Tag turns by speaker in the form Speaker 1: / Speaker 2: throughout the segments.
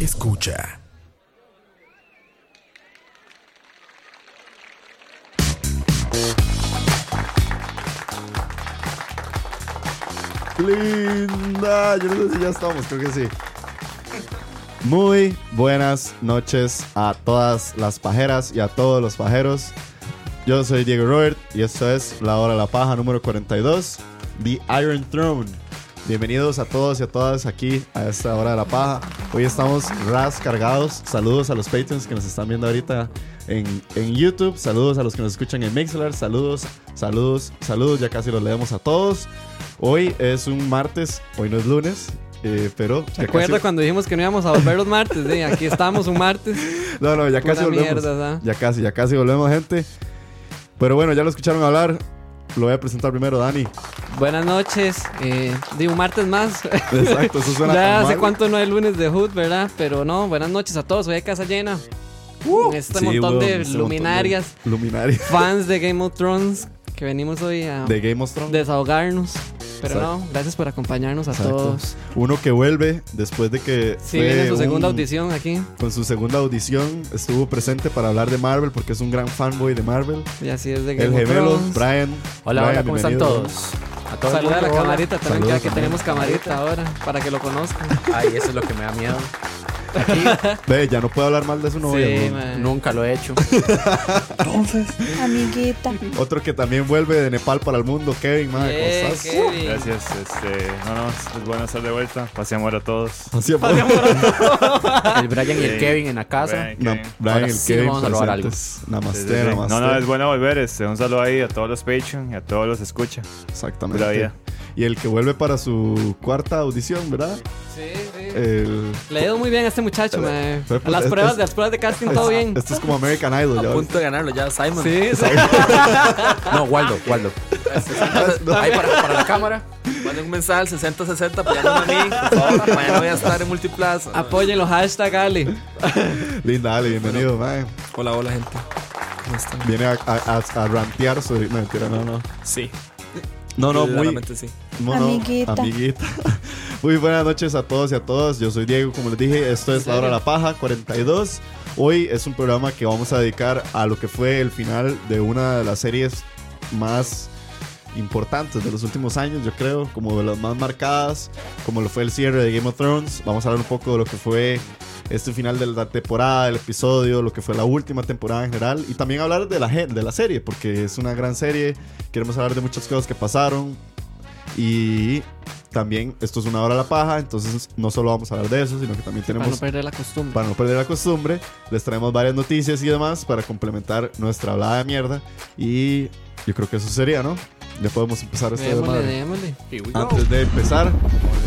Speaker 1: Escucha.
Speaker 2: Linda, yo no sé si ya estamos, creo que sí. Muy buenas noches a todas las pajeras y a todos los pajeros. Yo soy Diego Robert y esto es La Hora de la Paja número 42, The Iron Throne. Bienvenidos a todos y a todas aquí a esta Hora de la Paja. Hoy estamos ras cargados. Saludos a los patrons que nos están viendo ahorita en, en YouTube. Saludos a los que nos escuchan en Mixler. Saludos, saludos, saludos. Ya casi los leemos a todos. Hoy es un martes, hoy no es lunes, eh, pero
Speaker 3: ¿Se
Speaker 2: ya
Speaker 3: acuerda
Speaker 2: casi-
Speaker 3: cuando dijimos que no íbamos a volver los martes? eh? Aquí estamos un martes.
Speaker 2: No, no, ya
Speaker 3: Pura
Speaker 2: casi volvemos.
Speaker 3: mierda, ¿sabes?
Speaker 2: ya casi, ya casi volvemos, gente. Pero bueno, ya lo escucharon hablar. Lo voy a presentar primero, Dani.
Speaker 3: Buenas noches. Eh, digo, un martes más.
Speaker 2: Exacto, eso suena
Speaker 3: ya
Speaker 2: tan
Speaker 3: hace
Speaker 2: mal.
Speaker 3: cuánto no hay lunes de Hood, ¿verdad? Pero no, buenas noches a todos. Hoy hay casa llena. Con este
Speaker 2: Sí,
Speaker 3: montón
Speaker 2: weón,
Speaker 3: de
Speaker 2: este montón de
Speaker 3: luminarias,
Speaker 2: luminarias
Speaker 3: fans de Game of Thrones, que venimos hoy a
Speaker 2: de Game of Thrones.
Speaker 3: desahogarnos. Pero
Speaker 2: Exacto.
Speaker 3: no, gracias por acompañarnos a
Speaker 2: Exacto.
Speaker 3: todos.
Speaker 2: Uno que vuelve después de que
Speaker 3: Sí,
Speaker 2: fue
Speaker 3: viene su segunda
Speaker 2: un-
Speaker 3: audición aquí.
Speaker 2: Con su segunda audición estuvo presente para hablar de Marvel porque es un gran fanboy de Marvel.
Speaker 3: Y así es de Game
Speaker 2: El
Speaker 3: of
Speaker 2: gemelo,
Speaker 3: Thrones.
Speaker 2: Brian.
Speaker 4: Hola,
Speaker 2: Brian,
Speaker 4: hola, ¿cómo están
Speaker 2: bienvenido.
Speaker 4: todos? A todo el
Speaker 3: Saluda a la
Speaker 4: mundo, hola.
Speaker 3: camarita también, ya
Speaker 2: Saludos
Speaker 3: que
Speaker 2: también.
Speaker 3: tenemos camarita ahora, para que lo conozcan.
Speaker 4: Ay, eso es lo que me da miedo.
Speaker 2: Ve, ya no puedo hablar mal de su novia.
Speaker 3: sí,
Speaker 2: ¿no?
Speaker 3: man.
Speaker 4: Nunca lo he hecho.
Speaker 5: Amiguita.
Speaker 2: Otro que también vuelve de Nepal para el mundo, Kevin, madre, ¿cómo
Speaker 3: Bien,
Speaker 2: estás?
Speaker 3: Kevin.
Speaker 6: Gracias, este, no, no, es, es bueno estar de vuelta. Paz y amor a todos.
Speaker 2: Así es,
Speaker 4: El Brian y el
Speaker 6: Sí.
Speaker 4: Kevin en la casa.
Speaker 6: Brian,
Speaker 2: Na-
Speaker 6: Kevin.
Speaker 2: Brian,
Speaker 4: Ahora
Speaker 2: el
Speaker 4: sí
Speaker 2: Kevin,
Speaker 4: vamos a lograr algo.
Speaker 2: presentes.
Speaker 6: Sí, sí,
Speaker 2: Namaste,
Speaker 6: sí.
Speaker 2: namaste.
Speaker 6: No, no, es bueno volver. Este, un saludo ahí a todos los Patreon y a todos los escucha.
Speaker 2: Exactamente.
Speaker 6: Pura vida.
Speaker 2: Y el que vuelve para su cuarta audición, ¿verdad?
Speaker 3: Sí, sí.
Speaker 2: El...
Speaker 3: Le ha ido muy bien a este muchacho, mae.
Speaker 2: Fue
Speaker 3: A
Speaker 2: por-
Speaker 3: las
Speaker 2: es-
Speaker 3: pruebas,
Speaker 2: es-
Speaker 3: de las pruebas de casting, todo bien.
Speaker 2: Esto Este es como American Idol,
Speaker 4: A
Speaker 2: ya ves.
Speaker 4: punto de ganarlo ya, Simon.
Speaker 3: Sí, sí.
Speaker 4: No, Waldo, Waldo. Ahí para, para la cámara. Manden un mensaje pues al 6060, apoyándome a mí. Por favor, mañana voy a estar en Multiplaza.
Speaker 1: Ah,
Speaker 3: Apoyen los hashtag Ale.
Speaker 2: Linda, Ale, bienvenido, mae.
Speaker 4: Hola, hola, gente. ¿Cómo están?
Speaker 2: Viene a, a, a- a rantear sobre... No, mentira, no, no.
Speaker 4: Sí.
Speaker 2: No, no, muy...
Speaker 4: sí.
Speaker 2: No, no,
Speaker 5: Amiguita.
Speaker 2: amiguita. Muy buenas noches a todos y a todas. Yo soy Diego, como les dije, esto es La Hora de la Paja 42. Hoy es un programa que vamos a dedicar a lo que fue el final de una de las series más importantes de los últimos años, yo creo, como de las más marcadas, como lo fue el cierre de Game of Thrones. Vamos a hablar un poco de lo que fue este final de la temporada, del episodio, lo que fue la última temporada en general, y también hablar de la, je- de la serie, porque es una gran serie, queremos hablar de muchas cosas que pasaron, y también esto es una hora a la paja, entonces no solo vamos a hablar de eso, sino que también
Speaker 3: Para no
Speaker 2: tenemos...
Speaker 3: perder la costumbre.
Speaker 2: Para no perder la costumbre, les traemos varias noticias y demás para complementar nuestra hablada de mierda. Y yo creo que eso sería, ¿no? Ya podemos empezar este
Speaker 3: démosle,
Speaker 2: desmadre.
Speaker 3: démosle.
Speaker 2: Antes de empezar,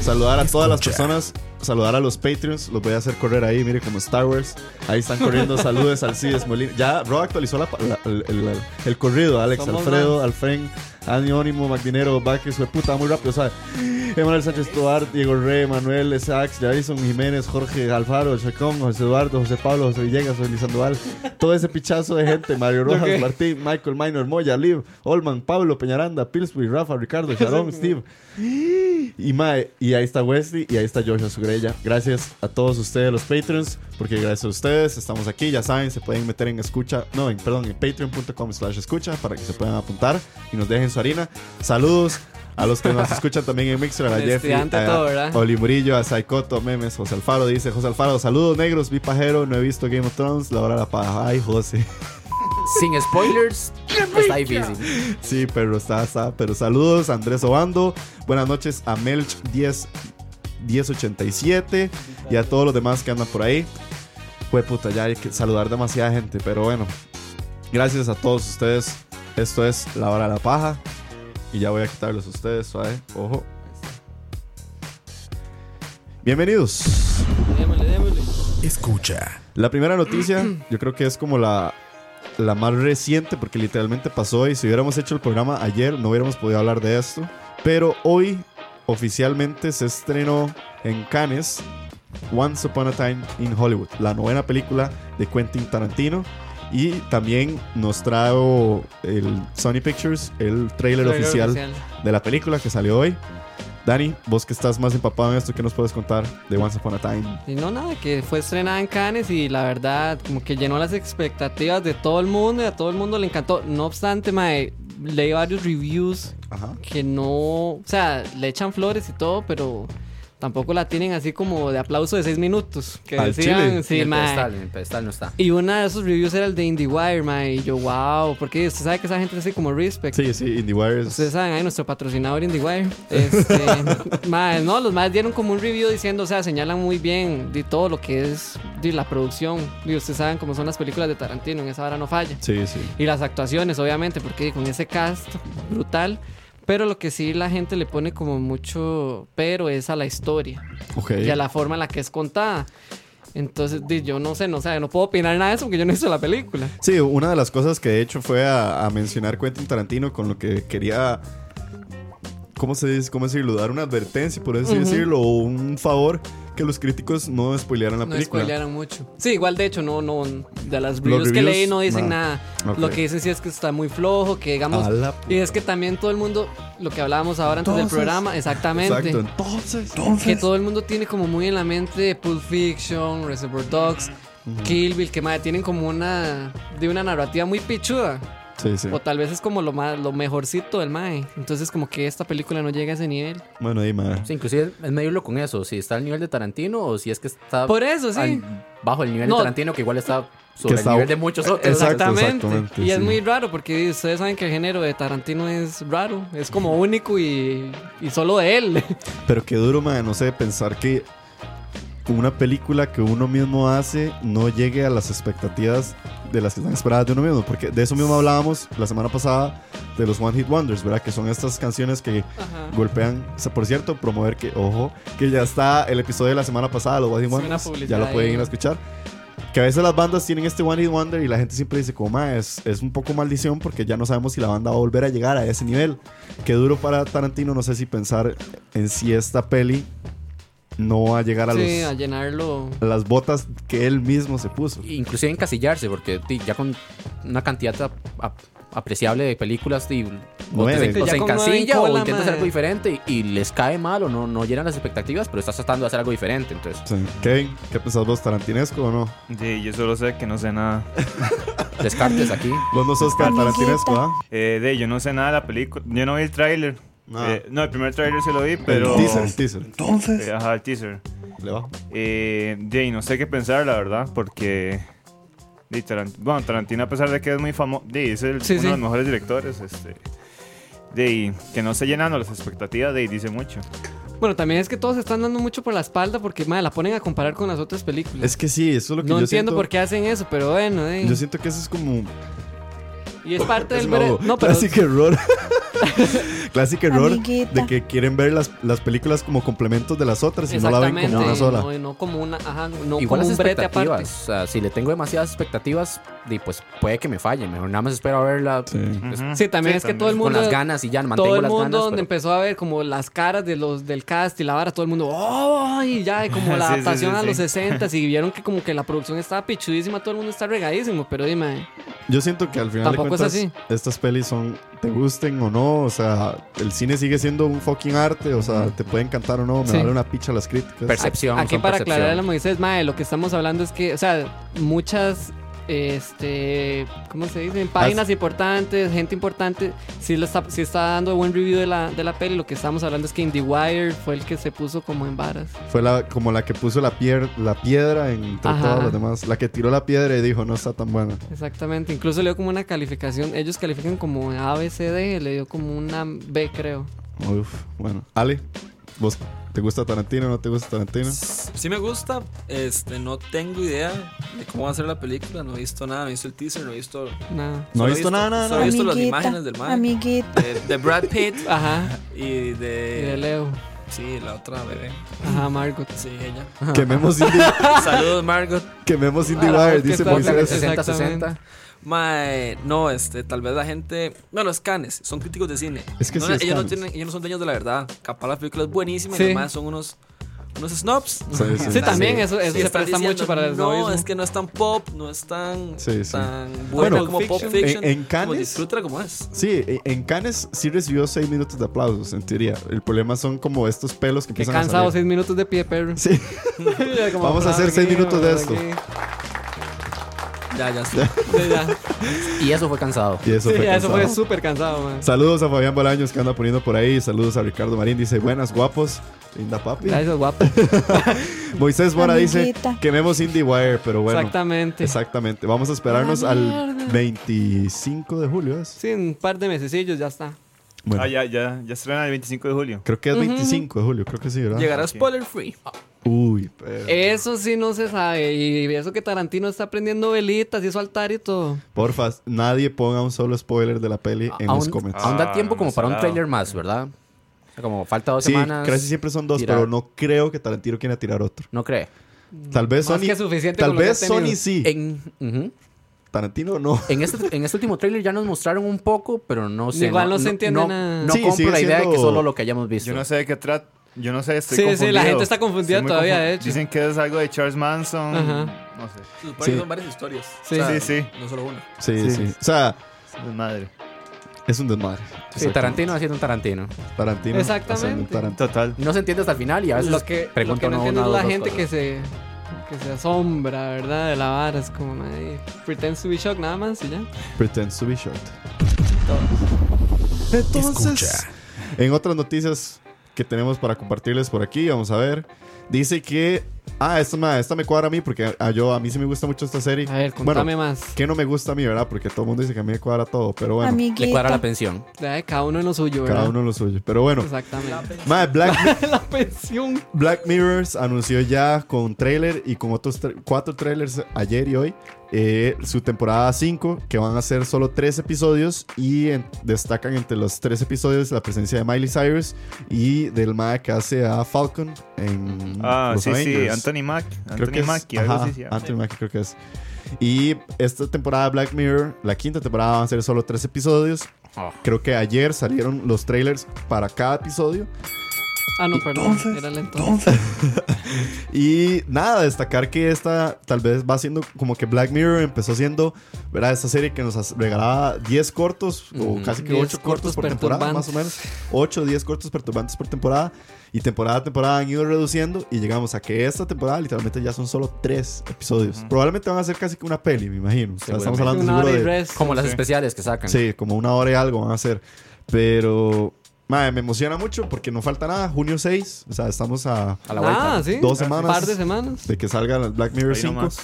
Speaker 2: saludar a todas las personas, saludar a los Patreons, los voy a hacer correr ahí, mire como Star Wars. Ahí están corriendo saludos al Cides Molina. Ya Rob actualizó la pa- la- el, el- el corrido, Alex,
Speaker 3: Somos
Speaker 2: Alfredo, Alfren, Anónimo, Magdinero, Vázquez, fue puta, muy rápido, o sea, Emanuel Sánchez Tobar, Diego Re, Manuel Sax, Javison Jiménez, Jorge Alfaro, Chacón, José Eduardo, José Pablo, José Villegas, José Luis Sandoval, todo ese pichazo de gente, Mario Rojas,
Speaker 3: Ok.
Speaker 2: Martín, Michael Minor, Moya, Liv, Olman, Pablo, Peñaranda, Pillsbury, Rafa, Ricardo, Sharon, Steve. Y mae, y ahí está Wesley y ahí está Joshua Sugrella. Gracias a todos ustedes, los Patreons, porque gracias a ustedes estamos aquí. Ya saben, se pueden meter en escucha, no, en, perdón, en patreon.com slash escucha para que se puedan apuntar y nos dejen su harina. Saludos a los que nos escuchan también en Mixer, a
Speaker 3: Desde
Speaker 2: Jeffrey,
Speaker 3: antes todo,
Speaker 2: a
Speaker 3: ¿verdad?
Speaker 2: Oli Murillo, a Saicoto, Memes, José Alfaro, dice José Alfaro, saludos negros, vi pajero, no he visto Game of Thrones, la hora de la paja. Ay, José.
Speaker 4: Sin spoilers, está difícil.
Speaker 2: Sí, pero está, está. Pero saludos, Andrés Obando. Buenas noches a Melch 10, 1087 y a todos los demás que andan por ahí. Fue puta, ya hay que saludar demasiada gente, pero bueno. Gracias a todos ustedes. Esto es La Hora de la Paja. Y ya voy a quitarlos a ustedes, suave. Ojo. Bienvenidos.
Speaker 3: Démosle, démosle.
Speaker 1: Escucha.
Speaker 2: La primera noticia, yo creo que es como la, la más reciente, porque literalmente pasó y si hubiéramos hecho el programa ayer no hubiéramos podido hablar de esto. Pero hoy oficialmente se estrenó en Cannes Once Upon a Time in Hollywood, la novena película de Quentin Tarantino. Y también nos trajo el Sony Pictures, el trailer,
Speaker 3: Trailer
Speaker 2: oficial, de la película que salió hoy. Dani, vos que estás más empapado en esto, ¿qué nos puedes contar de Once Upon a Time?
Speaker 3: Y no, nada, que fue estrenada en Cannes y la verdad, como que llenó las expectativas de todo el mundo y a todo el mundo le encantó. No obstante, mae, leí varios reviews
Speaker 2: Ajá.
Speaker 3: que no. O sea, le echan flores y todo, pero tampoco la tienen así como de aplauso de seis minutos. Que
Speaker 2: Al chile.
Speaker 3: decían,
Speaker 4: en
Speaker 3: sí,
Speaker 4: el
Speaker 3: mae.
Speaker 4: pedestal, en el pedestal no está.
Speaker 3: Y una de esos reviews era el de IndieWire, mae. Y yo, wow, porque usted sabe que esa gente es así como respect.
Speaker 2: Sí, sí, IndieWire es-
Speaker 3: Ustedes saben, ahí nuestro patrocinador IndieWire. Este, mae, no, los más dieron como un review diciendo, o sea, señalan muy bien de todo lo que es de la producción. Y ustedes saben cómo son las películas de Tarantino, en esa hora no falla.
Speaker 2: Sí, sí.
Speaker 3: Y las actuaciones, obviamente, porque con ese cast brutal. Pero lo que sí la gente le pone como mucho pero es a la historia
Speaker 2: Ok.
Speaker 3: y a la forma en la que es contada. Entonces, di, yo no sé, no, o sea, no puedo opinar nada de eso porque yo no he visto la película.
Speaker 2: Sí, una de las cosas que de hecho fue a, a mencionar Quentin Tarantino con lo que quería. ¿Cómo se dice? ¿Cómo decirlo? Dar una advertencia, por así decirlo, o un favor que los críticos no spoilearan la
Speaker 3: No
Speaker 2: película.
Speaker 3: spoilearon mucho. Sí, igual de hecho, no, no, de las
Speaker 2: Los
Speaker 3: reviews, que
Speaker 2: reviews,
Speaker 3: leí no dicen
Speaker 2: nada.
Speaker 3: nada.
Speaker 2: Ok.
Speaker 3: Lo que dicen sí es que está muy flojo, que digamos...
Speaker 2: A la
Speaker 3: Y es que también todo el mundo, lo que hablábamos ahora antes del
Speaker 2: Entonces-
Speaker 3: programa, exactamente.
Speaker 2: Exacto. Entonces,
Speaker 3: que todo el mundo tiene como muy en la mente Pulp Fiction, Reservoir Dogs, Kill Bill, que madre, tienen como una de una narrativa muy pichuda.
Speaker 2: Sí, sí.
Speaker 3: O tal vez es como lo más, lo mejorcito del mae. Entonces como que esta película no llega a ese nivel.
Speaker 2: Bueno, ahí, madre.
Speaker 4: Sí, inclusive es medirlo con eso, si está al nivel de Tarantino o si es que está
Speaker 3: Por eso, sí.
Speaker 4: al- bajo el nivel
Speaker 3: No.
Speaker 4: de Tarantino, que igual está sobre
Speaker 2: está-
Speaker 4: el nivel de muchos otros.
Speaker 2: Exacto.
Speaker 3: Exactamente.
Speaker 2: exactamente,
Speaker 3: Y es
Speaker 2: sí.
Speaker 3: muy raro porque ustedes saben que el género de Tarantino es raro. Es como único y, y solo de él.
Speaker 2: Pero qué duro, madre, no sé, pensar que una película que uno mismo hace no llegue a las expectativas de las que están esperadas de uno mismo. Porque de eso mismo hablábamos la semana pasada de los One Hit Wonders, ¿verdad? Que son estas canciones que golpean. O sea, por cierto, promover que, ojo, que ya está el episodio de la semana pasada, los One Hit
Speaker 3: Sí, una
Speaker 2: Wonders. Ya
Speaker 3: publicidad
Speaker 2: lo pueden
Speaker 3: ahí.
Speaker 2: ir a escuchar. Que a veces las bandas tienen este One Hit Wonder y la gente siempre dice, como, "Ma, es, es un poco maldición porque ya no sabemos si la banda va a volver a llegar a ese nivel. Qué duro para Tarantino, no sé si pensar en si esta peli no va a llegar a,
Speaker 3: sí,
Speaker 2: los-
Speaker 3: a llenarlo.
Speaker 2: a las botas que él mismo se puso.
Speaker 4: Inclusive encasillarse, porque di, ya con una cantidad ap- ap- apreciable de películas, di, O, te-
Speaker 2: Nueve.
Speaker 4: o
Speaker 3: Ya
Speaker 4: se
Speaker 3: con nueve en
Speaker 4: encasilla
Speaker 3: cola,
Speaker 4: o intenta
Speaker 3: madre.
Speaker 4: hacer algo diferente y, y les cae mal o no, no llenan las expectativas, pero estás tratando de hacer algo diferente. Entonces,
Speaker 2: Sí. Kevin, ¿qué pensás vos, tarantinesco o no?
Speaker 6: Sí, yo solo sé que no sé nada.
Speaker 4: descartes aquí.
Speaker 2: Vos no sos tan tarantinesco, ¿ah?
Speaker 6: Eh, de, yo no sé nada de la película. Yo no vi el tráiler.
Speaker 2: Ah.
Speaker 6: Eh, no, el primer tráiler sí lo vi, pero...
Speaker 2: El teaser, el teaser.
Speaker 6: Eh, ajá, el teaser.
Speaker 2: Le bajo.
Speaker 6: Eh, de ahí no sé qué pensar, la verdad, porque. di, Tarant- bueno, Tarantino, a pesar de que es muy famoso, es el-
Speaker 3: Sí,
Speaker 6: uno
Speaker 3: sí.
Speaker 6: de los mejores directores. Este, de ahí, que no esté llenando las expectativas, de ahí dice mucho.
Speaker 3: Bueno, también es que todos se están dando mucho por la espalda porque, madre, la ponen a comparar con las otras películas.
Speaker 2: Es que sí, eso es lo que
Speaker 3: no
Speaker 2: yo
Speaker 3: entiendo
Speaker 2: siento.
Speaker 3: por qué hacen eso, pero bueno, eh.
Speaker 2: Yo siento que eso es como.
Speaker 3: y es parte
Speaker 2: Es
Speaker 3: del
Speaker 2: como
Speaker 3: bre- No, pero
Speaker 2: Clásico error. Clásico error
Speaker 5: Amiguita.
Speaker 2: de que quieren ver las, las películas como complementos de las otras y no la ven
Speaker 3: exactamente.
Speaker 2: como una sola.
Speaker 3: No, y no como una, ajá, no
Speaker 4: Igual
Speaker 3: como
Speaker 4: las
Speaker 3: un brete aparte.
Speaker 4: expectativas. O sea, si le tengo demasiadas expectativas, di, pues puede que me falle. Mejor nada más espero a verla
Speaker 6: Ujú.
Speaker 3: Sí, también es que todo el
Speaker 4: con
Speaker 3: mundo
Speaker 4: las ganas y ya mantengo
Speaker 3: todo el
Speaker 4: las
Speaker 3: mundo
Speaker 4: ganas.
Speaker 3: donde
Speaker 4: pero-
Speaker 3: empezó a ver como las caras de los del cast y la vara, todo el mundo, ¡oh! Y ya, y como la
Speaker 6: Sí, sí,
Speaker 3: adaptación
Speaker 6: sí,
Speaker 3: a
Speaker 6: sí.
Speaker 3: los 60 y vieron que como que la producción estaba pichudísima, todo el mundo está regadísimo, pero dime,
Speaker 2: Yo siento que al final de
Speaker 3: Tampoco es
Speaker 2: cuentas,
Speaker 3: así.
Speaker 2: estas pelis son, te gusten o no, o sea, el cine sigue siendo un fucking arte, o sea, te puede encantar o no, me
Speaker 3: Sí.
Speaker 2: vale una picha las críticas.
Speaker 4: Percepción.
Speaker 3: Aquí
Speaker 4: son
Speaker 3: para
Speaker 4: percepción.
Speaker 3: aclararle a Moisés, mae, lo que estamos hablando es que, o sea, muchas, este, ¿cómo se dicen? Páginas importantes, gente importante, sí, lo está, sí está dando buen review de la, de la peli. Lo que estamos hablando es que IndieWire fue el que se puso como en varas.
Speaker 2: Fue la, como la que puso la, pier- la piedra entre
Speaker 3: Ajá.
Speaker 2: todas las demás, la que tiró la piedra y dijo, no está tan buena.
Speaker 3: Exactamente, incluso le dio como una calificación, ellos califican como ABCD, le dio como una B, creo.
Speaker 2: Uf, bueno. Ale, ¿vos te gusta Tarantino o no te gusta Tarantino?
Speaker 7: Sí me gusta, este, no tengo idea de cómo va a ser la película, no he visto nada, no he visto el teaser, no he visto...
Speaker 3: Nada.
Speaker 2: No he
Speaker 7: solo
Speaker 2: visto nada, nada,
Speaker 7: Solo he visto las
Speaker 5: Amiguita,
Speaker 7: imágenes del man,
Speaker 5: Amiguita.
Speaker 7: de, de Brad Pitt
Speaker 3: Ajá,
Speaker 7: y
Speaker 2: Eh.
Speaker 3: y de
Speaker 7: de...
Speaker 3: Leo.
Speaker 7: Sí, la otra bebé,
Speaker 3: Ajá, Margot.
Speaker 7: sí, ella.
Speaker 2: Quememos Indie,
Speaker 7: Saludos, Margot.
Speaker 2: quememos Indie
Speaker 3: A la
Speaker 2: Wire,
Speaker 3: voz que
Speaker 2: dice
Speaker 3: está
Speaker 2: Moisés.
Speaker 3: Exactamente.
Speaker 4: 60-60.
Speaker 7: Mae, no, este, tal vez la gente... No, los canes, son críticos de cine.
Speaker 2: Es que
Speaker 7: no,
Speaker 2: sí, es
Speaker 7: ellos, no
Speaker 2: canes.
Speaker 7: tienen, ellos no son dueños de la verdad. Capaz la película es buenísima
Speaker 3: Sí.
Speaker 7: y además son unos... Unos snobs.
Speaker 2: Sí, sí.
Speaker 3: Sí, también,
Speaker 4: Sí.
Speaker 3: eso, eso
Speaker 7: Y
Speaker 3: se
Speaker 7: están
Speaker 3: presta mucho
Speaker 7: diciendo,
Speaker 3: para el
Speaker 7: No,
Speaker 3: snobismo".
Speaker 7: es que no es tan pop, no es tan,
Speaker 2: Sí, sí.
Speaker 7: tan
Speaker 2: Bueno,
Speaker 7: bueno como Pop
Speaker 2: en-
Speaker 7: Fiction.
Speaker 2: en
Speaker 7: como
Speaker 2: Cannes-
Speaker 7: Disfrútala como es.
Speaker 2: Sí, e- en Cannes sí recibió 6 minutos de aplausos, en teoría. El problema son como estos pelos que
Speaker 3: Qué
Speaker 2: empiezan
Speaker 3: cansado,
Speaker 2: a salir.
Speaker 3: seis minutos de pie, perro.
Speaker 2: Sí.
Speaker 3: Como,
Speaker 2: Vamos a hacer seis
Speaker 3: aquí,
Speaker 2: minutos de
Speaker 3: vamos
Speaker 2: esto.
Speaker 3: aquí.
Speaker 7: Ya, ya sí.
Speaker 3: Sí, ya.
Speaker 2: Ah,
Speaker 4: Y eso fue cansado.
Speaker 2: Y eso
Speaker 3: Sí,
Speaker 2: fue
Speaker 3: ya, eso fue
Speaker 2: cansado.
Speaker 3: súper cansado, man.
Speaker 2: Saludos a Fabián Bolaños que anda poniendo por ahí. Saludos a Ricardo Marín. Dice, buenas, guapos. Linda papi.
Speaker 3: Gracias, guapo.
Speaker 2: Moisés Mora dice,
Speaker 5: Amiguita.
Speaker 2: quememos IndieWire, pero bueno.
Speaker 3: Exactamente.
Speaker 2: Exactamente. Vamos a esperarnos
Speaker 3: A la
Speaker 2: al
Speaker 3: mierda.
Speaker 2: 25 de julio. ¿es?
Speaker 3: Sí, un par de mesecillos ya está.
Speaker 2: Bueno,
Speaker 6: Ah, ya, ya, ya estrena el 25 de julio.
Speaker 2: creo que es 25 de julio. Creo que sí, ¿verdad?
Speaker 7: Llegará
Speaker 6: ok.
Speaker 7: spoiler free.
Speaker 3: Ah,
Speaker 2: Uy, pero-
Speaker 3: Eso sí no se sabe. Y eso que Tarantino está prendiendo velitas y su altar y todo.
Speaker 2: porfa, nadie ponga un solo spoiler de la peli en los
Speaker 4: Aún-
Speaker 2: comments.
Speaker 6: Ah,
Speaker 4: Aún da tiempo como para un
Speaker 6: salado.
Speaker 4: trailer más, ¿verdad? O sea, Como falta dos
Speaker 2: Sí,
Speaker 4: semanas.
Speaker 2: casi siempre son dos,
Speaker 4: tirar.
Speaker 2: pero no creo que Tarantino quiera tirar otro.
Speaker 4: No cree.
Speaker 2: Tal vez
Speaker 3: Más
Speaker 2: Sony.
Speaker 3: que suficiente
Speaker 2: tal
Speaker 3: con lo que
Speaker 2: vez
Speaker 3: ha tenido.
Speaker 2: Sony sí.
Speaker 4: En, ujú.
Speaker 2: Tarantino no.
Speaker 4: en, este, en este último trailer ya nos mostraron un poco, pero no sé.
Speaker 3: Igual no se entiende nada.
Speaker 4: No
Speaker 2: Sí,
Speaker 4: compro
Speaker 2: sigue
Speaker 4: la idea de que
Speaker 2: siendo-
Speaker 4: solo lo que hayamos visto.
Speaker 6: Yo no sé de qué trata. Yo no sé, estoy
Speaker 3: Sí, sí, la
Speaker 6: confundido.
Speaker 3: gente está confundida
Speaker 6: Estoy muy
Speaker 3: todavía,
Speaker 6: confu-
Speaker 3: de hecho.
Speaker 6: Dicen que es algo de Charles Manson.
Speaker 3: Ajá.
Speaker 6: No sé.
Speaker 7: Se supone que son varias historias.
Speaker 3: Sí.
Speaker 6: Sí, sí.
Speaker 7: No solo una.
Speaker 2: Sí, sí,
Speaker 6: Sí.
Speaker 2: O sea,
Speaker 6: Es madre.
Speaker 2: es un desmadre.
Speaker 4: Sí, Tarantino haciendo un Tarantino.
Speaker 2: Tarantino.
Speaker 3: Exactamente.
Speaker 2: haciendo un Tarantino.
Speaker 6: Total.
Speaker 4: No se entiende hasta el final y a veces
Speaker 3: Lo que, lo
Speaker 4: pregunto
Speaker 3: que no
Speaker 4: una-
Speaker 3: entiendo es
Speaker 4: una
Speaker 3: la
Speaker 4: o dos
Speaker 3: gente que
Speaker 4: cosas.
Speaker 3: se, que se asombra, ¿verdad? De la vara. Es como, "Ay, pretends to be shocked nada más y ya.
Speaker 2: Pretends to be short. Entonces, en otras noticias que tenemos para compartirles por aquí, vamos a ver. Dice que. Ah, esta me, esta me cuadra a mí porque a, yo, a mí sí me gusta mucho esta serie.
Speaker 3: A ver,
Speaker 2: bueno,
Speaker 3: contame más.
Speaker 2: que no me gusta a mí, ¿verdad? Porque todo el mundo dice que a mí me cuadra todo, pero bueno,
Speaker 4: Le cuadra la
Speaker 5: Amiguita.
Speaker 4: pensión.
Speaker 3: Ya, Cada uno en lo suyo, ¿verdad?
Speaker 2: cada uno lo suyo. Pero bueno,
Speaker 3: Exactamente.
Speaker 2: mae, Black,
Speaker 3: la pensión.
Speaker 2: Black Mirrors anunció ya con trailer y con otros tra- cuatro trailers ayer y hoy eh, su temporada 5, que van a ser solo tres episodios y en- destacan entre los tres episodios la presencia de Miley Cyrus y del MAC que hace a Falcon en
Speaker 6: Ah,
Speaker 2: Mm, Los
Speaker 6: sí, sí.
Speaker 2: Avengers.
Speaker 6: Anthony Mack.
Speaker 2: Creo que
Speaker 6: Anthony
Speaker 2: es-
Speaker 6: Mackie. Algo
Speaker 2: ajá,
Speaker 6: así. se llama.
Speaker 2: Anthony Mackie creo que es. Y esta temporada de Black Mirror, la quinta temporada, van a ser solo tres episodios.
Speaker 4: Ah.
Speaker 2: Creo que ayer salieron los trailers para cada episodio.
Speaker 3: Ah, no, perdón. era lento.
Speaker 2: Y nada, destacar que esta tal vez va siendo como que Black Mirror empezó siendo, ¿verdad? Esta serie que nos as- regalaba 10 cortos, o casi que
Speaker 3: 10
Speaker 2: 8 cortos por
Speaker 3: cortos
Speaker 2: temporada, más o menos.
Speaker 3: perturbantes.
Speaker 2: 8 o 10 cortos perturbantes por temporada. Y temporada a temporada han ido reduciendo. Y llegamos a que esta temporada literalmente ya son solo 3 episodios. Probablemente van a ser casi que una peli, me imagino. O sea, estamos
Speaker 7: Seguramente.
Speaker 2: hablando
Speaker 3: Una hora
Speaker 2: seguro
Speaker 3: y
Speaker 2: de.
Speaker 3: res.
Speaker 4: Como las especiales que sacan.
Speaker 2: Sí, como una hora y algo van a hacer. Pero, madre, me emociona mucho porque no falta nada. Junio 6, o sea, estamos a
Speaker 4: A
Speaker 3: ah,
Speaker 4: la vuelta.
Speaker 3: sí.
Speaker 2: Dos
Speaker 3: Un
Speaker 2: semanas.
Speaker 3: par de semanas.
Speaker 2: de que salga la Black Mirror
Speaker 6: Ahí
Speaker 2: 5.
Speaker 6: nomás.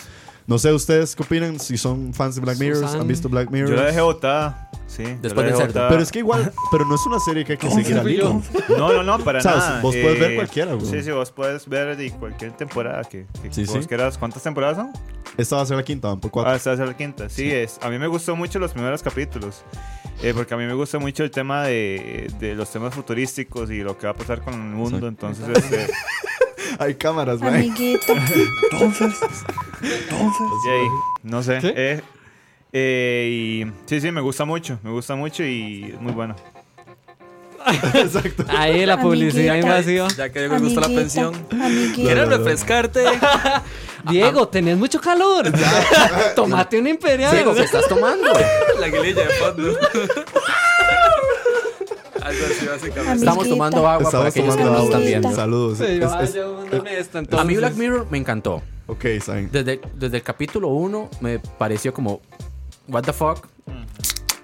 Speaker 2: No sé, ¿ustedes qué opinan? Si son fans de Black Mirror,
Speaker 3: Susan.
Speaker 2: han visto Black Mirror.
Speaker 6: Yo la dejé botada. Sí. yo
Speaker 4: Después
Speaker 6: la dejé
Speaker 4: del cerdo.
Speaker 6: botada.
Speaker 2: Pero es que igual, pero no es una serie que hay que seguir al hilo.
Speaker 6: No, no, no, para
Speaker 2: O sea,
Speaker 6: nada. eh,
Speaker 2: vos puedes ver cualquiera, güey.
Speaker 6: Sí, sí, vos puedes ver de cualquier temporada que, que
Speaker 2: Sí,
Speaker 6: vos
Speaker 2: sí.
Speaker 6: quieras. ¿Cuántas temporadas son?
Speaker 2: Esta va a ser la quinta, van por cuatro.
Speaker 6: Ah, esta es la quinta. Sí, es. A mí me gustó mucho los primeros capítulos. eh, porque a mí me gusta mucho el tema de, de los temas futurísticos y lo que va a pasar con el mundo. Entonces, este,
Speaker 2: Hay cámaras, güey.
Speaker 5: Amiguito.
Speaker 6: y ahí, no sé. eh, eh, y, sí, sí, me gusta mucho. Me gusta mucho y es muy bueno.
Speaker 2: Exacto.
Speaker 3: Ahí la publicidad
Speaker 5: Amiguita.
Speaker 3: invasiva.
Speaker 7: Ya que me gusta
Speaker 5: Amiguito.
Speaker 7: la pensión.
Speaker 5: Amiguito.
Speaker 7: ¿Quieres refrescarte?
Speaker 3: Diego, tenés mucho calor. Tomate una imperial.
Speaker 4: Diego, ¿qué estás tomando?
Speaker 7: La guililla de fondo. Algo así, básicamente.
Speaker 4: Estamos
Speaker 5: Amiguita.
Speaker 4: tomando agua
Speaker 2: Estamos
Speaker 4: para aquellos que
Speaker 2: tomando
Speaker 4: no
Speaker 5: nos
Speaker 2: agua.
Speaker 4: están
Speaker 5: Amiguita.
Speaker 4: viendo.
Speaker 2: Saludos.
Speaker 3: Sí,
Speaker 2: Es-
Speaker 3: vaya,
Speaker 2: es-
Speaker 3: una esta,
Speaker 4: A mí
Speaker 3: entonces.
Speaker 4: Black Mirror me encantó.
Speaker 2: ok, saben.
Speaker 4: Desde, desde el capítulo 1 me pareció como, what the fuck.
Speaker 3: Mm.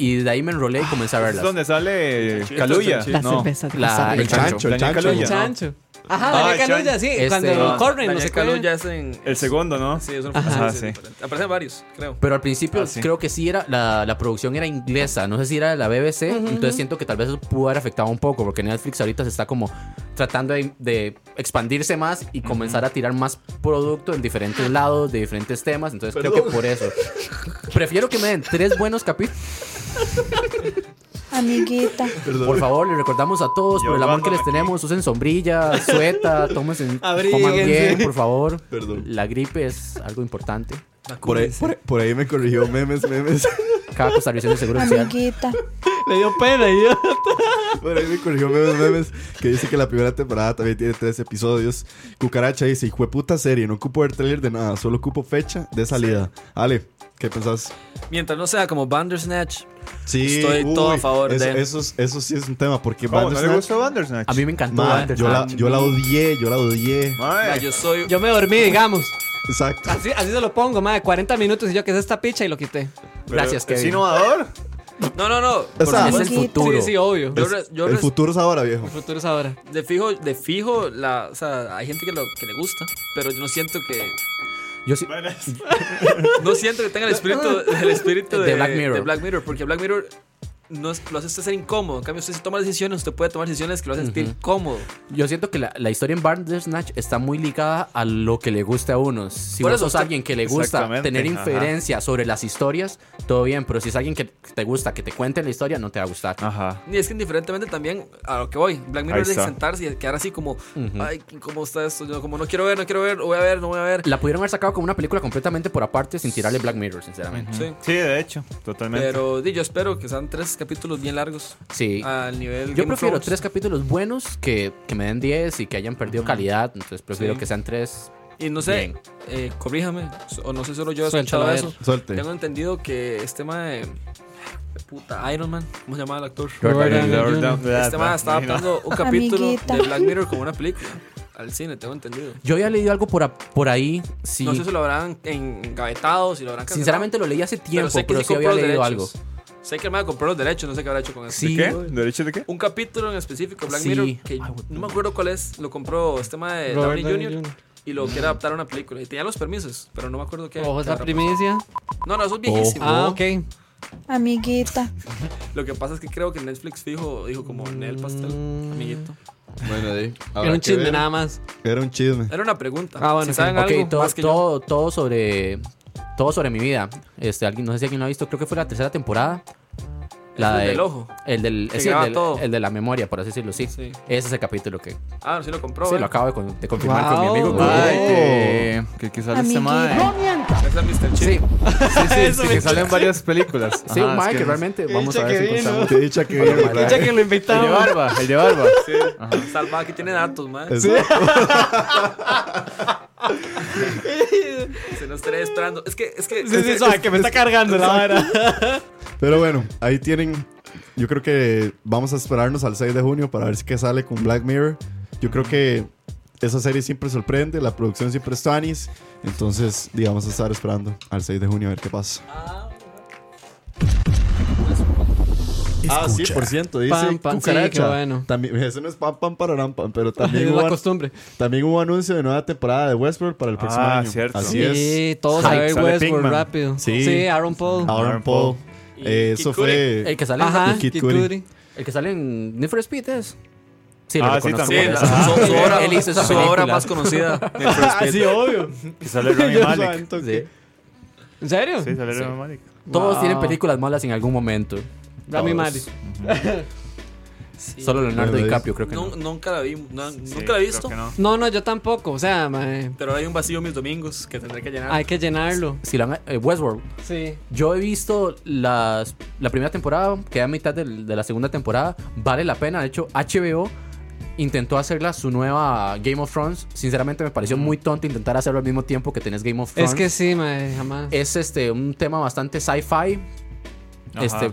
Speaker 4: Y de ahí me enrolé y comencé
Speaker 3: Ah,
Speaker 4: a
Speaker 6: Es
Speaker 4: verlas.
Speaker 6: donde sale Caluya.
Speaker 3: Las
Speaker 6: No.
Speaker 3: cervezas de
Speaker 4: la-
Speaker 3: Costa
Speaker 4: el
Speaker 3: Rica.
Speaker 4: chancho.
Speaker 2: el
Speaker 6: Daniel
Speaker 2: chancho.
Speaker 6: Caluya,
Speaker 3: El
Speaker 6: ¿no?
Speaker 3: chancho. Ajá,
Speaker 6: Ah,
Speaker 3: de
Speaker 6: el
Speaker 3: Caluya,
Speaker 6: chancho.
Speaker 3: sí.
Speaker 4: Este,
Speaker 3: cuando
Speaker 4: no,
Speaker 3: corren, no
Speaker 7: Daniel
Speaker 3: sé
Speaker 7: Cano
Speaker 3: qué.
Speaker 7: ya es en.
Speaker 6: El segundo, ¿no?
Speaker 7: Sí, es un
Speaker 6: Ajá,
Speaker 7: sí,
Speaker 6: sí.
Speaker 7: diferente. Aparecen varios, creo.
Speaker 4: Pero al principio
Speaker 6: Ah, sí.
Speaker 4: creo que sí era la, la producción era inglesa, no sé si era de la BBC, entonces siento que tal vez eso pudo haber afectado un poco, porque Netflix ahorita se está como tratando de, de expandirse más y comenzar a tirar más producto en diferentes lados, de diferentes temas, entonces creo que por eso. Prefiero que me den tres buenos capítulos.
Speaker 5: Amiguita.
Speaker 4: Por favor, les recordamos a todos,
Speaker 6: Yo
Speaker 4: por el amor que
Speaker 6: aguándome
Speaker 4: les tenemos, usen sombrilla, sueta, tómense, coman
Speaker 3: Abríguense.
Speaker 4: bien, por favor.
Speaker 2: Perdón.
Speaker 4: La gripe es algo importante.
Speaker 2: Por ahí, por, por ahí me corrigió memes, memes.
Speaker 4: Cada costarricense seguro social.
Speaker 5: Amiguita.
Speaker 3: Le dio pena, y yo.
Speaker 2: Por ahí me corrigió memes, memes. Que dice que la primera temporada también tiene tres episodios. Cucaracha dice: Hijo de puta serie, no ocupo ver trailer de nada, solo ocupo fecha de salida. Ale, ¿qué pensás?
Speaker 7: Mientras no sea como Bandersnatch.
Speaker 2: Sí,
Speaker 7: Estoy todo a favor
Speaker 2: eso,
Speaker 7: de-
Speaker 2: eso, es- eso sí es un tema, porque
Speaker 6: ¿Cómo? ¿No le
Speaker 2: Bandersnatch-
Speaker 6: gustó Bandersnatch?
Speaker 4: A mí me encantó.
Speaker 2: Ma,
Speaker 4: Bandersnatch.
Speaker 2: yo, la, yo la odié, yo la odié.
Speaker 7: ya,
Speaker 6: Mae,
Speaker 7: ah, yo soy.
Speaker 3: Yo me dormí, digamos.
Speaker 2: Exacto.
Speaker 3: Así, así se lo pongo, madre. 40 minutos y yo que es esta picha y lo quité.
Speaker 6: pero
Speaker 4: Gracias,
Speaker 6: ¿Es
Speaker 4: Kevin.
Speaker 6: innovador?
Speaker 7: No, no, no.
Speaker 2: O sea,
Speaker 4: es el
Speaker 5: Amiguita.
Speaker 4: futuro.
Speaker 3: Sí, sí, obvio.
Speaker 7: Yo,
Speaker 3: El
Speaker 7: re- yo
Speaker 2: el
Speaker 7: res-
Speaker 2: futuro es ahora, viejo.
Speaker 3: futuro es ahora.
Speaker 7: de fijo, de fijo, la, o sea, hay gente que, lo, que le gusta, pero yo no siento que
Speaker 4: Yo sí-
Speaker 7: No siento que tenga el espíritu, el espíritu de,
Speaker 4: De Black Mirror.
Speaker 7: de Black Mirror, porque Black Mirror no es- lo hace usted ser incómodo. En cambio, usted si toma decisiones, usted puede tomar decisiones que lo hacen sentir cómodo.
Speaker 4: Yo siento que la, la historia en Bandersnatch está muy ligada a lo que le guste a uno. Si
Speaker 7: Por
Speaker 4: vos
Speaker 7: eso
Speaker 4: sos
Speaker 7: está-
Speaker 4: alguien que le gusta
Speaker 6: Exactamente,
Speaker 4: tener
Speaker 6: ajá.
Speaker 4: inferencia sobre las historias, todo bien, pero si es alguien que te gusta que te cuente la historia, no te va a gustar.
Speaker 6: Ajá.
Speaker 7: Y es que indiferentemente también a lo que voy. Black
Speaker 6: Ahí
Speaker 7: Mirror es de
Speaker 6: está.
Speaker 7: sentarse y quedar así como, ay, ¿cómo está esto? Yo como no quiero ver, no quiero ver, voy a ver, no voy a ver.
Speaker 4: La pudieron haber sacado como una película completamente por aparte sin tirarle Black Mirror, sinceramente.
Speaker 7: Sí.
Speaker 6: Sí, de hecho, totalmente.
Speaker 7: Pero di, yo espero que sean tres capítulos bien largos
Speaker 4: Sí.
Speaker 7: al nivel
Speaker 4: Yo
Speaker 7: Ah, Game of
Speaker 4: prefiero
Speaker 7: Thrones.
Speaker 4: tres capítulos buenos que, que me den 10 y que hayan perdido calidad. Entonces prefiero
Speaker 7: Sí.
Speaker 4: que sean tres.
Speaker 7: Y no sé,
Speaker 4: Bien.
Speaker 7: eh, corríjame, o no sé, solo yo he
Speaker 3: Suéltalo,
Speaker 7: escuchado
Speaker 3: a
Speaker 7: eso.
Speaker 3: ver.
Speaker 2: Suelte.
Speaker 7: Tengo entendido que este tema de. Puta, Iron Man, ¿cómo se llamaba el actor? Este man estaba hablando un capítulo
Speaker 5: Amiguita.
Speaker 7: de Black Mirror como una película al cine, tengo entendido.
Speaker 4: Yo había leído algo por, a- por ahí. Sí.
Speaker 7: No sé si lo habrán engavetado, si lo habrán cancelado.
Speaker 4: Sinceramente lo leí hace tiempo, pero,
Speaker 7: sí
Speaker 4: sí había
Speaker 7: compró los
Speaker 4: leído algo.
Speaker 7: derechos. Sé que el man compró los derechos, no sé qué habrá hecho con eso.
Speaker 4: Sí.
Speaker 6: ¿Qué? ¿Derecho de qué?
Speaker 7: Un capítulo en específico, Black
Speaker 4: Sí.
Speaker 7: Mirror, que
Speaker 4: Ay, güey,
Speaker 7: no me acuerdo cuál es, lo compró este tema de
Speaker 3: Robert
Speaker 7: Downey
Speaker 3: Downey
Speaker 7: Jr.
Speaker 3: Jr..
Speaker 7: Y lo quiere adaptar a una película. Y tenía los permisos, pero no me acuerdo qué.
Speaker 4: Oh,
Speaker 7: pues,
Speaker 3: Ojo,
Speaker 7: qué
Speaker 3: esa
Speaker 7: habrá
Speaker 3: primicia.
Speaker 7: pasado. No, no, eso es viejísimo.
Speaker 3: Ah, ok.
Speaker 5: Amiguita.
Speaker 7: Lo que pasa es que creo que Netflix fijo dijo como en el pastel,
Speaker 3: Mm.
Speaker 7: amiguito.
Speaker 2: Bueno, de ahí.
Speaker 3: Era un chisme nada más.
Speaker 2: Era un chisme.
Speaker 7: Era una pregunta.
Speaker 3: Ah, bueno,
Speaker 7: si
Speaker 3: ok.
Speaker 7: saben
Speaker 4: Ok,
Speaker 7: algo
Speaker 4: todo,
Speaker 7: más que yo.
Speaker 4: todo, todo sobre todo sobre mi vida. Este, alguien, no sé si alguien lo ha visto, creo que fue la tercera temporada. La
Speaker 7: el
Speaker 4: de-
Speaker 7: del ojo.
Speaker 4: El, del,
Speaker 7: Que
Speaker 4: es el,
Speaker 7: graba
Speaker 4: del-
Speaker 7: todo.
Speaker 4: el de la memoria, por así decirlo, sí.
Speaker 7: Sí.
Speaker 4: Ese es el capítulo que sí,
Speaker 7: Ah, sí lo compró.
Speaker 4: lo
Speaker 7: ¿eh?
Speaker 4: acabo de, con- de confirmar con
Speaker 3: Wow.
Speaker 4: mi
Speaker 2: Oh.
Speaker 4: amigo.
Speaker 3: Wow.
Speaker 6: Ay, que, que, que sale este
Speaker 5: Amiguito.
Speaker 6: mae.
Speaker 7: Es la Mr. Chip.
Speaker 4: Sí,
Speaker 6: Sí, sí, sí, que salen varias películas.
Speaker 4: sí,
Speaker 6: Ajá,
Speaker 4: un
Speaker 6: es
Speaker 4: mae que
Speaker 6: no-
Speaker 4: realmente vamos a
Speaker 2: dicha
Speaker 4: ver si
Speaker 2: que vino.
Speaker 4: encontramos.
Speaker 2: Qué dicha que viene,
Speaker 4: Vale.
Speaker 3: Ya que lo
Speaker 6: El de
Speaker 3: invitamos.
Speaker 6: barba, el de barba.
Speaker 7: Sí. Salva, aquí tiene datos, man.
Speaker 2: Es-
Speaker 7: Se nos estaría esperando. Es que, es que.
Speaker 3: Sí, sí, suave, que me está cargando la vara.
Speaker 2: Pero bueno, ahí tienen. Yo creo que vamos a esperarnos al 6 de junio para ver si qué sale con Black Mirror. Yo creo que esa serie siempre sorprende, la producción siempre es Tanis. Entonces, digamos, a estar esperando al 6 de junio a ver qué pasa. Ah, sí, por cierto, dice
Speaker 3: Pam, pam, sí,
Speaker 2: cucaracha.
Speaker 3: qué bueno.
Speaker 2: También, eso no es pam, pam, pararam, pam, pero también
Speaker 3: Es
Speaker 2: hubo,
Speaker 3: la
Speaker 2: an-
Speaker 3: costumbre.
Speaker 2: también hubo anuncio de nueva temporada de Westworld para el próximo
Speaker 6: Ah,
Speaker 2: año.
Speaker 6: cierto.
Speaker 2: Así es.
Speaker 3: Sí, todos a
Speaker 6: Hype,
Speaker 3: ver
Speaker 6: sale
Speaker 3: Westworld
Speaker 6: Pinkman.
Speaker 3: rápido.
Speaker 2: Sí.
Speaker 3: Sí. Aaron Paul.
Speaker 2: Aaron Paul.
Speaker 7: Y
Speaker 2: Eh, eso
Speaker 7: Kid Cudi.
Speaker 2: fue...
Speaker 4: El que sale,
Speaker 3: Ajá,
Speaker 2: y Kid
Speaker 3: Kid
Speaker 2: Cudi.
Speaker 3: Cudi.
Speaker 4: el que sale en Need for Speed es. Sí,
Speaker 6: Ah, sí,
Speaker 4: reconozco
Speaker 7: Sí,
Speaker 6: también.
Speaker 4: por
Speaker 7: la-
Speaker 4: eso.
Speaker 7: su, su obra,
Speaker 4: Él hizo esa
Speaker 7: su obra
Speaker 4: película.
Speaker 7: más conocida. Need for
Speaker 6: Ah,
Speaker 7: Speed.
Speaker 2: Sí, obvio.
Speaker 6: Que sale Rami Malek.
Speaker 2: Santo,
Speaker 4: Sí.
Speaker 3: ¿En serio?
Speaker 6: Sí, sale Rami Malek.
Speaker 4: Todos
Speaker 3: Wow.
Speaker 4: tienen películas malas en algún momento.
Speaker 3: Rami
Speaker 2: Todos.
Speaker 3: Mari.
Speaker 7: Sí.
Speaker 4: Solo Leonardo
Speaker 2: Bueno,
Speaker 4: DiCaprio, creo que no.
Speaker 7: Nun- Nunca la vi. na-
Speaker 6: Sí,
Speaker 7: nunca la he
Speaker 6: creo
Speaker 7: visto.
Speaker 6: que no.
Speaker 3: No, no, yo tampoco. O sea, mae,
Speaker 7: Pero hay un vacío mis domingos que tendré que llenar.
Speaker 3: hay que llenarlo.
Speaker 4: Si la han- eh, Westworld.
Speaker 3: Sí.
Speaker 4: Yo he visto las, la primera temporada, queda a mitad del- de la segunda temporada. Vale la pena. De hecho, HBO intentó hacerla su nueva Game of Thrones. Sinceramente, me pareció muy tonto intentar hacerlo al mismo tiempo que tenés Game of Thrones.
Speaker 3: Es que sí, mae, jamás.
Speaker 2: Eh,
Speaker 4: es este, un tema bastante sci-fi.
Speaker 6: Ajá.
Speaker 4: Este,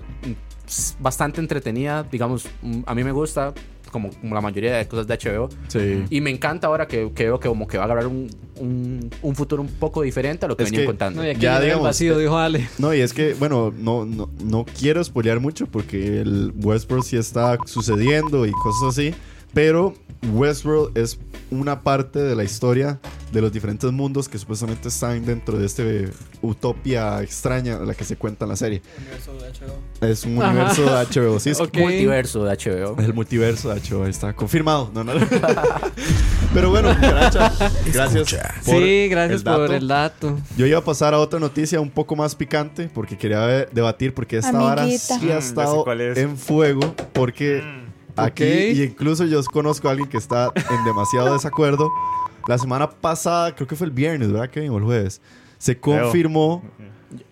Speaker 4: s- bastante entretenida. Digamos, mm, a mí me gusta, como, como la mayoría de cosas de HBO.
Speaker 2: Sí.
Speaker 4: Y me encanta ahora que, que veo que como que va a agarrar un, un, un futuro un poco diferente a lo que
Speaker 2: Es
Speaker 4: venían
Speaker 2: que-
Speaker 4: contando.
Speaker 3: No, y aquí
Speaker 2: Ya,
Speaker 3: ya, el
Speaker 2: digamos, eh,
Speaker 3: vacío, dijo Ale.
Speaker 2: No, y es que, bueno, no, no, no quiero spoilear mucho porque el Westworld sí está sucediendo y cosas así, pero Westworld es una parte de la historia de los diferentes mundos que supuestamente están dentro de este utopia extraña de la que se cuenta en la serie. Es un
Speaker 3: Ajá.
Speaker 2: universo de HBO, sí, es
Speaker 3: Ok.
Speaker 4: Multiverso de HBO.
Speaker 2: el multiverso de HBO, ahí está confirmado. No, no. Pero bueno, Cucaracha, gracias. por
Speaker 3: Sí, gracias por
Speaker 2: dato.
Speaker 3: el dato.
Speaker 2: Yo iba a pasar a otra noticia un poco más picante porque quería ver- debatir porque esta vara
Speaker 5: Amiguita.
Speaker 2: sí
Speaker 6: Mm,
Speaker 2: ha
Speaker 6: ya sé
Speaker 2: estado
Speaker 6: cuál es. Mm,
Speaker 2: en fuego porque aquí
Speaker 3: Ok.
Speaker 2: y incluso yo conozco a alguien que está en demasiado desacuerdo. La semana pasada, creo que fue el viernes, ¿verdad, Kevin? O el jueves. Se confirmó,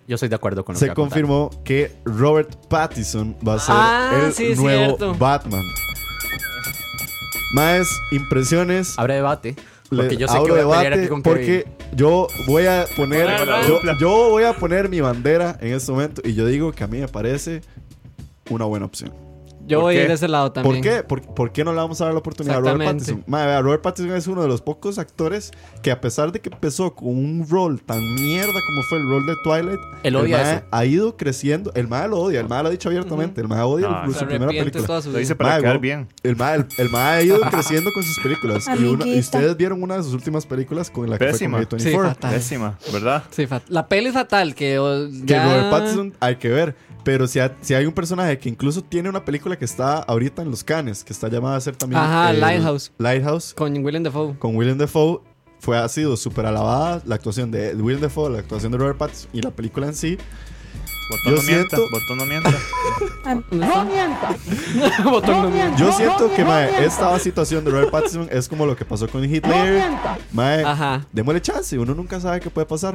Speaker 4: Yo estoy de acuerdo con lo que
Speaker 2: se
Speaker 4: va a contar.
Speaker 2: confirmó que Robert Pattinson va a ser
Speaker 3: Ah,
Speaker 2: el
Speaker 3: sí, es
Speaker 2: nuevo
Speaker 3: cierto.
Speaker 2: Batman. Más impresiones.
Speaker 4: Abre debate.
Speaker 2: Le-
Speaker 4: Porque yo sé que
Speaker 2: abro
Speaker 4: voy a pelear
Speaker 2: debate
Speaker 4: aquí con
Speaker 2: porque yo voy a poner
Speaker 3: Hola, hola.
Speaker 2: yo, yo voy a poner mi bandera en este momento y yo digo que a mí me parece una buena opción.
Speaker 3: Yo
Speaker 6: ¿Por
Speaker 3: voy a ir
Speaker 6: qué?
Speaker 3: de ese lado también.
Speaker 2: ¿Por qué? ¿Por, por qué no le vamos a dar la oportunidad a Robert
Speaker 3: Exactamente.
Speaker 2: Pattinson? Madre, vea, Robert Pattinson es uno de los pocos actores que a pesar de que empezó con un rol tan mierda como fue el rol de Twilight,
Speaker 4: Él odia
Speaker 2: mae
Speaker 4: eso.
Speaker 2: ha ido creciendo. El mae lo odia, el mae lo ha dicho abiertamente, el mae odia
Speaker 6: Ah,
Speaker 2: el-
Speaker 3: Se
Speaker 2: su primera
Speaker 3: arrepiente
Speaker 2: película.
Speaker 3: toda su
Speaker 6: Lo dice
Speaker 3: vida.
Speaker 6: para
Speaker 2: Mae,
Speaker 6: quedar
Speaker 2: wow.
Speaker 6: bien.
Speaker 2: El mae, el, el mae ha ido creciendo con sus películas. Y, una- y
Speaker 5: Amiguita.
Speaker 2: ustedes vieron una de sus últimas películas con la que
Speaker 6: Pésima.
Speaker 2: fue con
Speaker 3: Sí,
Speaker 2: 24.
Speaker 3: fatal.
Speaker 6: Décima, ¿verdad?
Speaker 3: Sí, fat- La peli es fatal, que o,
Speaker 2: que
Speaker 3: Ah, ya-
Speaker 2: Robert Pattinson hay que ver. Pero si, ha- si hay un personaje que incluso tiene una película que está ahorita en los canes, que está llamada a ser también.
Speaker 3: Ajá,
Speaker 2: eh,
Speaker 3: Lighthouse.
Speaker 2: Lighthouse,
Speaker 3: Con Willem Dafoe.
Speaker 2: con William Defoe, fue, ha sido súper alabada la actuación de William Defoe, la actuación de Robert Pattinson y la película en sí.
Speaker 6: Botón
Speaker 2: Yo
Speaker 6: no mienta,
Speaker 2: siento-
Speaker 6: botón no mienta.
Speaker 3: No Botón no mientas.
Speaker 2: Yo siento que mae, esta situación de Robert Pattinson es como lo que pasó con Hitler. Mae,
Speaker 3: Ajá.
Speaker 2: démosle chance, uno nunca sabe qué puede pasar.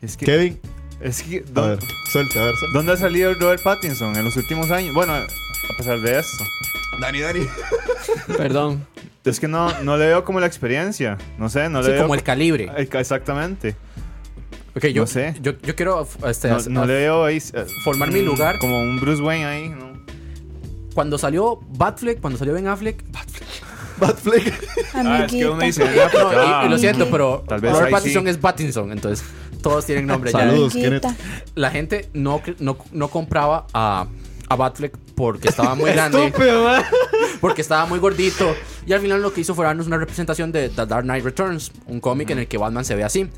Speaker 6: Es que,
Speaker 2: Kevin,
Speaker 6: es que
Speaker 2: a
Speaker 6: ¿dó-
Speaker 2: ver, suelta, a ver, suelta.
Speaker 6: ¿dónde ha salido Robert Pattinson en los últimos años? Bueno, a pesar de esto.
Speaker 2: Dani, Dani.
Speaker 3: Perdón.
Speaker 6: Es que no, no le veo como la experiencia. No sé, no le
Speaker 4: Sí,
Speaker 6: veo.
Speaker 4: como el calibre.
Speaker 6: Eh, Exactamente.
Speaker 4: Ok, yo,
Speaker 6: no sé.
Speaker 4: yo, yo quiero este,
Speaker 6: No,
Speaker 4: as-
Speaker 6: no
Speaker 4: a-
Speaker 6: le veo ahí. eh,
Speaker 4: formar mi
Speaker 6: un-
Speaker 4: lugar.
Speaker 6: Como un Bruce Wayne ahí, ¿no?
Speaker 4: Cuando salió Batfleck, cuando salió Ben Affleck. ah,
Speaker 2: Batfleck.
Speaker 6: Ah, es que uno dice.
Speaker 5: Amiguita.
Speaker 6: ah,
Speaker 4: No,
Speaker 6: pero-
Speaker 4: y-
Speaker 6: ah,
Speaker 4: y, lo siento,
Speaker 5: ok.
Speaker 4: pero
Speaker 6: Tal vez
Speaker 4: Robert
Speaker 6: ahí
Speaker 4: Pattinson
Speaker 6: sí.
Speaker 4: es Pattinson. Entonces, todos tienen nombre ya.
Speaker 2: Saludos, Kenneth.
Speaker 5: Amiguita.
Speaker 4: La gente no, cre- no, no compraba a, a Batfleck porque estaba muy grande,
Speaker 3: Estúpido, mae.
Speaker 4: porque estaba muy gordito. Y al final lo que hizo fue darnos una representación de The Dark Knight Returns, un cómic en el que Batman se ve así.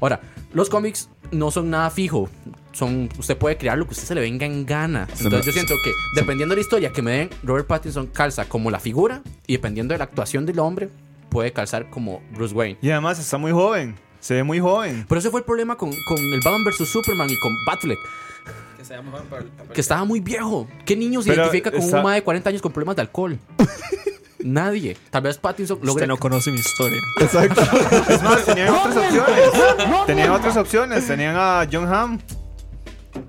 Speaker 4: Ahora, los cómics no son nada fijo. Son, usted puede crear lo que usted se le venga en gana.
Speaker 2: Se
Speaker 4: Entonces
Speaker 2: me-
Speaker 4: yo siento que, dependiendo de la historia que me den, Robert Pattinson calza como la figura y dependiendo de la actuación del hombre, puede calzar como Bruce Wayne.
Speaker 6: Y además está muy joven. Se ve muy joven.
Speaker 4: Pero ese fue el problema con, con el Batman vs Superman y con Batfleck,
Speaker 7: Que se llama para el papel.
Speaker 4: que estaba muy viejo. ¿Qué niño se
Speaker 6: Pero
Speaker 4: identifica con
Speaker 6: está-
Speaker 4: un mae de 40 años con problemas de alcohol? Nadie. Tal vez Pattinson logre.
Speaker 8: Usted no conoce mi historia.
Speaker 2: Exacto.
Speaker 6: Es más, Pues, tenían otras opciones. Tenían otras opciones. Tenían a John Hamm.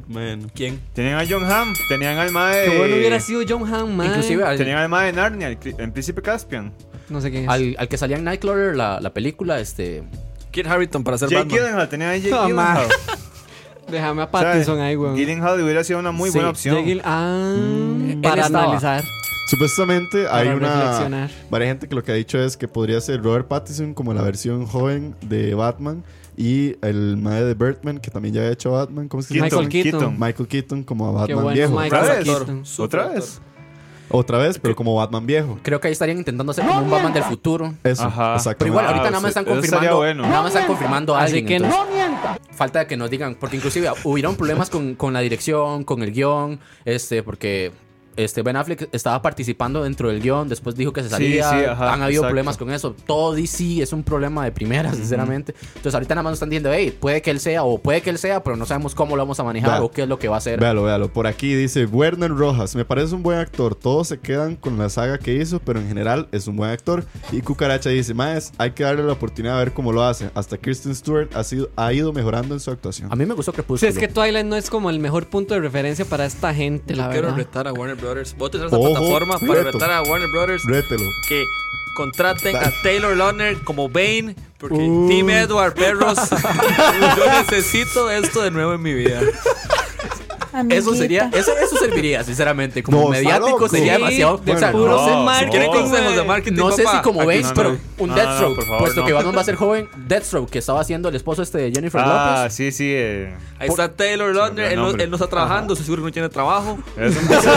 Speaker 8: Man.
Speaker 7: ¿Quién?
Speaker 6: Tenían a John Hamm. Tenían al mae.
Speaker 3: Que bueno hubiera sido John Hamm, mae.
Speaker 4: Inclusive al,
Speaker 6: Tenían al mae de Narnia, el, cri- el príncipe Caspian.
Speaker 3: No sé quién es.
Speaker 4: al, al que salía en Nightcrawler la, la película, este.
Speaker 8: Kid Harrington para ser
Speaker 6: Jake
Speaker 8: Batman.
Speaker 6: Gyllenhaal. Tenían a Jake
Speaker 3: Ah, ma.
Speaker 6: Gyllenhaal.
Speaker 3: Déjame a
Speaker 6: O sea,
Speaker 3: Pattinson ahí, weón.
Speaker 6: Gyllenhaal hubiera sido una muy
Speaker 4: Sí,
Speaker 6: buena opción.
Speaker 3: Jake Gill- Ah,
Speaker 2: Mm.
Speaker 3: para
Speaker 4: estaba.
Speaker 3: analizar.
Speaker 2: Supuestamente hay
Speaker 3: Para
Speaker 2: una
Speaker 3: reflexionar.
Speaker 2: varias gente que lo que ha dicho es que podría ser Robert Pattinson como la versión joven de Batman y el madre de Birdman que también ya había hecho Batman, ¿cómo es que se llama?
Speaker 3: Michael Keaton.
Speaker 2: Michael Keaton como a
Speaker 3: Qué
Speaker 2: Batman
Speaker 3: bueno,
Speaker 2: viejo.
Speaker 3: Michael
Speaker 6: ¿Sabes?
Speaker 3: Keaton.
Speaker 6: ¿Otra vez?
Speaker 2: Otra vez, pero como Batman viejo.
Speaker 4: Creo que ahí estarían intentando hacer como un Batman del futuro.
Speaker 2: Eso,
Speaker 6: Ajá.
Speaker 4: Pero igual,
Speaker 2: exactamente.
Speaker 6: Ah,
Speaker 4: ahorita nada más
Speaker 6: eso-
Speaker 4: están
Speaker 6: eso estaría
Speaker 4: confirmando.
Speaker 6: bueno.
Speaker 4: Nada más están confirmando a
Speaker 3: Así
Speaker 4: alguien.
Speaker 3: que no
Speaker 4: entonces, Falta de que nos digan. Porque inclusive hubieron problemas con, con la dirección, con el guión. Este, porque este Ben Affleck estaba participando dentro del guión. Después dijo que se
Speaker 6: Sí,
Speaker 4: salía.
Speaker 6: sí, ajá,
Speaker 4: Han habido
Speaker 6: exacto.
Speaker 4: problemas con eso. Todo DC es un problema de primera, sinceramente. Entonces ahorita nada más nos están diciendo, hey, puede que él sea o puede que él sea, pero no sabemos cómo lo vamos a manejar
Speaker 2: Vea.
Speaker 4: o qué es lo que va a hacer.
Speaker 2: Véalo, véalo. Por aquí dice Werner Rojas. Me parece un buen actor. Todos se quedan con la saga que hizo, pero en general es un buen actor. Y Cucaracha dice: Maes, hay que darle la oportunidad de ver cómo lo hace. Hasta Kristen Stewart ha, sido, ha ido mejorando en su actuación.
Speaker 4: A mí me gustó Crepúsculo.
Speaker 3: Sí, es que Twilight no es como el mejor punto de referencia para esta gente, la
Speaker 7: Quiero
Speaker 3: verdad.
Speaker 7: retar a Warner Brothers. Voy a utilizar esta
Speaker 2: Ojo,
Speaker 7: plataforma para
Speaker 2: reto.
Speaker 7: retar a Warner Brothers
Speaker 2: Rételo.
Speaker 7: que contraten a Taylor Lautner como Bane. Porque
Speaker 6: Uh.
Speaker 7: Team Edward Perros, yo necesito esto de nuevo en mi vida.
Speaker 5: amiguita.
Speaker 4: Eso sería, eso, eso serviría, sinceramente. Como
Speaker 2: No, está
Speaker 4: mediático
Speaker 2: loco.
Speaker 4: sería
Speaker 2: Sí,
Speaker 4: demasiado.
Speaker 3: de
Speaker 4: o sea,
Speaker 3: puro
Speaker 4: no,
Speaker 3: ser
Speaker 6: no,
Speaker 3: marketing,
Speaker 7: ¿Quieren
Speaker 6: no.
Speaker 7: consejos de
Speaker 3: güey.
Speaker 7: marketing?
Speaker 4: No sé
Speaker 7: papá?
Speaker 4: si como
Speaker 6: Aquí
Speaker 4: veis,
Speaker 6: no,
Speaker 4: pero
Speaker 6: no.
Speaker 4: un
Speaker 6: No, no, no,
Speaker 4: Deathstroke,
Speaker 6: por favor,
Speaker 4: puesto que
Speaker 6: no.
Speaker 4: Batman va a ser joven, Deathstroke, que estaba haciendo el esposo este de Jennifer
Speaker 6: Ah,
Speaker 4: Lopez.
Speaker 6: sí, sí. eh,
Speaker 7: Ahí está Taylor
Speaker 6: Se me
Speaker 7: Lautner, él,
Speaker 6: olvidó el
Speaker 7: no-
Speaker 6: nombre.
Speaker 7: él no está trabajando, seguro no tiene trabajo.
Speaker 6: Es un, ese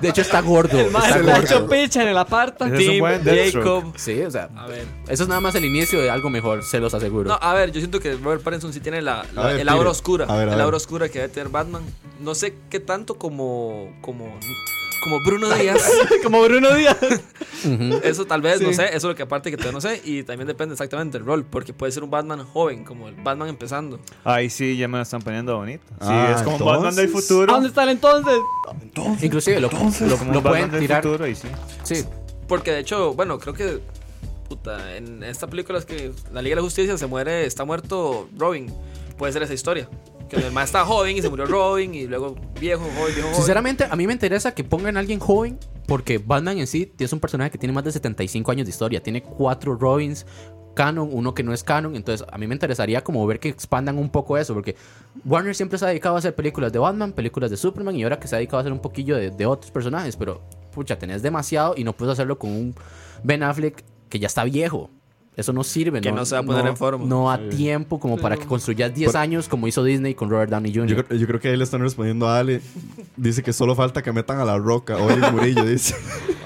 Speaker 4: De hecho, está gordo.
Speaker 3: Mae,
Speaker 4: Está
Speaker 3: se la
Speaker 4: gordo.
Speaker 3: echó picha en el aparta.
Speaker 6: es un
Speaker 7: Team
Speaker 6: buen Deathstroke.
Speaker 7: Jacob.
Speaker 4: Sí, o sea,
Speaker 7: A ver.
Speaker 4: eso es nada más el inicio de algo mejor, se los aseguro.
Speaker 7: No, a ver, yo siento que Robert Pattinson sí tiene la, la-
Speaker 2: A ver,
Speaker 7: el aura
Speaker 2: tire.
Speaker 7: oscura.
Speaker 2: A ver, a
Speaker 7: el
Speaker 2: ver.
Speaker 7: aura oscura que debe tener Batman. No sé qué tanto como. como. como Bruno Díaz.
Speaker 3: Como Bruno Díaz.
Speaker 7: eso tal vez, no sé. Eso es lo que aparte que todavía no sé. Y también depende exactamente del rol. Porque puede ser un Batman joven, como el Batman empezando.
Speaker 6: Ahí sí, ya me la están poniendo bonita. Sí,
Speaker 2: Ah,
Speaker 6: es como un
Speaker 2: entonces.
Speaker 6: Batman del
Speaker 3: ¿A
Speaker 6: futuro.
Speaker 3: dónde está él entonces?
Speaker 4: Inclusive lo, lo-
Speaker 6: Como un
Speaker 4: lo
Speaker 6: Batman
Speaker 4: pueden
Speaker 6: del
Speaker 4: tirar.
Speaker 6: futuro, ahí sí.
Speaker 4: Sí.
Speaker 7: Porque de hecho, bueno, creo que. Puta, en esta película es que la Liga de la Justicia se muere, está muerto Robin. Puede ser esa historia. Que el más está joven y se murió Robin y luego viejo, joven, viejo, joven.
Speaker 4: Sinceramente, a mí me interesa que pongan a alguien joven, porque Batman en sí es un personaje que tiene más de 75 años de historia. Tiene cuatro Robins canon, uno que no es canon. Entonces, a mí me interesaría como ver que expandan un poco eso, porque Warner siempre se ha dedicado a hacer películas de Batman, películas de Superman, y ahora que se ha dedicado a hacer un poquillo de, de otros personajes, pero pucha, tenés demasiado y no puedes hacerlo con un Ben Affleck que ya está viejo. Eso no sirve,
Speaker 7: Que no se va a poner en forma.
Speaker 4: No a tiempo como para que construyas 10 años como hizo Disney con Robert Downey Jr.
Speaker 2: Yo, creo- yo creo que ahí le están respondiendo a Ale. Dice que solo falta que metan a la roca. Oye, Murillo dice.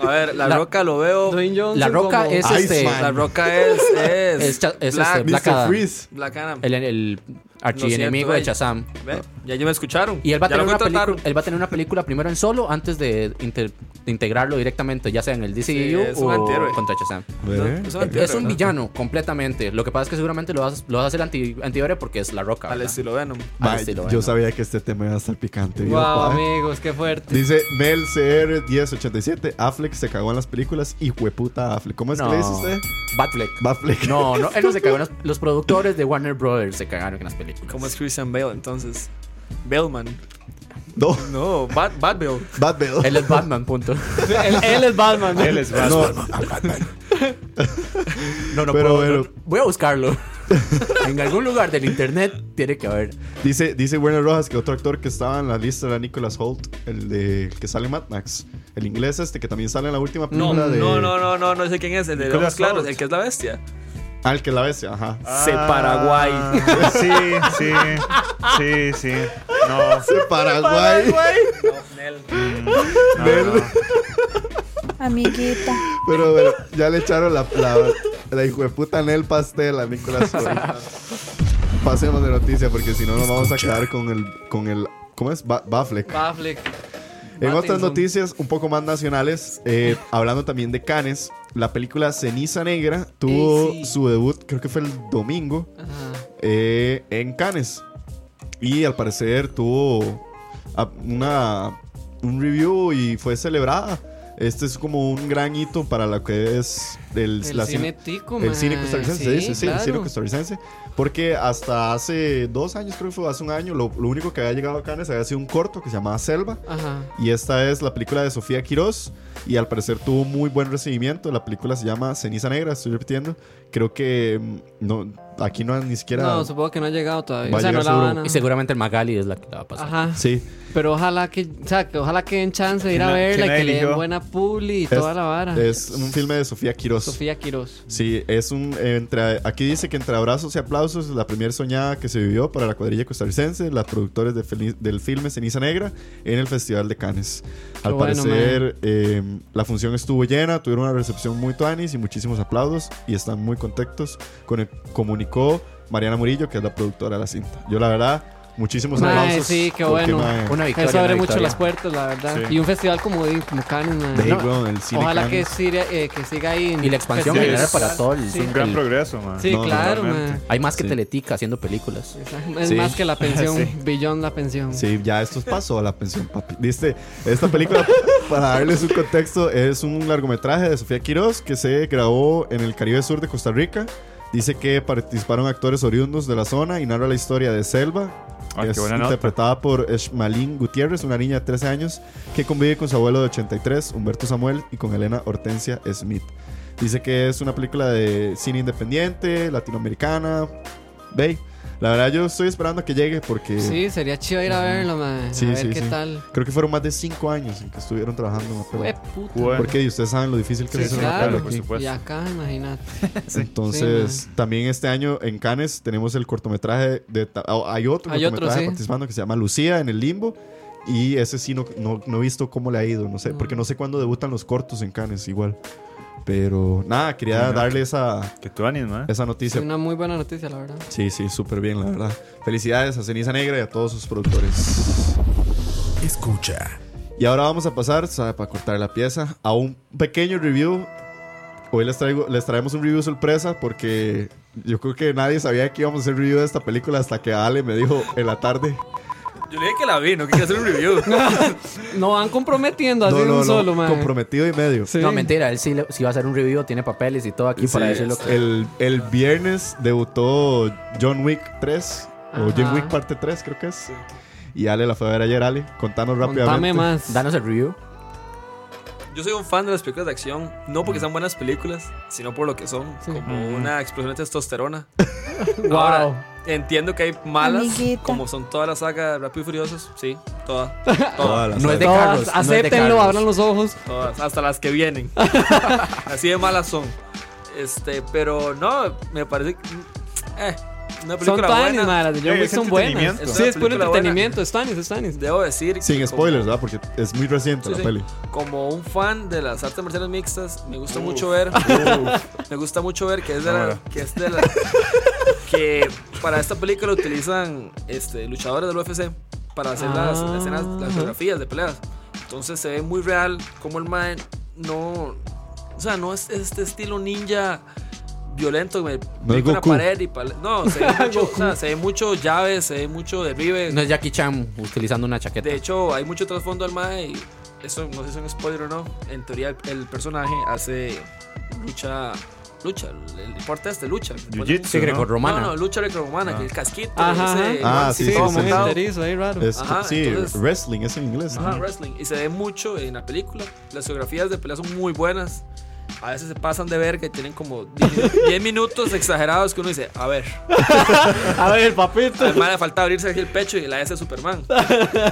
Speaker 7: A ver, la,
Speaker 4: La-
Speaker 7: roca lo veo.
Speaker 3: Dwayne Johnson
Speaker 4: La Roca
Speaker 3: como-
Speaker 4: es
Speaker 2: Iceman.
Speaker 4: este...
Speaker 7: La roca es. Es,
Speaker 4: Es cha- es
Speaker 7: Black,
Speaker 4: este, Black
Speaker 2: Mr.
Speaker 4: Adam.
Speaker 2: Freeze.
Speaker 7: Black Adam.
Speaker 4: El, el archienemigo
Speaker 7: Lo siento,
Speaker 4: de
Speaker 7: eh.
Speaker 4: Shazam.
Speaker 7: Ve, Ya, ya me escucharon.
Speaker 4: Y él va, a
Speaker 7: Ya
Speaker 4: tener
Speaker 7: lo
Speaker 4: una
Speaker 7: contrataron.
Speaker 4: película, él va a tener una película primero en solo antes de, inter- de integrarlo directamente, ya sea en el DCU
Speaker 7: Sí, es un
Speaker 4: o
Speaker 7: antihéroe.
Speaker 4: contra Shazam.
Speaker 7: No,
Speaker 2: Ve.
Speaker 7: eso
Speaker 4: Es un
Speaker 7: ¿no?
Speaker 4: villano completamente. Lo que pasa es que seguramente lo vas, lo vas a hacer anti, antihéroe porque es la roca.
Speaker 7: Al
Speaker 4: ¿verdad?
Speaker 7: estilo Venom.
Speaker 4: Al
Speaker 2: Ma,
Speaker 4: estilo,
Speaker 2: yo
Speaker 4: bueno.
Speaker 2: sabía que este tema iba a estar picante. viejo,
Speaker 3: Wow,
Speaker 2: pa.
Speaker 3: amigos, qué fuerte.
Speaker 2: Dice Mel CR1087. Affleck se cagó en las películas. Hijo de puta Affleck. ¿Cómo es
Speaker 4: No.
Speaker 2: que le dice usted?
Speaker 4: Batfleck.
Speaker 2: Batfleck.
Speaker 4: No, no, él no se cagó. en las- Los productores de Warner Brothers se cagaron en las películas.
Speaker 7: ¿Cómo es Christian Bale entonces? Bellman.
Speaker 2: No.
Speaker 7: No, Bad, Bad Bale.
Speaker 2: Batman.
Speaker 4: Él es Batman, punto.
Speaker 3: él, él es Batman.
Speaker 6: Él es Batman.
Speaker 4: No,
Speaker 2: Pero
Speaker 4: no puedo.
Speaker 2: bueno.
Speaker 4: no- voy a buscarlo. en algún lugar del internet tiene que haber.
Speaker 2: Dice, dice Werner Rojas que otro actor que estaba en la lista era Nicholas Holt, el de el que sale en Mad Max. El inglés este que también sale en la última
Speaker 7: No,
Speaker 2: película de.
Speaker 7: no, no, no, no, no sé quién es. El de
Speaker 6: Nicolas
Speaker 7: los claros,
Speaker 6: Holt.
Speaker 7: el que es la bestia.
Speaker 2: Ah, el que es la bestia, ajá.
Speaker 7: Se Paraguay.
Speaker 6: Ah, Sí, sí. Sí, sí. No.
Speaker 2: De Paraguay. Mm,
Speaker 6: no, no.
Speaker 5: Amiguita.
Speaker 2: Pero, pero ya le echaron la, la, la hijo de puta en el pastel a Nicolas Holt. Pasemos de noticia porque si no nos vamos a quedar con el. Con el ¿Cómo es? Ba- Batfleck.
Speaker 3: Batfleck.
Speaker 2: En otras
Speaker 7: Pattinson.
Speaker 2: noticias un poco más nacionales, eh, hablando también de Canes, la película Ceniza Negra tuvo
Speaker 7: Ey, sí.
Speaker 2: su debut, creo que fue el domingo, eh, en Canes. Y al parecer tuvo a- una, un review y fue celebrada. Este es como un gran hito para lo que es el,
Speaker 3: El
Speaker 2: la cine-
Speaker 3: cine tico,
Speaker 2: el
Speaker 3: mae.
Speaker 2: cine costarricense, sí, sí, sí, el cine
Speaker 3: claro.
Speaker 2: costarricense. Porque hasta hace dos años, creo que fue hace un año, lo, lo único que había llegado a Cannes había sido un corto que se llamaba Selva.
Speaker 3: Ajá.
Speaker 2: Y esta es la película de Sofía Quirós. Y al parecer tuvo muy buen recibimiento. La película se llama Ceniza Negra, estoy repitiendo. Creo que mm, no, aquí no ni siquiera.
Speaker 3: No, supongo que no ha llegado todavía.
Speaker 2: Va
Speaker 3: O sea,
Speaker 2: a
Speaker 3: no
Speaker 2: llegar
Speaker 3: la
Speaker 2: seguro.
Speaker 3: van a...
Speaker 4: Y seguramente el Magali es la que la va a pasar.
Speaker 3: Ajá.
Speaker 2: sí,
Speaker 3: Pero ojalá que, o sea, que ojalá que den chance de ir a
Speaker 6: ¿Quién la-
Speaker 3: verla y
Speaker 6: quién la
Speaker 3: que le den
Speaker 6: eligió?
Speaker 3: buena publi y toda la vara.
Speaker 2: es un filme de Sofía Quirós.
Speaker 3: Ah. Sofía Quirós.
Speaker 2: Sí, es un entre aquí dice que entre abrazos y aplausos la primera soñada que se vivió para la cuadrilla costarricense, las productores de feli- del filme Ceniza Negra en el Festival de Cannes. Al
Speaker 3: Qué bueno,
Speaker 2: parecer eh, la función estuvo llena, tuvieron una recepción muy tuanis y muchísimos aplausos y están muy contentos con el comunicó Mariana Murillo que es la productora de la cinta. Yo la verdad muchísimos
Speaker 3: Mae,
Speaker 2: aplausos.
Speaker 3: sí, qué
Speaker 2: porque,
Speaker 3: bueno.
Speaker 2: mae,
Speaker 4: Una victoria.
Speaker 3: Eso abre
Speaker 4: una
Speaker 3: mucho
Speaker 4: victoria.
Speaker 3: las puertas, la verdad.
Speaker 6: Sí.
Speaker 3: Y un festival como, como Cannes, mae.
Speaker 2: de ahí,
Speaker 4: No,
Speaker 2: weón, el cine
Speaker 3: Ojalá que
Speaker 2: Cannes.
Speaker 3: siga, eh, que siga ahí. en
Speaker 4: Y la expansión
Speaker 3: festivales.
Speaker 4: general para todo el-
Speaker 6: Es un gran
Speaker 4: el-
Speaker 6: progreso, man.
Speaker 3: Sí,
Speaker 2: No,
Speaker 3: claro,
Speaker 6: totalmente.
Speaker 3: mae.
Speaker 4: Hay más que
Speaker 2: Sí.
Speaker 4: Teletica haciendo películas.
Speaker 3: Exacto. Es
Speaker 2: Sí.
Speaker 3: más que la pensión,
Speaker 6: Sí.
Speaker 3: billón la pensión.
Speaker 2: Sí, ya esto pasó a la pensión, papi. Viste, esta película, para darles un contexto, es un largometraje de Sofía Quirós que se grabó en el Caribe Sur de Costa Rica. Dice que participaron actores oriundos de la zona y narra la historia de Selva.
Speaker 6: Ah,
Speaker 2: que
Speaker 6: qué
Speaker 2: es
Speaker 6: buena nota.
Speaker 2: interpretada por Esmalín Gutiérrez, una niña de 13 años que convive con su abuelo de 83, Humberto Samuel, y con Elena Hortensia Smith. Dice que es una película de cine independiente, latinoamericana. Ve, la verdad yo estoy esperando a que llegue porque...
Speaker 3: Sí, sería chido ir a verlo, mae.
Speaker 2: Sí,
Speaker 3: a ver
Speaker 2: sí,
Speaker 3: qué
Speaker 2: sí.
Speaker 3: tal.
Speaker 2: Creo que fueron más de cinco años en que estuvieron trabajando en la
Speaker 3: Fue
Speaker 2: película.
Speaker 3: puta.
Speaker 6: Bueno.
Speaker 2: Porque ustedes saben lo difícil que
Speaker 6: Sí,
Speaker 2: es hacer
Speaker 3: claro,
Speaker 2: una película
Speaker 6: por
Speaker 2: aquí.
Speaker 6: supuesto.
Speaker 3: Y acá, imagínate.
Speaker 2: Entonces,
Speaker 3: Sí,
Speaker 2: también este año en Cannes tenemos el cortometraje de... ta- oh, hay otro
Speaker 3: Hay otro,
Speaker 2: cortometraje
Speaker 3: sí.
Speaker 2: participando que se llama Lucía en el limbo. Y ese sí no, no, no he visto cómo le ha ido, no sé,
Speaker 3: No.
Speaker 2: porque no sé cuándo debutan los cortos en Cannes igual. Pero nada, quería
Speaker 6: Ajá.
Speaker 2: darle esa,
Speaker 6: Que tú animas, man.
Speaker 2: esa
Speaker 3: Es
Speaker 2: noticia.
Speaker 3: una muy buena noticia, la verdad.
Speaker 2: Sí, sí, súper bien, la verdad. Felicidades a Ceniza Negra y a todos sus productores.
Speaker 1: Escucha.
Speaker 2: Y ahora vamos a pasar, ¿sabe? para cortar la pieza, a un pequeño review. Hoy les, traigo, les traemos un review sorpresa porque yo creo que nadie sabía que íbamos a hacer review de esta película hasta que Ale me dijo en la tarde.
Speaker 7: Yo le dije que la vi, no que quería hacer un review.
Speaker 3: No van comprometiendo así
Speaker 2: No,
Speaker 3: de
Speaker 2: no,
Speaker 3: un
Speaker 2: no,
Speaker 3: solo, mae.
Speaker 2: comprometido y medio.
Speaker 3: Sí.
Speaker 4: No, mentira, él sí, le- sí va a hacer un review, tiene papeles y todo aquí para
Speaker 2: Sí,
Speaker 4: decir lo que.
Speaker 2: el, el viernes debutó John Wick 3 o
Speaker 3: Ajá.
Speaker 2: John Wick parte 3 creo que es. Y Ale la fue a ver ayer, Ale. Contanos
Speaker 3: Contame
Speaker 2: rápidamente.
Speaker 3: más.
Speaker 4: Danos el review.
Speaker 7: Yo soy un fan de las películas de acción, no porque sean buenas películas, sino por lo que son,
Speaker 3: Sí.
Speaker 7: como una explosión de testosterona.
Speaker 3: Wow.
Speaker 7: Ahora, entiendo que hay malas,
Speaker 5: Amiguita.
Speaker 7: como son toda la saga de Rápido y Furiosos, sí, toda,
Speaker 2: Toda
Speaker 7: toda,
Speaker 2: la
Speaker 4: No es de
Speaker 3: Todas,
Speaker 4: Carlos. no es de
Speaker 3: acéptenlo,
Speaker 4: Carlos.
Speaker 3: abran los ojos.
Speaker 7: todas, hasta las que vienen. Así de malas son. Este, pero no, me parece que- eh, una
Speaker 3: Son
Speaker 7: película
Speaker 3: tuanis,
Speaker 7: buena. Eh,
Speaker 3: mae. Las de John
Speaker 6: Sí,
Speaker 3: Wick
Speaker 6: es
Speaker 3: son buenas.
Speaker 6: entretenimiento.
Speaker 7: Es
Speaker 3: Sí,
Speaker 7: una
Speaker 3: es puro
Speaker 7: película buena.
Speaker 3: entretenimiento. Es tuanis, es tuanis.
Speaker 7: Debo decir
Speaker 2: Sin
Speaker 7: que
Speaker 2: spoilers,
Speaker 7: como-
Speaker 2: ¿verdad? Porque es muy reciente
Speaker 7: Sí,
Speaker 2: la
Speaker 7: sí.
Speaker 2: peli.
Speaker 7: como un fan de las artes marciales mixtas, me gusta mucho ver. me gusta mucho ver que es de la,
Speaker 6: Cámara.
Speaker 7: que es de la- que para esta película utilizan este luchadores del UFC para hacer las
Speaker 3: Ah.
Speaker 7: escenas, las coreografías de peleas. Entonces se ve muy real como el man no o sea, no es este estilo ninja violento que me
Speaker 2: No es
Speaker 7: pega una
Speaker 2: Goku.
Speaker 7: pared y pale- no, se ve mucho, o sea, se ve mucho llaves, se ve mucho derribes.
Speaker 4: No es Jackie Chan utilizando una chaqueta.
Speaker 7: De hecho, hay mucho trasfondo al MAE y eso no sé si es un spoiler o no. En teoría, el, el personaje hace lucha. Lucha, el- el deporte este, lucha.
Speaker 6: Jiu-jitsu,
Speaker 4: Sí,
Speaker 6: ¿no?
Speaker 4: grecorromana.
Speaker 7: No, no, lucha grecorromana,
Speaker 6: Ah.
Speaker 7: que el casquito.
Speaker 3: Ajá,
Speaker 7: ese-
Speaker 2: ajá. Ah,
Speaker 7: ese
Speaker 2: sí, sí,
Speaker 7: todo
Speaker 2: sí.
Speaker 7: montado.
Speaker 3: Fronterizo ahí, raro.
Speaker 2: Es-
Speaker 7: Ajá,
Speaker 2: sí,
Speaker 7: entonces-
Speaker 2: wrestling es en inglés.
Speaker 7: Ajá, wrestling. Y se ve mucho en la película. Las geografías de pelea son muy buenas. A veces se pasan de ver que tienen como 10 10 minutos exagerados que uno dice, a ver.
Speaker 3: A ver, papito.
Speaker 7: Además le falta abrirse aquí el pecho y la S de Superman.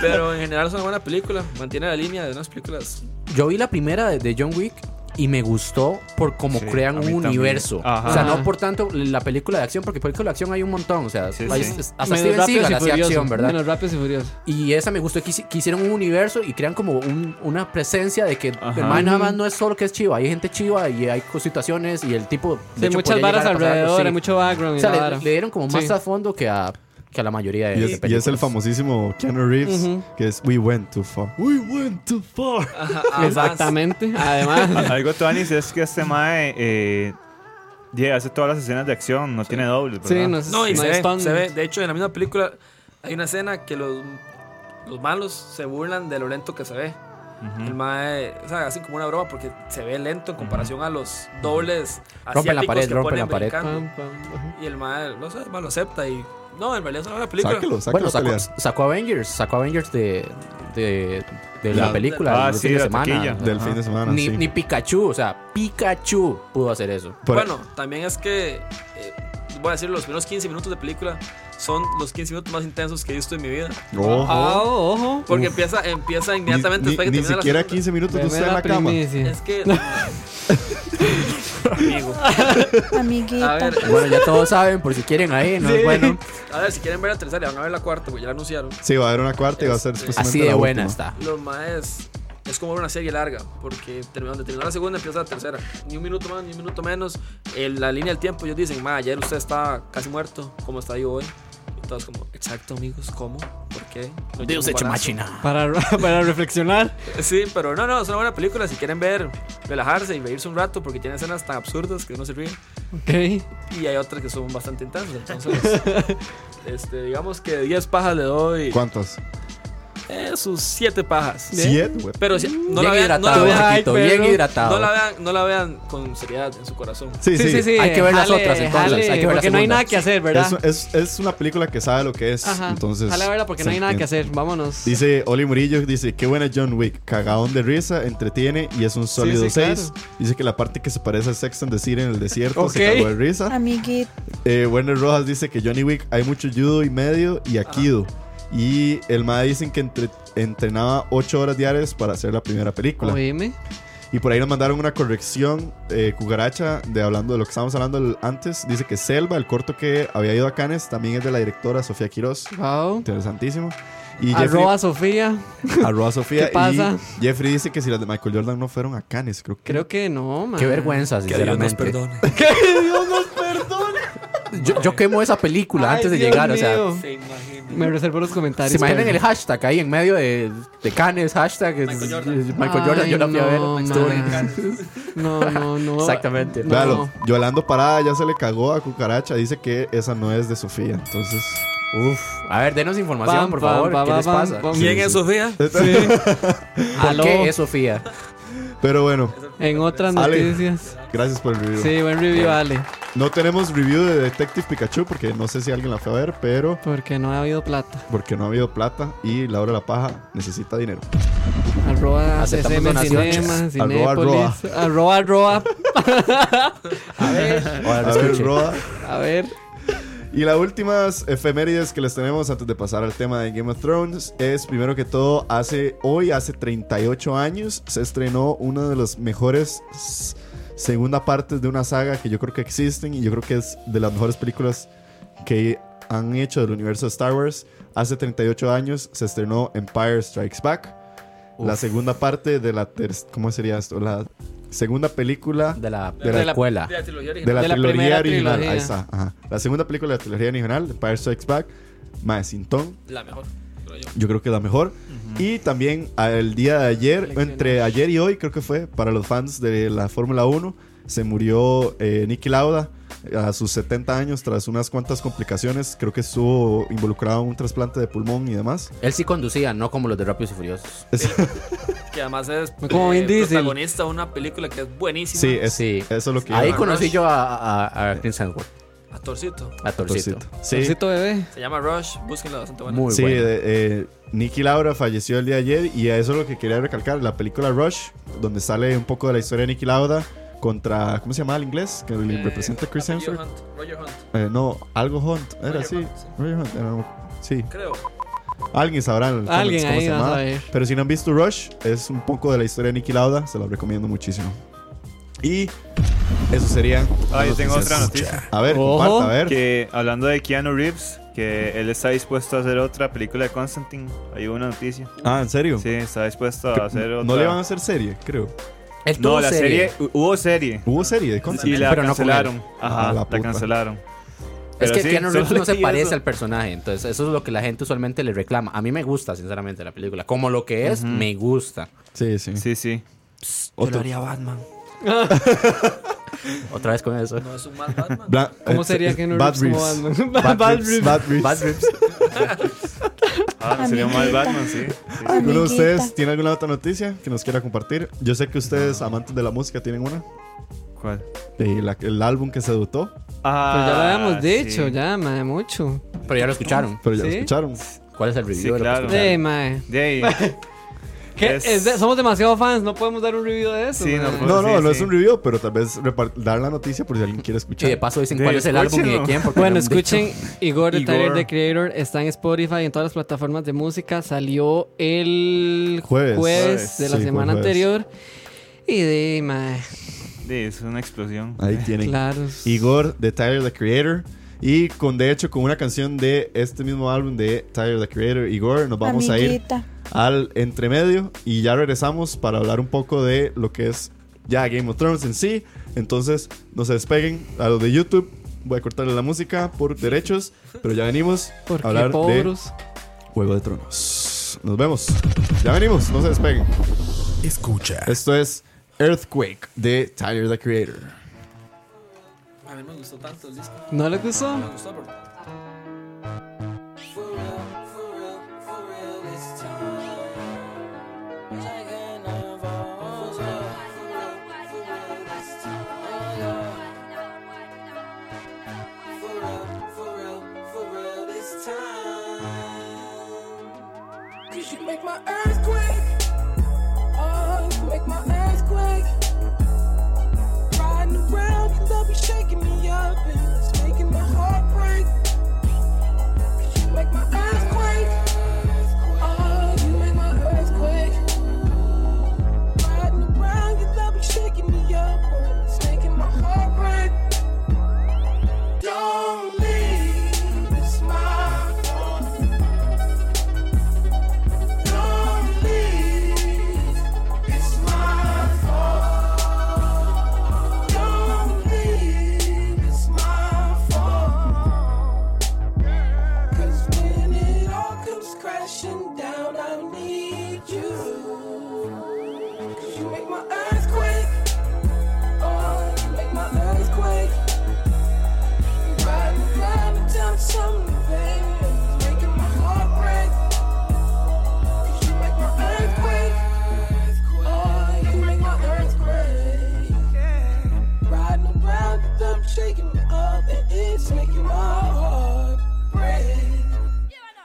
Speaker 7: Pero en general es una buena película. Mantiene la línea de unas películas.
Speaker 4: Yo vi la primera de, de John Wick y me gustó por cómo
Speaker 6: Sí,
Speaker 4: crean
Speaker 6: a
Speaker 4: un
Speaker 6: mí también.
Speaker 4: universo.
Speaker 6: Ajá.
Speaker 4: O sea,
Speaker 3: Ajá.
Speaker 4: no por tanto la película de acción, porque película de acción hay un montón. O sea,
Speaker 6: Sí,
Speaker 4: hay-
Speaker 6: sí.
Speaker 4: hasta Steven Seagal hacía acción, ¿verdad?
Speaker 3: Menos rápidos y furiosos.
Speaker 4: Y esa me gustó que, hici- que hicieron un universo y crean como un- una presencia de que
Speaker 6: Ajá.
Speaker 4: el man nada más no es solo que es chiva, hay gente chiva y hay co- situaciones y el tipo de
Speaker 3: Sí,
Speaker 4: hecho,
Speaker 3: muchas
Speaker 4: podría
Speaker 3: varas
Speaker 4: llegar a pasar algo,
Speaker 3: alrededor,
Speaker 4: sí.
Speaker 3: hay mucho background.
Speaker 4: O
Speaker 3: y
Speaker 4: sea,
Speaker 3: la
Speaker 4: le,
Speaker 3: vara.
Speaker 4: le dieron como más
Speaker 3: Sí.
Speaker 4: a fondo que a que a la mayoría de,
Speaker 2: Y
Speaker 4: de
Speaker 2: es, y es
Speaker 4: películas.
Speaker 2: el famosísimo Keanu Reeves,
Speaker 3: Ujú.
Speaker 2: que es We Went Too Far. We Went Too Far.
Speaker 7: Ajá, además,
Speaker 3: Exactamente, además.
Speaker 6: Ah, Algo Tuanis es que este mae eh, yeah, hace todas las escenas de acción, no tiene doble.
Speaker 3: sí, no, es-
Speaker 7: No, y
Speaker 3: no
Speaker 7: se,
Speaker 3: es
Speaker 7: ve,
Speaker 3: tan-
Speaker 7: se ve. De hecho, en la misma película hay una escena que los, los malos se burlan de lo lento que se ve. El mae, o sea, así como una broma porque se ve lento en comparación a los dobles
Speaker 4: Rompen la
Speaker 7: asiáticos
Speaker 4: pared,
Speaker 7: que
Speaker 4: rompen
Speaker 7: ponen
Speaker 4: la pared.
Speaker 3: Pam,
Speaker 7: brincando.
Speaker 3: pam, ajá.
Speaker 7: Y el mae, no sé, el mae lo acepta y no, en realidad es una película.
Speaker 2: Sáquelo, sáquelo
Speaker 4: Bueno,
Speaker 2: a
Speaker 4: sacó,
Speaker 2: pelear.
Speaker 4: sacó Avengers, sacó Avengers de, de, de
Speaker 2: La-
Speaker 4: la película
Speaker 6: Ah,
Speaker 4: del
Speaker 6: sí,
Speaker 4: fin de
Speaker 6: la
Speaker 4: semana.
Speaker 6: taquilla.
Speaker 2: Del fin de semana,
Speaker 4: ni,
Speaker 2: sí.
Speaker 4: ni Pikachu, o sea, Pikachu pudo hacer eso.
Speaker 2: Por-
Speaker 7: Bueno, también es que, eh, voy a decir, los primeros 15 minutos de película son los 15 minutos más intensos que he visto en mi vida.
Speaker 2: Ojo.
Speaker 3: Ah, ojo.
Speaker 7: Porque empieza, empieza
Speaker 2: Ni,
Speaker 7: inmediatamente
Speaker 2: ni-
Speaker 7: después que
Speaker 2: ni
Speaker 7: termina la
Speaker 2: siquiera
Speaker 7: segunda.
Speaker 2: 15 minutos de usted en
Speaker 3: Primera
Speaker 2: la cama.
Speaker 3: primicia.
Speaker 7: Es que. Amigo.
Speaker 5: Amiguita.
Speaker 7: A ver,
Speaker 4: Bueno, ya todos saben, por si quieren ahí, ¿no?
Speaker 3: Sí.
Speaker 4: Bueno,
Speaker 7: a ver, si quieren ver la tercera, van a ver la cuarta, porque ya la anunciaron.
Speaker 2: Sí, va a haber una cuarta y va a ser
Speaker 7: Este,
Speaker 2: supuestamente
Speaker 4: así de
Speaker 2: la
Speaker 4: buena
Speaker 2: última.
Speaker 4: está.
Speaker 7: Los maes. Es como ver una serie larga, porque termina- donde terminó la segunda empieza la tercera. Ni un minuto más, ni un minuto menos. En la línea del tiempo, ellos dicen, ma, ayer usted está casi muerto, ¿cómo está vivo hoy? Y todos como, exacto, amigos, ¿cómo? ¿Por qué? No llega
Speaker 4: Deus
Speaker 7: un
Speaker 4: Ex
Speaker 7: balazo".
Speaker 4: Machina.
Speaker 3: Para, para reflexionar.
Speaker 7: Sí, pero no, no, es una buena película. Si quieren ver, relajarse y reírse un rato, porque tiene escenas tan absurdas que uno se ríe.
Speaker 3: Ok.
Speaker 7: Y hay otras que son bastante intensas. Entonces, este, digamos que 10 pajas le doy.
Speaker 2: ¿Cuántas?
Speaker 7: eh, sus 7 pajas.
Speaker 2: ¿Siete? güey.
Speaker 7: Pero si- no, la
Speaker 4: Bien
Speaker 7: vean, no, la
Speaker 4: hidratado,
Speaker 7: vean,
Speaker 4: chiquito,
Speaker 3: Ay,
Speaker 4: bien
Speaker 3: pero-
Speaker 4: hidratado.
Speaker 7: no la vean, no la vean con seriedad en su corazón.
Speaker 2: Sí, sí.
Speaker 4: Hay que ver las otras, entonces, hay que ver la
Speaker 3: porque no hay
Speaker 4: segunda.
Speaker 3: nada que hacer, ¿verdad?
Speaker 2: Es, es- es una película que sabe lo que es.
Speaker 3: Ajá.
Speaker 2: Entonces,
Speaker 3: Jale a verla porque no
Speaker 2: se
Speaker 3: hay nada que
Speaker 2: entiende.
Speaker 3: hacer. Vámonos.
Speaker 2: Dice Oli Murillo, dice, qué buena John Wick, cagadón de risa, entretiene y es un sólido
Speaker 3: sí,
Speaker 2: 6.
Speaker 3: claro.
Speaker 2: Dice que la parte que se parece a Sex and the City en el desierto
Speaker 3: Ok.
Speaker 2: se cagó de
Speaker 9: Ah.
Speaker 2: risa.
Speaker 5: Amiguita.
Speaker 2: Eh, Werner Rojas dice que Johnny Wick hay mucho judo y medio y akido.
Speaker 3: Ah.
Speaker 2: Y el MAD dicen que entre- entrenaba 8 horas diarias para hacer la primera película.
Speaker 3: Oíme.
Speaker 2: Y por ahí nos mandaron una corrección, eh, cucaracha, de hablando de lo que estábamos hablando el- antes. Dice que Selva, el corto que había ido a Cannes, también es de la directora Sofía Quiroz.
Speaker 3: Wow.
Speaker 2: Interesantísimo. Y Jeffrey-
Speaker 3: Arroba Sofía.
Speaker 2: Arroba Sofía.
Speaker 3: ¿Qué pasa?
Speaker 2: Y Jeffrey dice que si las de Michael Jordan no fueron a Cannes, creo que.
Speaker 3: Creo que no, man.
Speaker 4: Qué vergüenza,
Speaker 8: Que Dios nos
Speaker 4: sinceramente.
Speaker 8: perdone.
Speaker 4: Yo, yo quemo esa película
Speaker 3: Ay,
Speaker 4: antes de
Speaker 3: Dios
Speaker 4: llegar, o
Speaker 3: mío.
Speaker 7: Se imagina.
Speaker 3: Sí. Me reservo los
Speaker 4: sea.
Speaker 3: comentarios.
Speaker 4: ¿Se imaginan el
Speaker 3: pero-
Speaker 4: hashtag ahí en medio de, de Canes? Hashtag es-
Speaker 7: Michael Jordan.
Speaker 4: es Michael Jordan,
Speaker 3: Ay,
Speaker 4: yo la fui a ver.
Speaker 3: no,
Speaker 4: estuvo
Speaker 3: man.
Speaker 4: en Cannes.
Speaker 3: No, no, no.
Speaker 4: Exactamente.
Speaker 3: No.
Speaker 2: Claro, Yolando Parada ya se le cagó a Cucaracha. Dice que esa no es de Sofía. Entonces.
Speaker 4: Uf. A ver, denos información,
Speaker 3: Pam,
Speaker 4: por
Speaker 3: pam,
Speaker 4: favor.
Speaker 3: pam,
Speaker 4: ¿Qué les
Speaker 3: pam,
Speaker 4: pasa?
Speaker 3: pam.
Speaker 7: ¿Quién es Sofía?
Speaker 4: ¿Por
Speaker 3: Aló.
Speaker 4: qué es Sofía?
Speaker 2: Pero bueno,
Speaker 3: En otras
Speaker 2: Ale.
Speaker 3: noticias.
Speaker 2: gracias por el review.
Speaker 3: Sí, buen review, Ale.
Speaker 2: No tenemos review de Detective Pikachu porque no sé si alguien la fue a ver, pero
Speaker 3: Porque no ha habido plata.
Speaker 2: porque no ha habido plata y Laura la Paja necesita dinero.
Speaker 3: Arroba
Speaker 4: Aceptamos
Speaker 3: CCM
Speaker 4: donaciones.
Speaker 3: Cinema,
Speaker 2: Arroba, arroba.
Speaker 3: Cinépolis. Arroba, arroba. A ver,
Speaker 4: Ahora lo
Speaker 2: A ver,
Speaker 4: escuché.
Speaker 2: Roa.
Speaker 3: a ver.
Speaker 2: Y las últimas efemérides que les tenemos antes de pasar al tema de Game of Thrones es primero que todo, hace hoy, hace 38 años, se estrenó una de las mejores s- segunda partes de una saga que yo creo que existen y yo creo que es de las mejores películas que han hecho del universo de Star Wars. Hace 38 años se estrenó Empire Strikes Back, la segunda parte de la ter- ¿cómo sería esto? La segunda película
Speaker 4: De la,
Speaker 2: De
Speaker 4: de
Speaker 2: la-
Speaker 4: la
Speaker 7: De
Speaker 4: escuela.
Speaker 7: la trilogía
Speaker 2: de
Speaker 7: original.
Speaker 2: la,
Speaker 3: De la
Speaker 2: trilogía
Speaker 3: primera
Speaker 2: original.
Speaker 3: trilogía.
Speaker 2: Ahí está. ajá. La segunda película de la trilogía original, Empire Strikes Back, más Sintón,
Speaker 7: La mejor. creo yo.
Speaker 2: yo creo que es la mejor. Y también el día de ayer,
Speaker 3: Seleccionado.
Speaker 2: entre ayer y hoy, creo que fue, para los fans de la Fórmula 1, se murió eh, Nicky Lauda a sus 70 años tras unas cuantas complicaciones. Creo que estuvo involucrado en un trasplante de pulmón y demás.
Speaker 4: Él sí conducía, no como los de Rápidos y Furiosos.
Speaker 2: Es-
Speaker 7: Que además es eh,
Speaker 3: Como Vin Diesel.
Speaker 7: protagonista de una película que es buenísima.
Speaker 2: sí, es-
Speaker 4: Sí.
Speaker 2: eso es lo que...
Speaker 4: Ahí
Speaker 7: Ah,
Speaker 4: conocí
Speaker 7: Rush.
Speaker 4: yo a, a, a Chris Hemsworth,
Speaker 7: Actorcito.
Speaker 4: a Torcito.
Speaker 2: Sí.
Speaker 3: Torcito bebé.
Speaker 7: Se llama Rush. Búsquenla bastante buena.
Speaker 4: Muy
Speaker 2: sí,
Speaker 4: bueno.
Speaker 2: de- eh, Nicky Laura falleció el día de ayer y a eso es lo que quería recalcar. La película Rush, donde sale un poco de la historia de Nicky Lauda contra, ¿cómo se llama el inglés? Que le
Speaker 7: Eh,
Speaker 2: representa a Chris
Speaker 7: apellido
Speaker 2: Hemsworth.
Speaker 7: Hunt, Roger Hunt,
Speaker 2: Eh, no, algo Hunt, era
Speaker 7: Roger
Speaker 2: así.
Speaker 7: Hunt, sí.
Speaker 2: Roger Hunt, era- sí.
Speaker 7: creo.
Speaker 2: Alguien sabrá en los comments
Speaker 3: Alguien
Speaker 2: cómo
Speaker 3: ahí
Speaker 2: se
Speaker 3: va a
Speaker 2: llamaba.
Speaker 3: saber.
Speaker 2: Pero si no han visto Rush, es un poco de la historia de Nicky Lauda, se lo recomiendo muchísimo. Y eso sería.
Speaker 6: Ah, yo tengo otra
Speaker 2: noticias.
Speaker 6: noticia.
Speaker 2: A ver,
Speaker 3: Ojo.
Speaker 2: comparta, a ver.
Speaker 6: Que hablando de Keanu Reeves, que él está dispuesto a hacer otra película de Constantine. Hay una noticia.
Speaker 2: Ah, ¿en serio?
Speaker 6: Sí, está dispuesto a hacer otra.
Speaker 2: No le van a hacer serie, creo.
Speaker 4: Él
Speaker 6: No,
Speaker 4: tuvo
Speaker 6: la serie. hu- Hubo serie.
Speaker 2: Hubo serie de Constantine.
Speaker 6: Y la
Speaker 4: Pero no con
Speaker 6: cancelaron.
Speaker 2: Ah,
Speaker 6: Ajá,
Speaker 2: la
Speaker 6: la,
Speaker 2: puta.
Speaker 6: cancelaron.
Speaker 4: Es
Speaker 6: Pero
Speaker 4: que
Speaker 6: sí,
Speaker 4: Keanu Reeves no se
Speaker 6: solamente
Speaker 4: parece
Speaker 6: eso.
Speaker 4: al personaje, entonces eso es lo que la gente usualmente le reclama. A mí me gusta, sinceramente, la película. Como lo que es, me gusta.
Speaker 2: Sí, sí.
Speaker 6: Sí, sí.
Speaker 2: Otro-
Speaker 4: Batman. Otra vez con eso.
Speaker 10: No es un mal Batman.
Speaker 2: Bla-
Speaker 3: ¿Cómo
Speaker 2: eh,
Speaker 3: sería
Speaker 2: eh,
Speaker 3: Keanu
Speaker 2: Bad
Speaker 3: Reeves como
Speaker 2: Reeves.
Speaker 3: Batman?
Speaker 2: Bad,
Speaker 3: Bad
Speaker 2: Reeves.
Speaker 3: Reeves.
Speaker 2: Bad Reeves.
Speaker 4: Bad Reeves.
Speaker 6: Ah, no, sería un mal Batman, sí. sí.
Speaker 2: ¿Alguno de ustedes
Speaker 9: Amiguita.
Speaker 2: tiene alguna otra noticia que nos quiera compartir? Yo sé que ustedes, amantes de la música, tienen una.
Speaker 6: ¿Cuál?
Speaker 2: De la- el álbum que se dotó,
Speaker 6: Ah,
Speaker 3: Pero Pues ya lo habíamos
Speaker 6: sí.
Speaker 3: dicho, ya, mae, mucho.
Speaker 4: Pero ya lo escucharon.
Speaker 2: pero ya lo
Speaker 3: ¿Sí?
Speaker 2: escucharon.
Speaker 4: ¿Cuál es el review
Speaker 6: Sí,
Speaker 4: de lo que
Speaker 6: claro.
Speaker 4: escucharon?
Speaker 3: Eh, mae.
Speaker 6: De ahí.
Speaker 3: ¿Qué?
Speaker 6: Es-
Speaker 3: Es de- somos demasiado fans, no podemos dar un review de eso.
Speaker 6: Sí,
Speaker 3: mae.
Speaker 6: no,
Speaker 2: No, no,
Speaker 6: Sí,
Speaker 2: no
Speaker 6: sí.
Speaker 2: es un review, pero tal vez repar- dar la noticia por si alguien quiere
Speaker 4: Y de
Speaker 2: escuchar.
Speaker 4: paso dicen
Speaker 6: Sí,
Speaker 4: cuál es el álbum y de
Speaker 6: escúchenlo.
Speaker 4: quién. porque
Speaker 3: Bueno,
Speaker 4: no han dicho.
Speaker 3: escuchen Igor de Tyler
Speaker 6: Igor.
Speaker 3: the Creator. Está en Spotify y en todas las plataformas de música. Salió el
Speaker 2: Jueves.
Speaker 3: jueves,
Speaker 6: Jueves.
Speaker 3: de la
Speaker 2: Sí,
Speaker 3: semana
Speaker 2: jueves.
Speaker 3: anterior. Y de, mae,
Speaker 6: Sí, es una explosión.
Speaker 2: Ahí tienen.
Speaker 3: claro.
Speaker 2: Igor de Tyler the Creator. Y con de hecho, con una canción de este mismo álbum de Tyler the Creator, Igor, nos vamos a ir
Speaker 9: Amiguita.
Speaker 2: al entremedio y ya regresamos para hablar un poco de lo que es ya Game of Thrones en sí. Entonces, no se despeguen a los de YouTube. Voy a cortarle la música por derechos, pero ya venimos
Speaker 3: Porque
Speaker 2: a hablar de
Speaker 3: pobres.
Speaker 2: Juego de Tronos. Nos vemos. Ya venimos, no se despeguen.
Speaker 11: Escucha.
Speaker 2: Esto es Earthquake de Tyler the Creator.
Speaker 10: A mí no me gustó tanto el disco.
Speaker 3: ¿No le gustó?
Speaker 10: Me gustó, pero.
Speaker 7: mm,
Speaker 10: For real, for real, for real this time. Like an evolve, for real, for real this time. Oh, yeah. For real, for real, for real this time. Cause you make my earthquake. Oh, you make my earthquake. Riding around, your love is shaking me up and it's making my heart break. You make my earthquake. Oh, you make my earthquake. Riding around, your love is shaking me up and it's making my heart break. Don't leave, it's my fault. Don't leave, it's my fault. Don't leave, it's my fault. 'Cause when it all comes crashing down, I need you. 'Cause you make my earthquake. Oh, you make my earthquake. You ride me round and down something, baby, it's making my heart break. 'Cause you make my earthquake. Oh, you make my earthquake. Riding around with them, shaking me up, and it's making my heart break.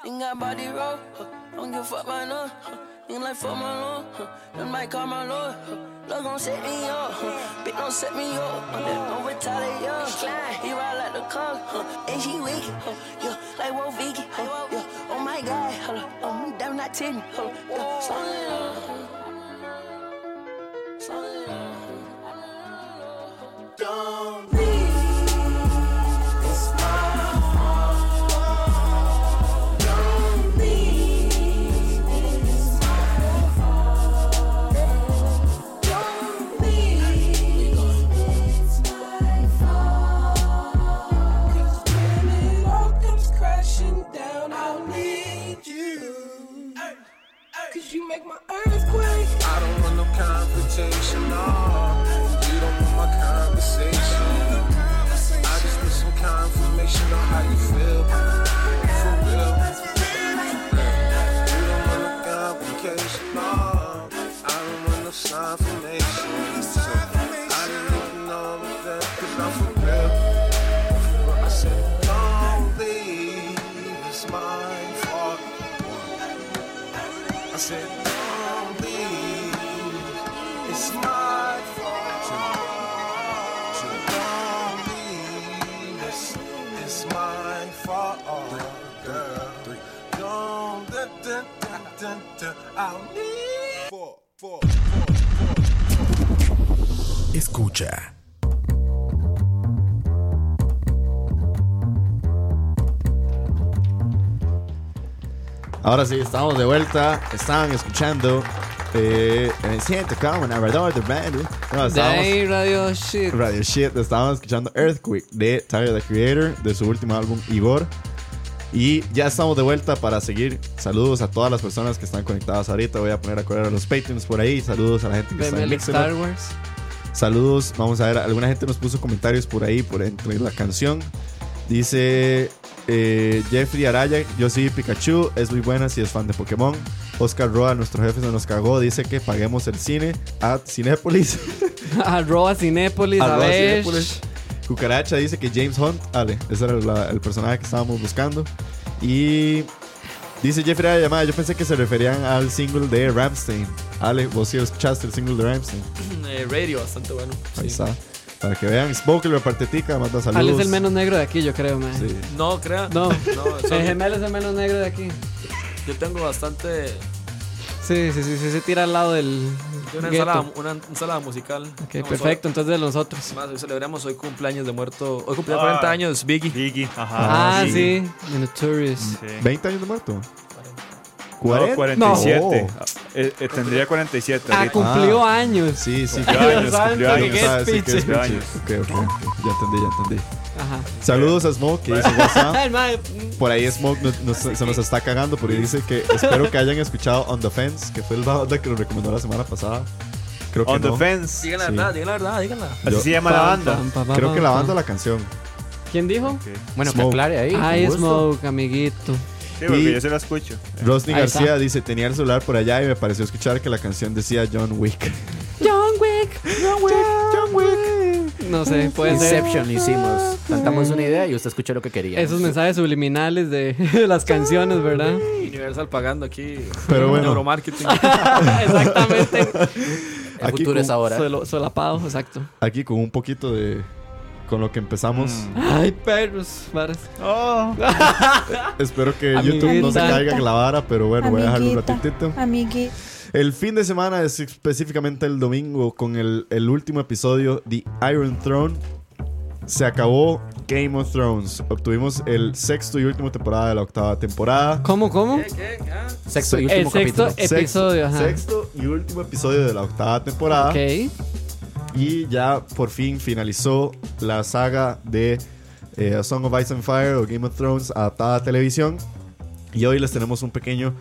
Speaker 10: Ain't got body roll, huh? don't give a fuck my no. huh? Ain't like fuck my lord, huh? then might call my lord. huh? Love gon' set me up, huh? bitch don't set me up. huh? Don't retaliate, huh? he ride like the car, huh? and she weak, huh? yeah, like Wo Vicky. Huh? Yeah. Oh my god, huh? oh me damn not ten, huh? yeah. slow it down, huh? slow it down. huh? Don't leave, it's my you make my earthquake. I don't want no confrontation, no. You don't want my conversation. I just need some confirmation on how you feel. For real. You don't want no complication, no. I don't want no sign from nation. So I didn't even know I'm there, cause I'm for real. I said, don't leave, it's my fault. I said, don't leave, it's my fault. So don't leave, it's, it's my fault, girl. Don't, dun, dun, dun, dun, dun, I'll need. Four, four, four, four.
Speaker 11: Escucha.
Speaker 2: Ahora sí, estamos de vuelta. Estaban escuchando Eh, me siento como narrador de radio. No,
Speaker 3: De
Speaker 2: estábamos,
Speaker 3: ahí, Radio Shit.
Speaker 2: radio Shit, estábamos escuchando Earthquake de Tyler the Creator, de su último álbum Igor. Y ya estamos de vuelta para seguir. Saludos a todas las personas que están conectadas ahorita. Voy a poner a correr a los Patreons por ahí. Saludos a la gente que está
Speaker 3: Veme
Speaker 2: en
Speaker 3: el
Speaker 2: Mixer.
Speaker 3: Star Wars.
Speaker 2: Saludos, vamos a ver, alguna gente nos puso comentarios por ahí, por entre la canción. Dice eh, Jeffrey Araya, yo sí Pikachu, es muy buena si es fan de Pokémon. Oscar Roa, nuestro jefe se nos cagó, dice que paguemos el cine a Cinépolis.
Speaker 3: Arroba Cinépolis, a
Speaker 2: Arroba
Speaker 3: ver.
Speaker 2: Cinépolis. Cucaracha dice que James Hunt, Ale, ese era la- el personaje que estábamos buscando. Y dice Jeffrey Araya, "Mae, yo pensé que se referían al single de Ramstein. Ale, vos sí escuchaste el single de Ramstein.
Speaker 7: Eh, radio, bastante bueno.
Speaker 2: Ahí
Speaker 7: sí.
Speaker 2: está. Para que vean, Spoke lo repartetica, manda saludos.
Speaker 3: Ale es el menos negro de aquí, yo creo, man.
Speaker 2: Sí.
Speaker 7: No, crea.
Speaker 3: No,
Speaker 7: No,
Speaker 3: el
Speaker 7: sorry.
Speaker 3: gemelo es el menos negro de aquí.
Speaker 7: yo tengo bastante.
Speaker 3: Sí, sí, sí, sí, se tira al lado del.
Speaker 7: Yo una
Speaker 3: gueto.
Speaker 7: ensalada, una ensalada musical.
Speaker 3: Ok,
Speaker 7: Vamos,
Speaker 3: perfecto, entonces de los otros.
Speaker 7: hoy- Más, hoy celebramos hoy cumpleaños de muerto. Hoy cumplió
Speaker 6: Ah.
Speaker 7: 40 años Biggie.
Speaker 6: Biggie, ajá.
Speaker 3: Ah, sí, The Notorious.
Speaker 6: Sí.
Speaker 2: 20 años de muerto. Oh.
Speaker 6: No, 47.
Speaker 2: No.
Speaker 6: Eh, eh, tendría 47.
Speaker 3: Ah,
Speaker 6: ahorita.
Speaker 3: cumplió años.
Speaker 2: Sí, sí.
Speaker 6: Cumplió años, cumplió
Speaker 2: ya
Speaker 6: años.
Speaker 2: sabes, sí, que es
Speaker 6: Cumplió
Speaker 2: pinche.
Speaker 6: años.
Speaker 2: Ok, ok, ok, Ya entendí, ya entendí.
Speaker 3: Ajá.
Speaker 2: Saludos a Smoke, que dice WhatsApp.
Speaker 3: Ah, el mae,
Speaker 2: Por ahí Smoke nos- nos- se nos está cagando porque dice que espero que hayan escuchado On the Fence, que fue el banda que lo recomendó la semana pasada. Creo que
Speaker 6: On the
Speaker 2: no.
Speaker 6: Fence.
Speaker 7: Digan la
Speaker 2: Sí.
Speaker 7: verdad, digan la verdad, díganla.
Speaker 6: Así
Speaker 2: Yo-
Speaker 6: se llama la
Speaker 3: pam,
Speaker 6: banda.
Speaker 3: pam, pam, pam,
Speaker 2: Creo que la
Speaker 3: pam.
Speaker 2: banda o la canción.
Speaker 3: ¿Quién dijo?
Speaker 4: Bueno,
Speaker 2: Smoke.
Speaker 4: que aclare ahí.
Speaker 3: Ay,
Speaker 4: con gusto.
Speaker 3: Smoke, amiguito.
Speaker 6: Sí, porque
Speaker 2: Y-
Speaker 6: yo se la escucho.
Speaker 2: Rosny
Speaker 3: Ahí está.
Speaker 2: García dice, tenía el celular por allá y me pareció escuchar que la canción decía John Wick.
Speaker 3: John Wick, John Wick, John Wick. No sé, puede ser.
Speaker 4: Inception hicimos. Cantamos una idea y usted escuchó lo que quería.
Speaker 3: Esos mensajes subliminales de, de las canciones, ¿verdad?
Speaker 7: Universal pagando aquí.
Speaker 2: Pero bueno.
Speaker 7: Neuromarketing.
Speaker 3: Exactamente.
Speaker 4: El
Speaker 2: Aquí
Speaker 4: futuro es
Speaker 2: con-
Speaker 4: ahora.
Speaker 3: Solo- solapado, exacto.
Speaker 2: Aquí con un poquito de... Con lo que empezamos.
Speaker 6: Mm.
Speaker 3: Ay, perros, varas.
Speaker 6: Oh.
Speaker 2: Espero que
Speaker 3: Amiguita.
Speaker 2: YouTube no se caiga en la vara, pero bueno, voy a dejarlo un
Speaker 5: Amiguita,
Speaker 2: ratitito.
Speaker 5: amigui-
Speaker 2: El fin de semana, es específicamente el domingo, con el, el último episodio, The Iron Throne, se acabó Game of Thrones. Obtuvimos el sexto y último temporada de la octava temporada.
Speaker 3: ¿Cómo, cómo?
Speaker 4: Sexto y
Speaker 2: El
Speaker 4: último
Speaker 3: El sexto
Speaker 4: capítulo.
Speaker 2: Sexto-
Speaker 3: episodio, ajá.
Speaker 2: Sexto y último episodio de la octava temporada.
Speaker 3: Ok.
Speaker 2: Y ya por fin finalizó la saga de eh, A Song of Ice and Fire o Game of Thrones adaptada a televisión. Y hoy les tenemos un pequeño,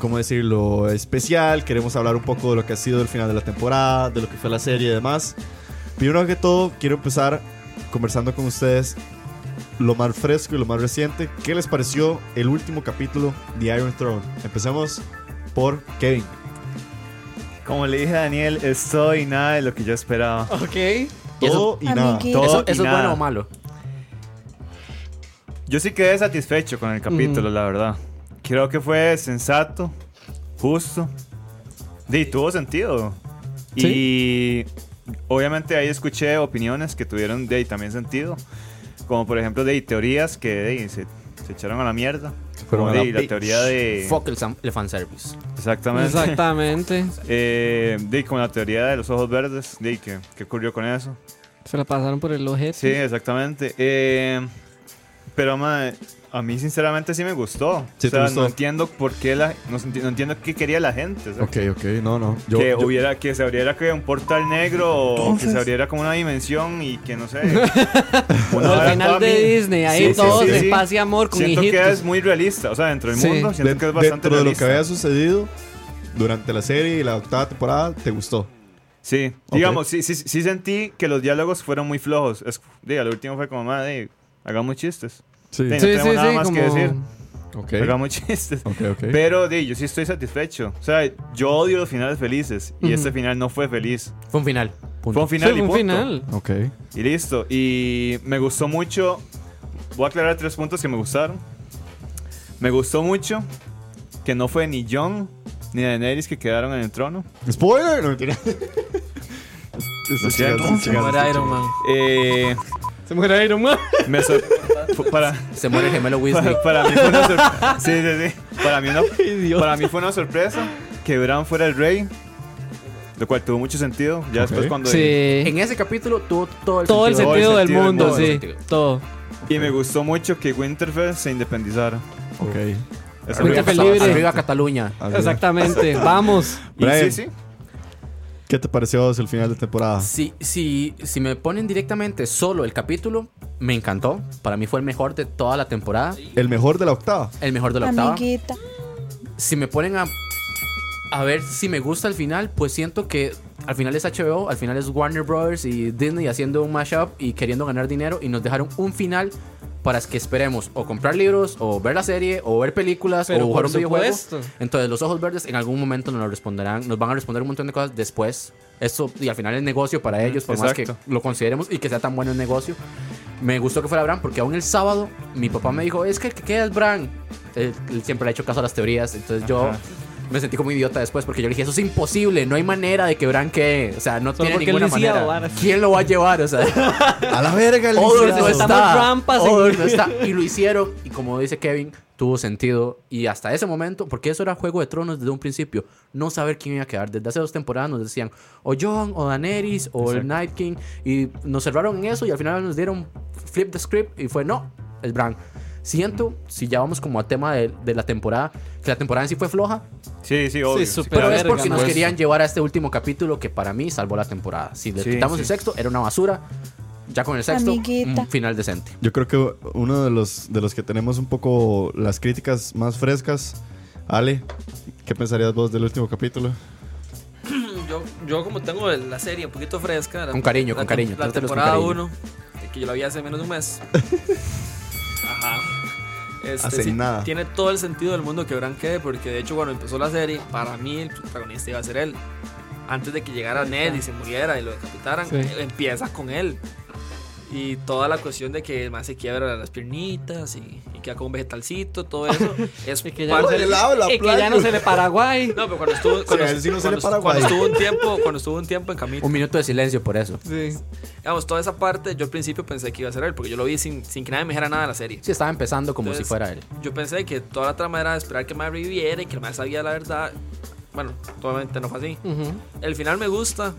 Speaker 2: ¿cómo decirlo?, especial. Queremos hablar un poco de lo que ha sido el final de la temporada, de lo que fue la serie y demás. Primero que todo, quiero empezar conversando con ustedes lo más fresco y lo más reciente. ¿Qué les pareció el último capítulo de Iron Throne? Empecemos por Kevin.
Speaker 6: Como le dije a Daniel, es todo y nada de lo que yo esperaba.
Speaker 3: Ok.
Speaker 4: Y
Speaker 2: Todo
Speaker 4: eso-
Speaker 2: y nada.
Speaker 5: Amiguita.
Speaker 6: Todo
Speaker 4: ¿Eso,
Speaker 6: y
Speaker 4: eso es
Speaker 6: nada.
Speaker 4: bueno o malo?
Speaker 6: Yo sí quedé satisfecho
Speaker 4: Mm.
Speaker 6: con el capítulo, la verdad. Creo que fue sensato, justo. Y tuvo sentido. Y obviamente ahí escuché opiniones que tuvieron de ahí también sentido. Como por ejemplo de ahí teorías que de ahí se, se echaron a la mierda.
Speaker 2: fueron
Speaker 6: Como
Speaker 2: a
Speaker 6: de
Speaker 2: la
Speaker 6: ahí la,
Speaker 2: bitch.
Speaker 6: teoría de...
Speaker 4: Fuck el, sam- el fanservice.
Speaker 6: Exactamente.
Speaker 3: Exactamente.
Speaker 6: Eh, de ahí como la teoría de los ojos verdes. De ahí que, que ocurrió con eso.
Speaker 3: Se la pasaron por el
Speaker 6: Sí,
Speaker 3: ojete.
Speaker 6: exactamente. Eh, pero ma, a mí sinceramente sí me gustó.
Speaker 2: Sí, te
Speaker 6: o sea,
Speaker 2: gustó.
Speaker 6: no entiendo por qué la no, enti- no entiendo qué quería la gente. o sea,
Speaker 2: Ok, ok, no, no. Yo,
Speaker 6: que
Speaker 2: yo-
Speaker 6: hubiera que se abriera que un portal negro o que se
Speaker 5: Entonces-
Speaker 6: abriera como una dimensión y que no sé. una
Speaker 3: Como el
Speaker 6: vara
Speaker 3: final
Speaker 6: toda
Speaker 3: de
Speaker 6: mi-
Speaker 3: Disney, ahí
Speaker 6: Sí, sí,
Speaker 3: todos
Speaker 6: sí,
Speaker 3: en
Speaker 6: sí.
Speaker 3: paz y amor con
Speaker 6: Siento
Speaker 3: hijitos.
Speaker 6: que es muy realista, o sea, dentro del
Speaker 3: Sí.
Speaker 6: mundo siento
Speaker 2: Den-
Speaker 6: que es bastante
Speaker 2: dentro de lo que
Speaker 6: realista.
Speaker 2: había sucedido durante la serie y la octava temporada, ¿te gustó?
Speaker 6: Sí,
Speaker 2: Ok.
Speaker 6: digamos, sí, sí, sí sentí que los diálogos fueron muy flojos. Es, diga, lo último fue como, madre, hagamos chistes. Sí, no
Speaker 3: Sí,
Speaker 6: tenemos
Speaker 3: sí,
Speaker 6: nada
Speaker 3: sí,
Speaker 6: más
Speaker 3: como...
Speaker 6: que decir.
Speaker 2: Ok.
Speaker 6: Hagamos chistes.
Speaker 2: Ok, ok.
Speaker 6: Pero di, yo sí estoy satisfecho. O sea, yo odio los finales felices. Y este final no fue feliz.
Speaker 4: Fue un final.
Speaker 6: Fue
Speaker 4: Punto.
Speaker 6: un final
Speaker 3: Sí,
Speaker 6: y
Speaker 3: un
Speaker 6: punto.
Speaker 3: final.
Speaker 2: ok.
Speaker 6: Y listo. Y me gustó mucho. Voy a aclarar tres puntos que me gustaron. Me gustó mucho que no fue ni John ni Daenerys que quedaron en el trono.
Speaker 2: ¡Spoiler! No, mentira. Eso es
Speaker 6: siento.
Speaker 2: chigas, eso es chigas, eso es
Speaker 7: Iron Man.
Speaker 6: Eh,
Speaker 3: Se muere Iron Man.
Speaker 6: me sor- fu- para,
Speaker 4: Se muere el gemelo Weasley.
Speaker 6: para, para mí fue una sorpresa. Sí, sí, sí. Para mí, una,
Speaker 3: Idiota.
Speaker 6: para mí fue una sorpresa que Bran fuera el rey. Lo cual tuvo mucho sentido. Ya después
Speaker 2: Ok.
Speaker 6: cuando...
Speaker 3: Sí.
Speaker 4: En ese capítulo tuvo todo
Speaker 3: Todo el
Speaker 4: el
Speaker 6: Todo el
Speaker 3: sentido del
Speaker 6: sentido del
Speaker 3: mundo,
Speaker 6: mundo.
Speaker 3: sí.
Speaker 4: Todo el sentido.
Speaker 3: Todo.
Speaker 6: Y me gustó mucho que Winterfell se independizara.
Speaker 2: chigas. Ok.
Speaker 6: Es
Speaker 3: Cuenta
Speaker 6: arriba.
Speaker 3: feliz. libre.
Speaker 4: Arriba Cataluña.
Speaker 3: Exactamente, vamos.
Speaker 6: Y
Speaker 2: Brian.
Speaker 6: sí, sí.
Speaker 2: ¿Qué te pareció a vos el final de temporada?
Speaker 4: Si, si, si me ponen directamente solo el capítulo, me encantó. Para mí fue el mejor de toda la temporada.
Speaker 2: El mejor de la octava.
Speaker 4: El mejor de la octava.
Speaker 5: Amiguita.
Speaker 4: si me ponen a, a ver si me gusta al final, pues siento que al final es HBO, al final es Warner Brothers y Disney haciendo un mashup y queriendo ganar dinero y nos dejaron un final para que esperemos o comprar libros o ver la serie o ver películas
Speaker 7: Pero
Speaker 4: o jugar
Speaker 7: por
Speaker 4: un videojuego.
Speaker 7: supuesto.
Speaker 4: Entonces los ojos verdes en algún momento nos lo responderán, nos van a responder un montón de cosas después. Esto y al final es negocio para ellos, por más
Speaker 6: exacto.
Speaker 4: que lo consideremos y que sea tan bueno el negocio. Me gustó que fuera Bran porque aún el sábado mi papá me dijo, es que el que queda es Bran. Él, él siempre le ha hecho caso a las teorías, entonces yo
Speaker 6: Ajá.
Speaker 4: me sentí como idiota después porque yo le dije, eso es imposible, no hay manera de que Bran quede. O sea, no
Speaker 3: Solo
Speaker 4: tiene
Speaker 3: porque
Speaker 4: ninguna
Speaker 3: él decía,
Speaker 4: manera.
Speaker 3: "Vara".
Speaker 4: ¿Quién lo va a llevar? O sea,
Speaker 2: A la verga, el
Speaker 4: Odor
Speaker 3: hicieron.
Speaker 4: no
Speaker 3: Estamos
Speaker 4: está.
Speaker 3: trampas en-
Speaker 4: Odor no está. Y lo hicieron. Y como dice Kevin, tuvo sentido. Y hasta ese momento, porque eso era Juego de Tronos desde un principio, no saber quién iba a quedar. Desde hace dos temporadas nos decían o Jon, o Daenerys, o el Night King. Y nos cerraron en eso y al final nos dieron flip the script y fue no, es Bran. Siento, si ya vamos como a tema de, de la temporada, que la temporada en sí fue floja,
Speaker 6: Sí, sí, obvio.
Speaker 8: súper.
Speaker 4: pero
Speaker 8: Pero
Speaker 4: es porque
Speaker 8: verga,
Speaker 4: nos
Speaker 8: pues.
Speaker 4: querían llevar a este último capítulo que para mí salvó la temporada. Si le
Speaker 6: Sí,
Speaker 4: quitamos
Speaker 6: sí.
Speaker 4: el sexto, era una basura. Ya con el sexto,
Speaker 5: Amiguita.
Speaker 4: un final decente.
Speaker 2: Yo creo que uno de los, de los que tenemos un poco las críticas más frescas, Ale, ¿qué pensarías vos del último capítulo?
Speaker 7: Yo, yo como tengo el- la serie un poquito fresca. la-
Speaker 4: Con cariño,
Speaker 7: la
Speaker 4: con
Speaker 7: tem-
Speaker 4: cariño,
Speaker 7: La
Speaker 4: trátelos con
Speaker 7: temporada
Speaker 4: cariño.
Speaker 7: 1, que yo la vi hace menos de un mes. Ajá. Este,
Speaker 2: Hace
Speaker 7: sí,
Speaker 2: nada.
Speaker 7: Tiene todo el sentido del mundo que Bran quede, porque de hecho cuando empezó la serie, para mí el protagonista iba a ser él. Antes de que llegara Ned y se muriera y lo decapitaran,
Speaker 3: Sí.
Speaker 7: eh, empieza con él. Y toda la cuestión de que más se quiebra las piernitas y, y queda como un vegetalcito, todo eso. es
Speaker 3: Y que ya no
Speaker 7: parte
Speaker 3: se
Speaker 7: del-
Speaker 3: le, y que ya no se le Paraguay.
Speaker 7: no, pero cuando estuvo, cuando,
Speaker 2: a él sí no se
Speaker 7: cuando-
Speaker 2: le para
Speaker 7: cuando
Speaker 2: guay.
Speaker 7: estuvo un tiempo, cuando estuvo un tiempo en camino,
Speaker 4: Un minuto de silencio por eso.
Speaker 3: Sí.
Speaker 7: digamos, toda esa parte, yo al principio pensé que iba a ser él, porque yo lo vi sin, sin que nadie me dijera nada de la serie.
Speaker 4: Sí, estaba empezando como
Speaker 7: Entonces,
Speaker 4: si fuera él.
Speaker 7: Yo pensé que toda la trama era esperar que más viviera y que más sabía la verdad. Bueno, obviamente no fue así.
Speaker 3: Ujú.
Speaker 7: El final me gusta.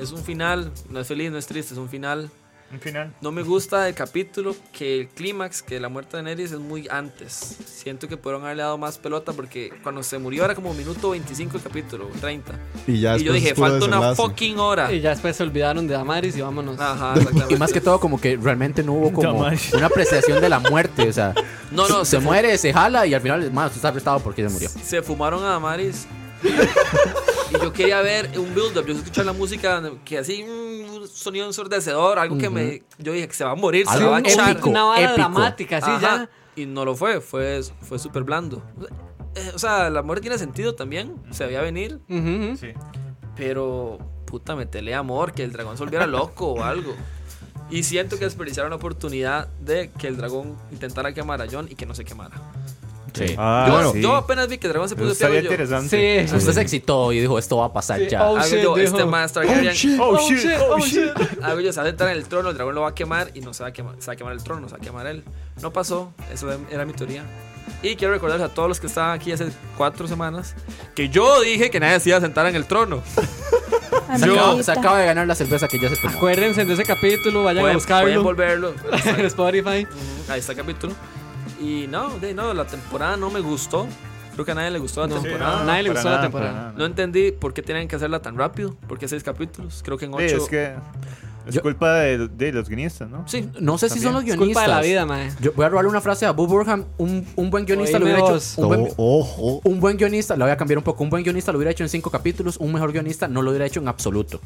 Speaker 7: Es un final, no es feliz, no es triste, es un final.
Speaker 6: Un final.
Speaker 7: No me gusta el capítulo que el clímax, que la muerte de Neris es muy antes. Siento que pudieron haberle dado más pelota porque cuando se murió era como minuto 25 el capítulo, 30.
Speaker 2: Y ya
Speaker 7: Y yo
Speaker 2: después
Speaker 7: dije,
Speaker 2: estuvo
Speaker 7: falta una
Speaker 2: desenlace.
Speaker 7: fucking hora.
Speaker 3: Y ya después se olvidaron de Amaris y vámonos.
Speaker 6: Ah,
Speaker 7: Ajá,
Speaker 4: Y
Speaker 7: exactamente.
Speaker 4: más que todo, como que realmente no hubo como
Speaker 8: Damage.
Speaker 4: una apreciación de la muerte. O sea,
Speaker 7: No, no,
Speaker 4: se
Speaker 7: se,
Speaker 4: muere, se jala y al final, más, está arrestado porque se murió.
Speaker 7: se fumaron a Damaris. y yo quería ver un build-up. Yo escuchaba la música que así, mm, un sonido ensordecedor, algo que me. Yo dije que se va a morir, se
Speaker 4: Algo
Speaker 7: va a echar.
Speaker 4: épico,
Speaker 3: Una vara
Speaker 4: épico.
Speaker 3: dramática, así
Speaker 7: Ajá,
Speaker 3: ya.
Speaker 7: Y no lo fue, fue, fue súper blando. Eh, O sea, la muerte tiene sentido también, se veía venir,
Speaker 3: Ujú, ujú.
Speaker 6: Sí.
Speaker 7: pero puta, metele amor, que el dragón se volviera loco o algo. Y siento que desperdiciaron la oportunidad de que el dragón intentara quemar a John y que no se quemara.
Speaker 4: Sí.
Speaker 6: Ah,
Speaker 7: Yo,
Speaker 6: sí.
Speaker 7: yo apenas vi que el dragón se
Speaker 6: Eso
Speaker 7: puso
Speaker 6: estaría
Speaker 7: feo. Yo,
Speaker 6: interesante.
Speaker 3: Sí.
Speaker 4: Usted se excitó y dijo: Esto va a pasar
Speaker 3: Sí,
Speaker 4: ya.
Speaker 3: oh,
Speaker 7: hago
Speaker 3: shit,
Speaker 7: yo,
Speaker 3: dijo.
Speaker 7: este más Targaryen,
Speaker 6: Oh, shit, oh, shit.
Speaker 7: hago yo, se va a sentar en el trono, el dragón lo va a quemar y no se va a quemar, se va a quemar el trono, se va a quemar él. No pasó, eso era- era mi teoría. Y quiero recordarles a todos los que estaban aquí hace cuatro semanas que yo dije que nadie se iba a sentar en el trono.
Speaker 4: Se acaba,
Speaker 5: Amiguita.
Speaker 4: se acaba de ganar la cerveza que ya se tomó.
Speaker 3: Acuérdense de ese capítulo, vayan a
Speaker 7: Pueden, pueden
Speaker 3: buscarlo
Speaker 7: volverlo.
Speaker 3: en Spotify.
Speaker 7: Ahí está el este capítulo. Y no, de, no, la temporada no me gustó. Creo que a nadie le gustó la
Speaker 3: No.
Speaker 6: Sí,
Speaker 7: temporada.
Speaker 6: no,
Speaker 3: Nadie le
Speaker 6: para
Speaker 3: gustó la
Speaker 6: nada,
Speaker 3: temporada.
Speaker 6: para nada.
Speaker 7: No entendí por qué tenían que hacerla tan rápido. Porque seis capítulos. Creo que en
Speaker 6: Sí,
Speaker 7: ocho.
Speaker 6: es que es
Speaker 4: Yo-
Speaker 6: culpa de, de los guionistas, ¿no?
Speaker 7: Sí,
Speaker 4: No sé si son los
Speaker 3: Es
Speaker 4: guionistas.
Speaker 3: culpa de la vida, mae.
Speaker 4: Yo voy a robarle una frase a Bob Burham. Un, un buen guionista lo
Speaker 3: Oíme
Speaker 4: hubiera
Speaker 3: vos.
Speaker 4: hecho. Un buen,
Speaker 2: Oh, ojo.
Speaker 4: un buen guionista, la voy a cambiar un poco. Un buen guionista lo hubiera hecho en cinco capítulos, un mejor guionista no lo hubiera hecho en absoluto.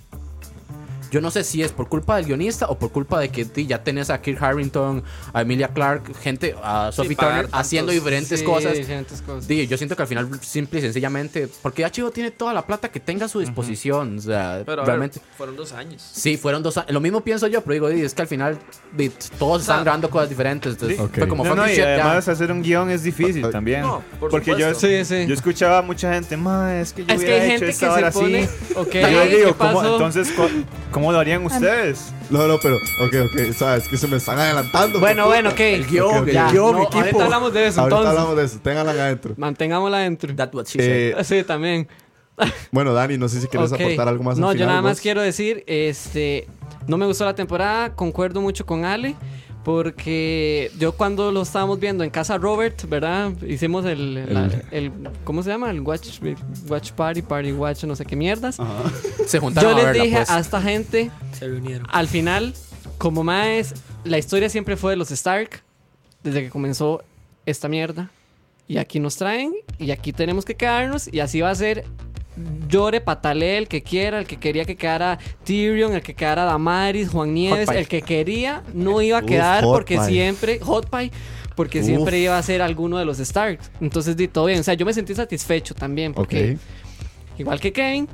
Speaker 4: Yo no sé si es por culpa del guionista o por culpa de que ti ya tenés a Kirk Harrington, a Emilia Clark, gente, a Sophie
Speaker 7: pagar
Speaker 4: Turner
Speaker 7: tantos-
Speaker 4: haciendo diferentes
Speaker 3: Sí,
Speaker 4: cosas.
Speaker 3: Diferentes cosas.
Speaker 4: Di, yo siento que al final, simple y sencillamente, porque HBO tiene toda la plata que tenga a su disposición. O sea,
Speaker 7: Pero a ver,
Speaker 4: realmente.
Speaker 7: fueron dos años.
Speaker 4: Sí, fueron dos años. Lo mismo pienso yo, pero digo, di, es que al final di, todos están grabando cosas diferentes. Entonces,
Speaker 2: Sí.
Speaker 4: fue
Speaker 2: Ok.
Speaker 4: como
Speaker 6: No, no,
Speaker 4: fucking
Speaker 6: y
Speaker 4: shit, ya.
Speaker 6: además hacer un guión es difícil
Speaker 2: Ah,
Speaker 6: también.
Speaker 7: No, por
Speaker 6: porque yo,
Speaker 7: supuesto.
Speaker 3: Sí, sí.
Speaker 6: yo escuchaba a mucha gente, ma, es que yo
Speaker 3: es que
Speaker 6: hubiera
Speaker 3: hay
Speaker 6: hecho
Speaker 3: gente que
Speaker 6: esta hora
Speaker 3: se
Speaker 6: así.
Speaker 3: pone. Ok,
Speaker 6: Y yo digo,
Speaker 3: ¿qué
Speaker 6: ¿cómo,
Speaker 3: pasó?
Speaker 6: entonces, ¿cu- ¿cómo lo harían ustedes?
Speaker 2: No, no, pero, ok, ok, sabes que se me están adelantando.
Speaker 3: Bueno, bueno, ok. El
Speaker 4: guión, el
Speaker 2: guión,
Speaker 3: no,
Speaker 2: equipo.
Speaker 3: Ahorita hablamos de eso,
Speaker 2: Ahorita
Speaker 3: entonces.
Speaker 2: hablamos de eso, ténganla adentro.
Speaker 3: Mantengámosla adentro.
Speaker 4: That's what she said.
Speaker 2: Eh,
Speaker 3: Sí, también.
Speaker 2: bueno, Dani, no sé si quieres
Speaker 3: Ok.
Speaker 2: aportar algo más. al
Speaker 3: No, yo
Speaker 2: final, pues.
Speaker 3: nada
Speaker 2: vos.
Speaker 3: más quiero decir, este, no me gustó la temporada, concuerdo mucho con Ale, Porque yo cuando lo estábamos viendo en casa Robert, ¿verdad? Hicimos el, la- el- ¿cómo se llama? El watch, watch party, party watch, no sé qué mierdas.
Speaker 4: Se
Speaker 3: Yo
Speaker 4: juntaron a
Speaker 3: les
Speaker 4: verla,
Speaker 3: dije
Speaker 4: pues.
Speaker 3: a esta gente,
Speaker 7: Se reunieron.
Speaker 3: al final, como más, la historia siempre fue de los Stark, desde que comenzó esta mierda. Y aquí nos traen, y aquí tenemos que quedarnos, y así va a ser. Llore, patale el que quiera, el que quería que quedara Tyrion, el que quedara Damaris, Juan Nieves,
Speaker 4: pie.
Speaker 3: el que quería no iba a
Speaker 2: Uf,
Speaker 3: quedar
Speaker 2: hot
Speaker 3: porque
Speaker 2: pie.
Speaker 3: siempre, Hot Pie, porque
Speaker 2: Uf.
Speaker 3: siempre iba a ser alguno de los Stark. Entonces, di todo bien. O sea, yo me sentí satisfecho también,
Speaker 2: Ok.
Speaker 3: porque igual que Kevin,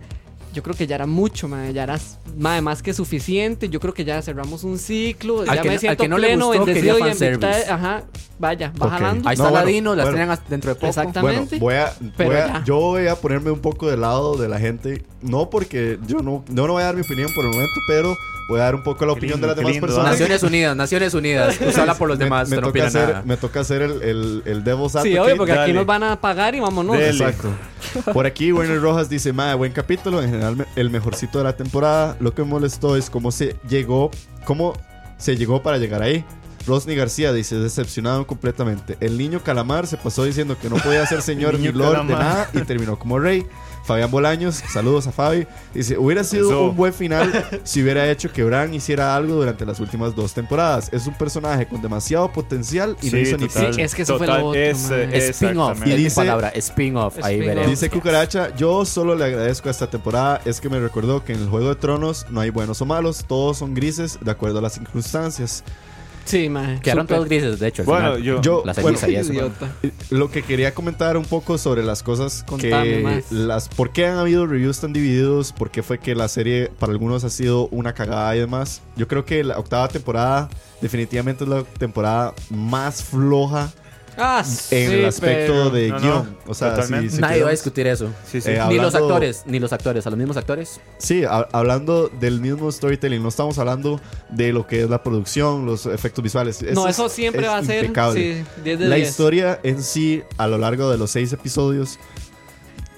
Speaker 3: yo creo que ya era mucho, mae, ya era mae, más que suficiente. Yo creo que ya cerramos un ciclo.
Speaker 4: Al
Speaker 3: ya
Speaker 4: que no-
Speaker 3: me
Speaker 4: al
Speaker 3: siento
Speaker 4: que no le
Speaker 3: pleno,
Speaker 4: gustó,
Speaker 3: bendecido y
Speaker 4: quería
Speaker 3: en
Speaker 4: fanservice.
Speaker 3: vita- Ajá, vaya, va
Speaker 2: Ok.
Speaker 3: jalando.
Speaker 4: Ahí está
Speaker 2: No, bueno,
Speaker 4: Ladino, las
Speaker 2: bueno.
Speaker 4: tienen hasta dentro de poco.
Speaker 2: Bueno,
Speaker 3: Exactamente.
Speaker 2: voy a,
Speaker 3: Pero
Speaker 2: voy a-
Speaker 3: ya.
Speaker 2: yo voy a ponerme un poco del lado de la gente. No porque yo no, no, no voy a dar mi opinión por el momento, pero voy a dar un poco la
Speaker 6: Qué
Speaker 2: opinión de
Speaker 6: lindo,
Speaker 2: las
Speaker 6: qué
Speaker 2: demás
Speaker 6: lindo,
Speaker 2: personas.
Speaker 4: Naciones Unidas, Naciones Unidas. Usted habla por los demás,
Speaker 2: me,
Speaker 4: usted
Speaker 2: me
Speaker 4: no
Speaker 2: toca
Speaker 4: opina
Speaker 2: hacer,
Speaker 4: nada.
Speaker 2: me toca hacer el, el, el devil's
Speaker 3: Sí,
Speaker 2: advocate.
Speaker 3: obvio, porque aquí
Speaker 6: dale.
Speaker 3: nos van a pagar y vámonos.
Speaker 6: Dele.
Speaker 2: Exacto. Por aquí, Werner Rojas dice: Madre, buen capítulo. En general, me- el mejorcito de la temporada. Lo que me molestó es cómo se llegó, cómo se llegó para llegar ahí. Rosny García dice: Decepcionado completamente. El niño Calamar se pasó diciendo que no podía ser señor ni
Speaker 6: Niño
Speaker 2: lord de
Speaker 6: Calamar.
Speaker 2: nada y terminó como rey. Fabián Bolaños, saludos a Fabi. Dice: Hubiera sido
Speaker 6: Eso.
Speaker 2: un buen final si hubiera hecho que Bran hiciera algo durante las últimas dos temporadas. Es un personaje con demasiado potencial y no hizo ni
Speaker 3: total.
Speaker 2: picha".
Speaker 3: Sí, es que eso fue lo otro,
Speaker 6: eh,
Speaker 3: man.
Speaker 4: Spin-off, es mi
Speaker 2: dice-
Speaker 4: palabra, spin-off. Ahí
Speaker 3: Spin-off.
Speaker 4: veremos.
Speaker 2: Dice Cucaracha, yo solo le agradezco a esta temporada, es que me recordó que en el Juego de Tronos no hay buenos o malos, todos son grises de acuerdo a las circunstancias.
Speaker 3: Sí, mae.
Speaker 4: Quedaron
Speaker 3: súper.
Speaker 4: todos grises, de hecho. al
Speaker 6: Bueno,
Speaker 4: final.
Speaker 6: yo,
Speaker 2: Yo-
Speaker 4: Las
Speaker 2: bueno,
Speaker 4: cenizas y eso.
Speaker 3: Idiota.
Speaker 2: Eh, Lo que quería comentar un poco sobre las cosas
Speaker 3: Contame
Speaker 2: que...
Speaker 3: más.
Speaker 2: Las, ¿Por qué han habido reviews tan divididos? ¿Por qué fue que la serie para algunos ha sido una cagada y demás? Yo creo que la octava temporada definitivamente es la temporada más floja
Speaker 3: Ah,
Speaker 2: en
Speaker 3: sí,
Speaker 2: el aspecto
Speaker 3: pero-
Speaker 2: de
Speaker 6: No, no,
Speaker 2: guión. o sea, si-
Speaker 6: totalmente.
Speaker 2: si
Speaker 4: Nadie va a
Speaker 2: queremos-
Speaker 4: discutir eso.
Speaker 6: Sí, sí.
Speaker 2: Eh,
Speaker 4: Ni los
Speaker 2: hablando-
Speaker 4: actores, ni los actores, a los mismos actores.
Speaker 2: Sí, ha- hablando del mismo storytelling, no estamos hablando de lo que es la producción, los efectos visuales.
Speaker 3: No,
Speaker 2: es-
Speaker 3: eso siempre
Speaker 2: es
Speaker 3: va a ser
Speaker 2: impecable.
Speaker 3: sí, 10 de
Speaker 2: La
Speaker 3: 10.
Speaker 2: historia en sí, a lo largo de los seis episodios,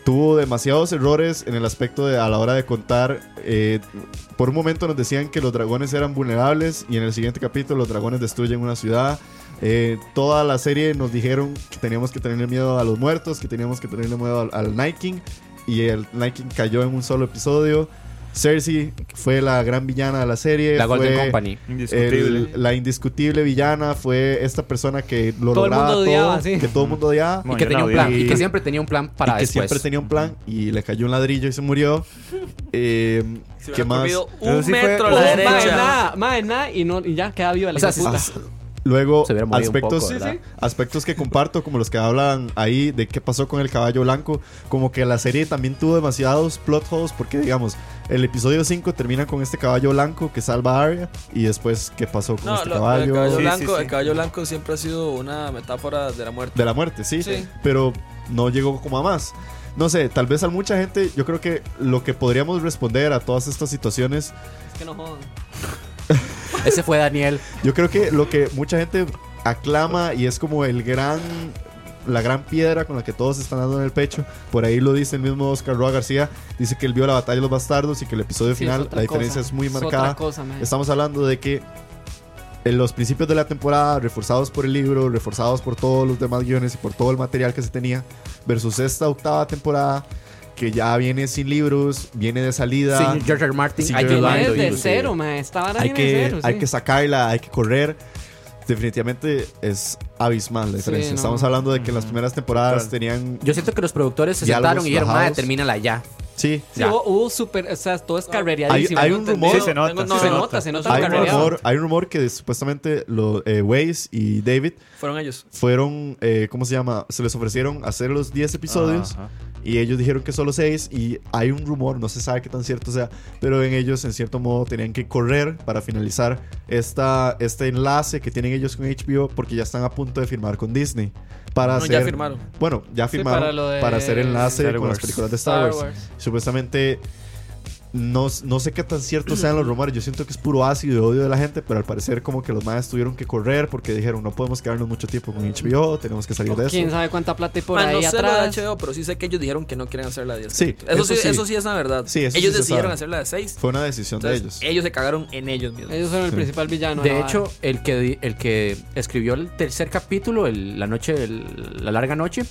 Speaker 2: tuvo demasiados errores en el aspecto de a la hora de contar. eh, por un momento nos decían que los dragones eran vulnerables y en el siguiente capítulo los dragones destruyen una ciudad. Eh, toda la serie nos dijeron que teníamos que tenerle miedo a los muertos, que teníamos que tenerle miedo al, al Night King y el Night King cayó en un solo episodio. Cersei fue la gran villana de la serie.
Speaker 4: La Golden
Speaker 2: fue-
Speaker 4: Company.
Speaker 6: Indiscutible.
Speaker 2: el- la indiscutible villana fue esta persona que lo
Speaker 3: Todo el
Speaker 2: lograba
Speaker 3: mundo
Speaker 2: todo,
Speaker 3: odiaba, sí.
Speaker 2: que todo el mundo odiaba
Speaker 4: Y
Speaker 6: Bueno,
Speaker 4: que
Speaker 6: yo
Speaker 4: tenía
Speaker 6: la
Speaker 4: un
Speaker 6: odiaba.
Speaker 4: plan. Y
Speaker 2: Y-
Speaker 4: que siempre tenía un plan
Speaker 2: y que
Speaker 4: para después.
Speaker 2: siempre tenía un plan y le cayó un ladrillo y se murió. Eh,
Speaker 7: Se
Speaker 2: ¿Qué
Speaker 7: hubieran
Speaker 2: más?
Speaker 7: corrido
Speaker 6: Eso
Speaker 7: un
Speaker 6: sí fue-
Speaker 7: metro a
Speaker 3: Oh,
Speaker 7: la
Speaker 3: mae,
Speaker 7: derecha.
Speaker 3: nada, mae, nada, y, no, y ya queda viva la
Speaker 4: O sea,
Speaker 3: hija
Speaker 4: sí,
Speaker 3: puta.
Speaker 4: sí,
Speaker 2: Luego,
Speaker 4: Se hubiera movido un
Speaker 2: aspectos,
Speaker 4: poco, ¿verdad? Sí,
Speaker 2: aspectos que comparto, como los que hablan ahí de qué pasó con el caballo blanco, como que la serie también tuvo demasiados plot holes, porque digamos, el episodio 5 termina con este caballo blanco que salva a Arya, y después, ¿qué pasó con
Speaker 7: No,
Speaker 2: este
Speaker 7: lo- lo del
Speaker 2: caballo?
Speaker 7: caballo
Speaker 6: Sí,
Speaker 7: blanco,
Speaker 6: sí, sí.
Speaker 7: el caballo blanco siempre ha sido una metáfora de la muerte.
Speaker 2: de la muerte, sí,
Speaker 7: Sí.
Speaker 2: pero no llegó como a más. No sé, tal vez a mucha gente, yo creo que lo que podríamos responder a todas estas situaciones,
Speaker 3: Es que no jodan.
Speaker 4: Ese fue Daniel.
Speaker 2: yo creo que lo que mucha gente aclama y es como el gran la gran piedra con la que todos se están dando en el pecho, por ahí lo dice el mismo Oscar Roa García, dice que él vio la batalla de los bastardos y que el episodio
Speaker 3: Sí, es
Speaker 2: final
Speaker 3: otra
Speaker 2: la diferencia
Speaker 3: cosa,
Speaker 2: es muy
Speaker 3: otra
Speaker 2: marcada.
Speaker 3: cosa, mae.
Speaker 2: Estamos hablando de que en los principios de la temporada, reforzados por el libro, reforzados por todos los demás guiones y por todo el material que se tenía, versus esta octava temporada que ya viene sin libros, viene de salida.
Speaker 4: Sin George R. R. Martin
Speaker 2: Sin George R.
Speaker 3: Mae,
Speaker 4: ayudando.
Speaker 2: Martin.
Speaker 4: inclusive.
Speaker 3: desde cero, mae. Esta vara
Speaker 2: hay
Speaker 3: viene de
Speaker 2: que,
Speaker 3: cero,
Speaker 2: hay
Speaker 3: sí.
Speaker 2: que sacarla, hay que correr. Definitivamente es abismal la diferencia.
Speaker 3: no.
Speaker 2: Estamos hablando de que en las primeras temporadas
Speaker 6: Total.
Speaker 2: tenían.
Speaker 4: Yo siento que los productores se
Speaker 2: Diálogos
Speaker 4: sentaron y dijeron, madre,
Speaker 2: bajados".
Speaker 4: termínala ya.
Speaker 2: Sí.
Speaker 3: Sí,
Speaker 4: Ya.
Speaker 3: hubo, hubo super, o sea, todo es carrereadísimo.
Speaker 2: Hay- hay un rumor-
Speaker 6: Sí, se nota,
Speaker 7: Tengo-
Speaker 3: No,
Speaker 7: no,
Speaker 3: se
Speaker 6: se
Speaker 3: nota,
Speaker 6: nota.
Speaker 3: se nota
Speaker 2: Hay un,
Speaker 3: carrereado.
Speaker 2: rumor, hay un rumor que supuestamente los eh, Waze y David
Speaker 7: Fueron ellos.
Speaker 2: fueron, eh, ¿cómo se llama? Se les ofrecieron hacer los 10 episodios
Speaker 6: Ajá.
Speaker 2: y ellos dijeron que solo 6 y hay un rumor, no se sabe qué tan cierto sea, pero en ellos en cierto modo tenían que correr para finalizar esta, este enlace que tienen ellos con HBO porque ya están a punto de firmar con Disney. Para
Speaker 7: No, Ah, ya
Speaker 2: hacer-
Speaker 7: firmaron.
Speaker 2: Bueno, ya firmaron
Speaker 3: para
Speaker 2: para,
Speaker 3: lo de
Speaker 2: hacer enlace
Speaker 6: Star
Speaker 2: con las
Speaker 6: Wars.
Speaker 2: películas de Star,
Speaker 3: Star
Speaker 2: Wars.
Speaker 3: Wars.
Speaker 2: Supuestamente No, no sé qué tan ciertos sean los rumores. Yo siento que es puro ácido y odio de la gente, pero al parecer como que los madres tuvieron que correr porque dijeron no podemos quedarnos mucho tiempo con HBO, tenemos que salir de eso.
Speaker 3: Quién sabe cuánta plata hay por
Speaker 7: Ma,
Speaker 3: ahí
Speaker 7: no sé lo
Speaker 3: atrás.
Speaker 7: de HBO, pero sí sé que ellos dijeron que no quieren hacer la de 10.
Speaker 2: Sí,
Speaker 7: eso, sí,
Speaker 2: eso sí.
Speaker 7: eso sí es la verdad.
Speaker 2: Sí, eso sí
Speaker 7: ellos
Speaker 2: se
Speaker 7: decidieron
Speaker 2: sabe.
Speaker 7: hacer la de 6.
Speaker 2: Fue una decisión
Speaker 7: Entonces,
Speaker 2: de ellos.
Speaker 7: ellos se cagaron en ellos mismos.
Speaker 3: Ellos son el
Speaker 2: Sí.
Speaker 3: principal villano.
Speaker 4: De
Speaker 3: la vara.
Speaker 4: hecho, el que, di- el que escribió el tercer capítulo, el- la noche, el- la larga noche,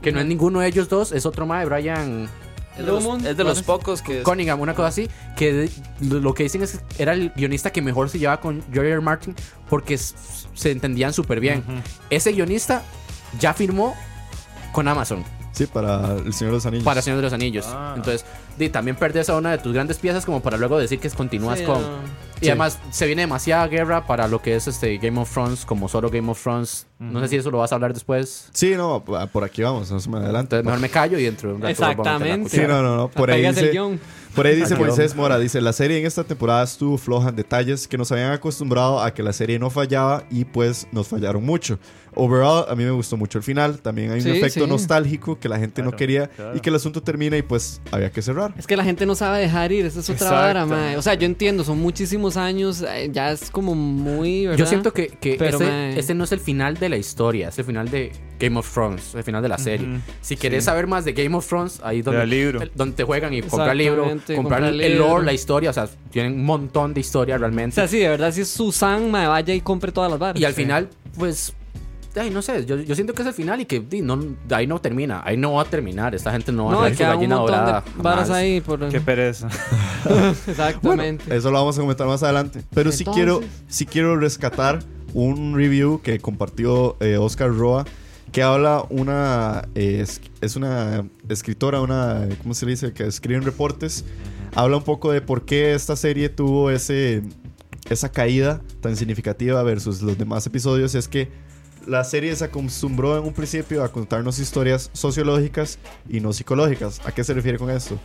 Speaker 4: que no es ninguno de ellos dos, es otro más de Brian
Speaker 7: Es de los,
Speaker 3: Drummond,
Speaker 7: es de los
Speaker 3: ¿cuál es?
Speaker 7: pocos que.
Speaker 4: Cunningham, una cosa así, que de- lo que dicen es que era el guionista que mejor se llevaba con George R. R. Martin porque s- se entendían súper bien. Ese guionista ya firmó con Amazon
Speaker 2: Sí, para El Señor de los
Speaker 3: Mm.
Speaker 2: Anillos.
Speaker 4: para Señor de los Anillos.
Speaker 3: Ah.
Speaker 4: Entonces, di, también perdés a una de tus grandes piezas como para luego decir que continúas
Speaker 3: Sí,
Speaker 4: con...
Speaker 3: no.
Speaker 4: Y además se viene demasiada guerra para lo que es este Game of Thrones, como solo Game of Thrones. No sé si eso lo vas a hablar después.
Speaker 2: Sí, no, por aquí vamos, no se me adelante.
Speaker 4: Entonces mejor me callo y dentro de un rato vuelvo a meter la
Speaker 3: Exactamente.
Speaker 2: Sí, no,
Speaker 4: cuchara.
Speaker 2: no, no. Por ahí
Speaker 3: Apegas el
Speaker 2: dice,
Speaker 3: guión.
Speaker 2: por ahí dice
Speaker 4: Aquí
Speaker 2: Moisés Mora, dice, la serie en esta temporada estuvo floja en detalles que nos habían acostumbrado a que la serie no fallaba y pues nos fallaron mucho. Overall, a mí me gustó mucho el final. También hay un
Speaker 3: Sí,
Speaker 2: efecto
Speaker 3: sí.
Speaker 2: nostálgico que la gente no
Speaker 6: Claro,
Speaker 2: quería
Speaker 6: claro.
Speaker 2: y que el asunto termina y pues había que cerrar.
Speaker 3: Es que la gente no sabe dejar ir, esa es otra
Speaker 6: Exacto.
Speaker 3: vara, mae. O sea, yo entiendo, son muchísimos años, eh, ya es como muy. ¿verdad?
Speaker 4: Yo siento que, que
Speaker 3: Pero,
Speaker 4: este,
Speaker 3: mae.
Speaker 4: este no es el final de la historia, es el final de Game of Thrones, el final de la serie.
Speaker 6: Ujú,
Speaker 4: Si querés saber más de Game of Thrones, ahí es donde,
Speaker 6: Del libro.
Speaker 4: el- donde te juegan y comprar el libro,
Speaker 3: Exactamente,
Speaker 4: comprar
Speaker 3: comprar
Speaker 4: el,
Speaker 3: el libro.
Speaker 4: lore, la historia, o sea, tienen un montón de historia
Speaker 3: O
Speaker 4: realmente.
Speaker 3: sea, sí, de verdad, si es Susan, mae, vaya y compre todas las varas.
Speaker 4: y al final, pues, ay, no sé, yo, yo siento que es el final y que di, no, ahí no termina, ahí no va a terminar, esta gente no va
Speaker 3: No,
Speaker 4: a
Speaker 3: hay
Speaker 4: tener su
Speaker 3: que un
Speaker 4: gallina
Speaker 3: montón
Speaker 4: dorada.
Speaker 3: de varas
Speaker 4: jamás.
Speaker 3: ahí. Por...
Speaker 6: Qué pereza.
Speaker 3: Exactamente.
Speaker 2: Eso lo vamos a comentar más adelante. Pero sí
Speaker 3: Entonces.
Speaker 2: quiero, sí quiero rescatar un review que compartió eh, Oscar Roa, que habla una... eh, es, es una escritora, una... ¿Cómo se le dice? Que escribe en reportes. Habla un poco de por qué esta serie tuvo ese, esa caída tan significativa versus los demás episodios. Es que la serie se acostumbró en un principio a contarnos historias sociológicas y no psicológicas. ¿A qué se refiere con esto?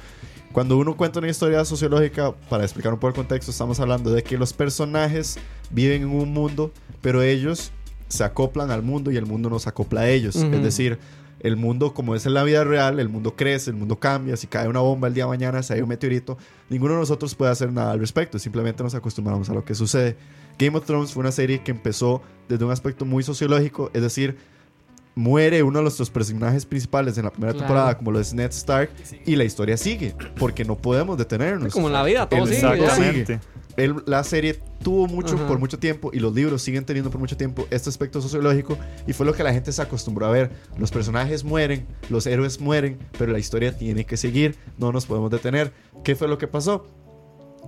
Speaker 2: Cuando uno cuenta una historia sociológica, para explicar un poco el contexto, estamos hablando de que los personajes viven en un mundo, pero ellos se acoplan al mundo y el mundo nos acopla a ellos.
Speaker 3: Ujú.
Speaker 2: Es decir, el mundo como es en la vida real, el mundo crece, el mundo cambia, si cae una bomba el día de mañana, si hay un meteorito, ninguno de nosotros puede hacer nada al respecto, simplemente nos acostumbramos a lo que sucede. Game of Thrones fue una serie que empezó desde un aspecto muy sociológico, es decir, muere uno de nuestros personajes principales en la primera
Speaker 3: Claro.
Speaker 2: temporada, como lo es Ned Stark, y la historia sigue, porque no podemos detenernos.
Speaker 3: Como en la vida, todo
Speaker 2: El-
Speaker 3: sigue.
Speaker 2: Exactamente.
Speaker 3: ¿verdad?
Speaker 2: El- la serie tuvo mucho
Speaker 3: Ajá.
Speaker 2: por mucho tiempo y los libros siguen teniendo por mucho tiempo este aspecto sociológico y fue lo que la gente se acostumbró a ver. Los personajes mueren, los héroes mueren, pero la historia tiene que seguir, no nos podemos detener. ¿Qué fue lo que pasó?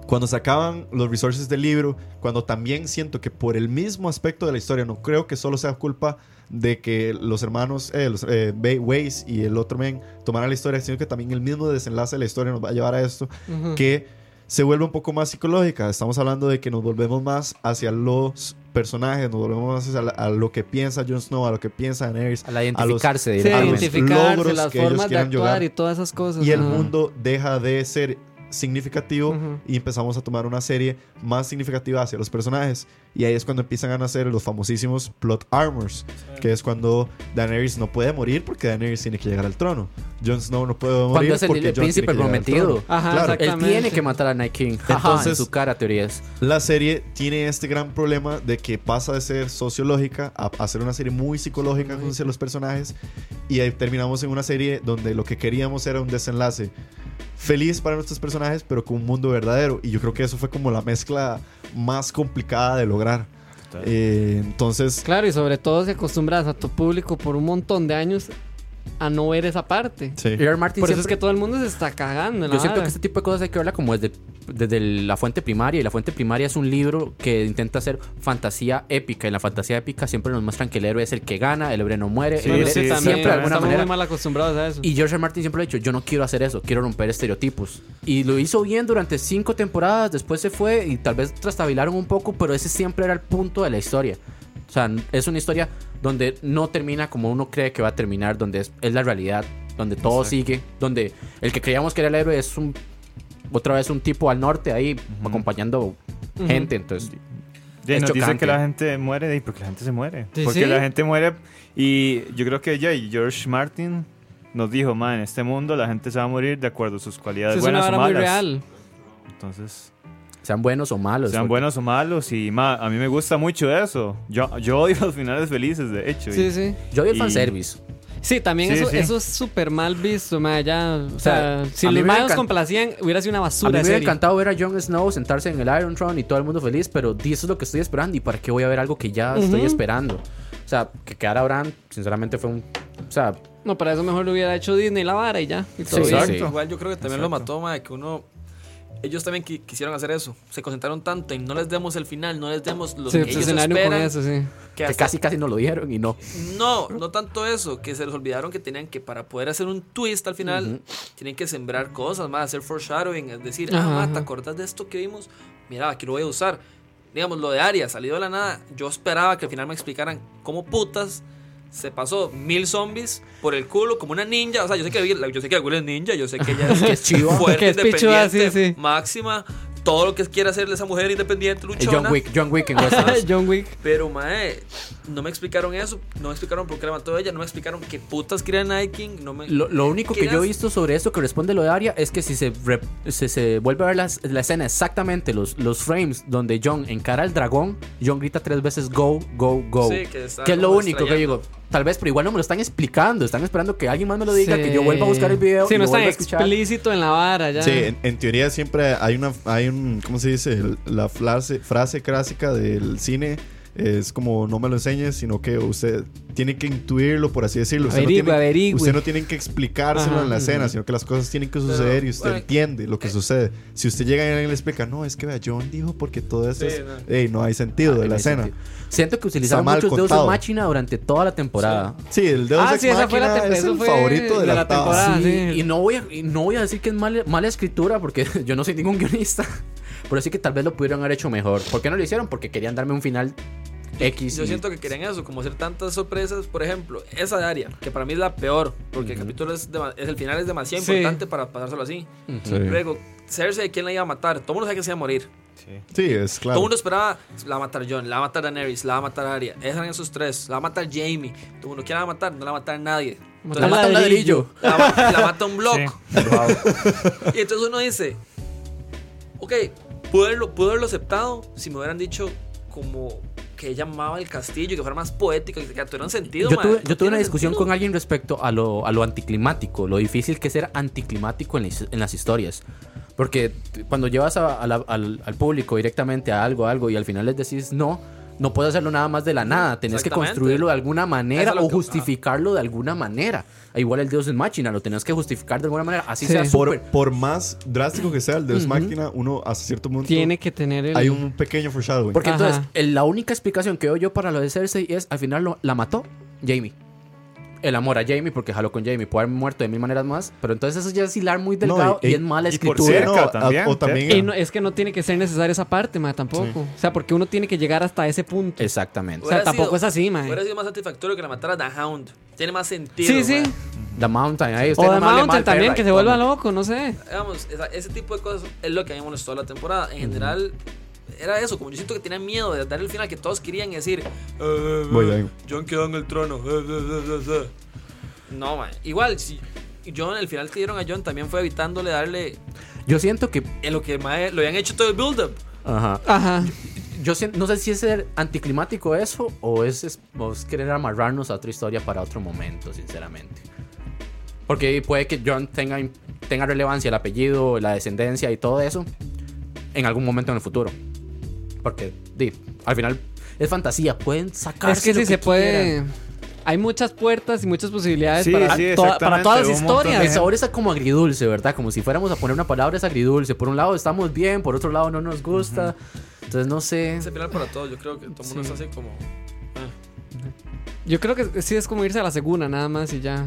Speaker 2: Cuando se acaban los resources del libro, cuando también siento que por el mismo aspecto de la historia, no creo que solo sea culpa de que los hermanos, eh, los, eh, Bay- Weiss y el otro men tomaran la historia, sino que también el mismo desenlace de la historia nos va a llevar a esto
Speaker 3: Ujú.
Speaker 2: que se vuelve un poco más psicológica. Estamos hablando de que nos volvemos más hacia los personajes, nos volvemos más hacia la- a lo que piensa Jon Snow, a lo que piensa Daenerys.
Speaker 4: A la
Speaker 2: los-
Speaker 4: identificarse
Speaker 3: Sí,
Speaker 4: directamente.
Speaker 2: identific-
Speaker 3: identificarse,
Speaker 2: logros
Speaker 3: las
Speaker 2: que ellos
Speaker 3: formas de
Speaker 2: quieran
Speaker 3: actuar
Speaker 2: llegar.
Speaker 3: y todas esas cosas.
Speaker 2: Y el
Speaker 3: ajá.
Speaker 2: mundo deja de ser significativo
Speaker 3: Ujú.
Speaker 2: y empezamos a tomar una serie más significativa hacia los personajes. Y ahí es cuando empiezan a nacer los famosísimos plot armors, que es cuando Daenerys no puede morir porque Daenerys tiene que llegar al trono. Jon Snow no puede morir
Speaker 4: es el
Speaker 2: porque Jon tiene
Speaker 4: príncipe
Speaker 2: que llegar al
Speaker 4: prometido.
Speaker 2: trono.
Speaker 3: Ajá,
Speaker 2: Claro.
Speaker 4: Él tiene
Speaker 3: Exactamente.
Speaker 4: que matar a Night King. Jaja, en
Speaker 2: Entonces-
Speaker 4: su cara, teorías.
Speaker 2: La serie tiene este gran problema de que pasa de ser sociológica a, a ser una serie muy psicológica con los personajes y ahí terminamos en una serie donde lo que queríamos era un desenlace feliz para nuestros personajes pero con un mundo verdadero y yo creo que eso fue como la mezcla más complicada de lograr. Eh, entonces,
Speaker 3: Claro, y sobre todo se acostumbras a tu público por un montón de años a no ver esa parte.
Speaker 2: sí.
Speaker 4: George R. Martin
Speaker 3: Por eso es
Speaker 4: siempre-
Speaker 3: que todo el mundo se está cagando. en la
Speaker 4: Yo siento
Speaker 3: vara.
Speaker 4: que este tipo de cosas hay que verla como desde, desde la fuente primaria. Y la fuente primaria es un libro que intenta hacer fantasía épica. Y en la fantasía épica siempre nos muestran que el héroe es el que gana, el héroe no muere.
Speaker 6: Sí,
Speaker 4: el
Speaker 3: Bueno,
Speaker 4: héroe
Speaker 3: sí,
Speaker 6: sí,
Speaker 3: también,
Speaker 4: siempre de alguna
Speaker 3: estamos
Speaker 4: manera.
Speaker 3: muy mal acostumbrados a eso.
Speaker 4: Y George R. R. Martin siempre ha dicho, yo no quiero hacer eso, quiero romper estereotipos. Y lo hizo bien durante cinco temporadas, después se fue y tal vez trastabilaron un poco, pero ese siempre era el punto de la historia. O sea, es una historia donde no termina como uno cree que va a terminar, donde es, es la realidad, donde todo sigue, donde el que creíamos que era el héroe es un otra vez un tipo al norte ahí acompañando gente, entonces
Speaker 6: Ya,
Speaker 4: Es
Speaker 6: nos dicen
Speaker 4: chocante.
Speaker 6: que la gente muere, y porque la gente se muere.
Speaker 3: Sí,
Speaker 6: porque
Speaker 3: sí.
Speaker 6: la gente muere. Y yo creo que ya y George Martin nos dijo, man, en este mundo la gente se va a morir de acuerdo a sus
Speaker 3: Sí,
Speaker 6: cualidades
Speaker 3: es una
Speaker 6: buenas o
Speaker 3: vara
Speaker 6: malas.
Speaker 3: muy real.
Speaker 6: Entonces,
Speaker 4: Sean buenos o
Speaker 2: Pues
Speaker 4: malos.
Speaker 6: sean
Speaker 4: porque-
Speaker 6: buenos o malos. Y ma, a mí me gusta mucho eso. Yo, yo odio los finales felices, de hecho. y-
Speaker 3: Sí, sí.
Speaker 4: Yo vi el
Speaker 6: Y-
Speaker 4: fanservice.
Speaker 3: Sí, también
Speaker 6: Sí,
Speaker 3: eso,
Speaker 6: sí.
Speaker 3: eso es súper mal visto, ma, ya, o sea,
Speaker 4: sea,
Speaker 3: si
Speaker 4: a mí
Speaker 3: los
Speaker 4: me
Speaker 3: magos
Speaker 4: encan-
Speaker 3: complacían, hubiera sido una
Speaker 4: A mí me
Speaker 3: basura de
Speaker 4: hubiera
Speaker 3: serie.
Speaker 4: encantado ver a Jon Snow sentarse en el Iron Throne y todo el mundo feliz, pero di, eso es lo que estoy esperando. ¿Y para qué voy a ver algo que ya estoy esperando? O sea, que quedara Bran, sinceramente fue un. O sea,
Speaker 3: No, para eso mejor lo hubiera hecho Disney la vara y ya. y todo
Speaker 4: Sí,
Speaker 3: bien.
Speaker 4: exacto.
Speaker 7: Igual yo creo que también lo mató, ma, que uno. Ellos también qui- quisieron hacer eso. Se concentraron tanto en no les demos el final, no les demos
Speaker 3: pues
Speaker 7: los
Speaker 3: Se
Speaker 7: que ellos
Speaker 3: obsesionaron con
Speaker 7: esperan.
Speaker 3: eso, sí.
Speaker 7: que
Speaker 4: que
Speaker 7: hasta-
Speaker 4: casi, casi no lo dieron y no.
Speaker 7: No, no tanto eso, que se les olvidaron que tenían que para poder hacer un twist al final, tienen que sembrar cosas, más hacer foreshadowing, es decir,
Speaker 3: Ajá,
Speaker 7: ah, ma,
Speaker 3: ajá.
Speaker 7: ¿te acordás de esto que vimos? Mira, aquí lo voy a usar. Digamos, lo de Aria, salido de la nada, yo esperaba que al final me explicaran cómo putas se pasó mil zombies por el culo como una ninja, o sea, yo sé que yo sé que Ghoul es ninja, yo sé que ella es,
Speaker 4: Que es chiva.
Speaker 7: fuerte,
Speaker 3: Que es pichuda, sí,
Speaker 7: independiente,
Speaker 3: sí.
Speaker 7: máxima, todo lo que quiera hacerle esa mujer independiente,
Speaker 4: Eh,
Speaker 7: luchona.
Speaker 4: John Wick, John Wick en Westeros.
Speaker 3: John Wick.
Speaker 7: Pero, mae, no me explicaron eso. No me explicaron por qué la mató ella. No me explicaron qué putas quería Night King. No me...
Speaker 4: Lo, lo único que yo he
Speaker 7: Quedas-
Speaker 4: visto sobre esto que responde lo de Arya es que si se, re- se, se vuelve a ver las- la escena exactamente, los, los frames donde John encara al dragón, John grita tres veces go, go, go.
Speaker 7: Sí, que está
Speaker 4: es lo
Speaker 7: como
Speaker 4: único que
Speaker 7: extrañando.
Speaker 4: digo. Tal vez, pero igual no me lo están explicando. Están esperando que alguien más me lo diga, que yo
Speaker 3: Sí.
Speaker 4: vuelva a buscar el video.
Speaker 3: Sí,
Speaker 4: y
Speaker 3: no
Speaker 4: lo
Speaker 3: es tan
Speaker 4: vuelva a escuchar.
Speaker 3: explícito en la vara ya.
Speaker 2: Sí, en, en teoría siempre hay una, hay un, ¿cómo se dice? La frase, frase clásica del cine es como no me lo enseñes, sino que usted tiene que intuirlo, por así decirlo. Usted
Speaker 3: Averigüe,
Speaker 2: no tiene,
Speaker 3: averigüe.
Speaker 2: Usted no tiene que explicárselo
Speaker 3: Ajá.
Speaker 2: en la escena, sino que las cosas tienen que suceder y usted
Speaker 7: bueno,
Speaker 2: entiende
Speaker 7: eh,
Speaker 2: lo que sucede. Si usted llega y alguien le explica, no, es que vea, John dijo porque todo eso
Speaker 7: Sí,
Speaker 2: es-
Speaker 7: no.
Speaker 2: Ey, no hay
Speaker 3: Ah,
Speaker 2: sentido de
Speaker 4: Ay,
Speaker 2: la
Speaker 4: no
Speaker 2: escena.
Speaker 4: Ah, sentido. Siento que utilizaron
Speaker 2: Está mal
Speaker 4: muchos dedos
Speaker 2: contado.
Speaker 4: de máquina durante toda la temporada.
Speaker 2: Sí, el Deus
Speaker 3: Ah,
Speaker 2: Ex
Speaker 3: sí, esa fue la
Speaker 2: Machina
Speaker 3: tem-
Speaker 2: es
Speaker 3: eso
Speaker 2: el
Speaker 3: fue
Speaker 2: favorito de,
Speaker 3: de
Speaker 2: la,
Speaker 3: la
Speaker 2: octava.
Speaker 3: temporada. Ah, sí.
Speaker 4: Y no voy a, y no voy a decir que es mal- mala escritura porque yo no soy ningún guionista. Pero sí que tal vez lo pudieron haber hecho mejor. ¿Por qué no lo hicieron? Porque querían darme un final X.
Speaker 7: Yo
Speaker 4: y-
Speaker 7: siento que querían eso, como hacer tantas sorpresas. Por ejemplo, esa de Aria, que para mí es la peor, porque el capítulo es, dema- es- el final es demasiado
Speaker 3: Sí.
Speaker 7: importante para pasárselo así. Luego, Cersei, ¿quién la iba a matar? Todo el mundo sabe que se iba a morir.
Speaker 2: Sí, es claro.
Speaker 7: Todo el mundo esperaba, la va a matar John, la va a matar Daenerys, la va a matar Arya. Esos eran esos tres. La va a matar Jamie. Todo el mundo, ¿quién la va a matar? No la va a matar nadie.
Speaker 4: La
Speaker 7: Entonces,
Speaker 4: mata un ladrillo.
Speaker 7: La, ma- la mata un blog. Y entonces uno dice, ok, pude haberlo, pude haberlo aceptado si me hubieran dicho como que ella amaba el castillo, que fuera más poético, que, que tuviera un sentido.
Speaker 4: Yo
Speaker 7: ma,
Speaker 4: tuve,
Speaker 7: no
Speaker 4: yo tuve una
Speaker 7: tiene
Speaker 4: discusión
Speaker 7: sentido.
Speaker 4: con alguien respecto a lo, a lo anticlimático, lo difícil que es ser anticlimático en, las- en las historias. Porque t- cuando llevas a- a la- al, al público directamente a algo, a algo, y al final les decís no, no puedes hacerlo nada más de la nada, tenés que
Speaker 7: Exactamente.
Speaker 4: construirlo de alguna manera
Speaker 7: Eso es lo
Speaker 4: o
Speaker 7: que-
Speaker 4: justificarlo de alguna manera. Igual el Dios en Máquina, lo tenés que justificar de alguna manera, así
Speaker 3: Sí.
Speaker 4: sea
Speaker 2: por,
Speaker 4: súper-
Speaker 2: por más drástico que sea el Deus Máquina, uno hasta cierto punto
Speaker 3: Tiene que tener el
Speaker 2: hay un pequeño foreshadowing.
Speaker 4: Porque
Speaker 3: Ajá.
Speaker 4: entonces, el- la única explicación que doy yo para lo de Cersei es, al final lo- la mató Jamie. El amor a Jamie, porque jaló con Jamie, puede haber muerto de mil maneras más, pero entonces eso ya es hilar muy delgado
Speaker 2: y-
Speaker 4: y,
Speaker 2: y-
Speaker 4: es mala
Speaker 6: y por
Speaker 4: escritura.
Speaker 6: cerca
Speaker 2: no, a-
Speaker 6: también,
Speaker 2: o también
Speaker 3: Y no- es que no tiene que ser necesaria esa parte, ma, tampoco. O sea, porque uno tiene que llegar hasta ese punto.
Speaker 4: Exactamente.
Speaker 3: O sea,
Speaker 7: Hubiera
Speaker 3: tampoco
Speaker 7: sido-
Speaker 3: es así, ma.
Speaker 7: Hubiera sido más satisfactorio que la matara The Hound. Tiene más sentido.
Speaker 3: Sí, sí.
Speaker 7: ma.
Speaker 4: The Mountain, ahí usted
Speaker 3: O
Speaker 4: no
Speaker 3: The
Speaker 4: me hable mal,
Speaker 3: Mountain también,
Speaker 4: perra,
Speaker 3: que
Speaker 4: y
Speaker 3: se vuelva
Speaker 4: todo.
Speaker 3: loco, no sé.
Speaker 7: Digamos, esa- ese tipo de cosas es lo que a mí me molestó la temporada. En general, era eso. Como yo siento que tenían miedo de dar el final que todos querían y decir: "Eh,
Speaker 2: Voy
Speaker 7: eh,
Speaker 2: ahí.
Speaker 7: John quedó en el trono. eh, eh, eh, eh, eh". No, man. Igual, si John, el final que dieron a John también fue evitándole darle
Speaker 4: Yo siento que...
Speaker 7: en lo que mae, lo habían hecho todo el build-up.
Speaker 4: Ajá.
Speaker 3: Ajá.
Speaker 4: Yo siento, no sé si es ser anticlimático eso o es, es- o es querer amarrarnos a otra historia para otro momento, sinceramente. Porque puede que John tenga, im- tenga relevancia el apellido, la descendencia y todo eso en algún momento en el futuro. Porque di, al final es fantasía, pueden sacar.
Speaker 3: Es que si se puede. Hay muchas puertas y muchas posibilidades
Speaker 6: Sí,
Speaker 3: para,
Speaker 6: sí,
Speaker 3: toda-
Speaker 6: exactamente,
Speaker 3: para todas las
Speaker 6: un montón
Speaker 3: historias.
Speaker 4: El sabor está como agridulce, ¿verdad? Como si fuéramos a poner una palabra es agridulce. Por un lado estamos bien, por otro lado no nos gusta. Entonces no sé.
Speaker 7: Ese final para todos, yo creo que todo el mundo es así como.
Speaker 3: Yo creo que sí es como irse a la segunda, nada más y ya.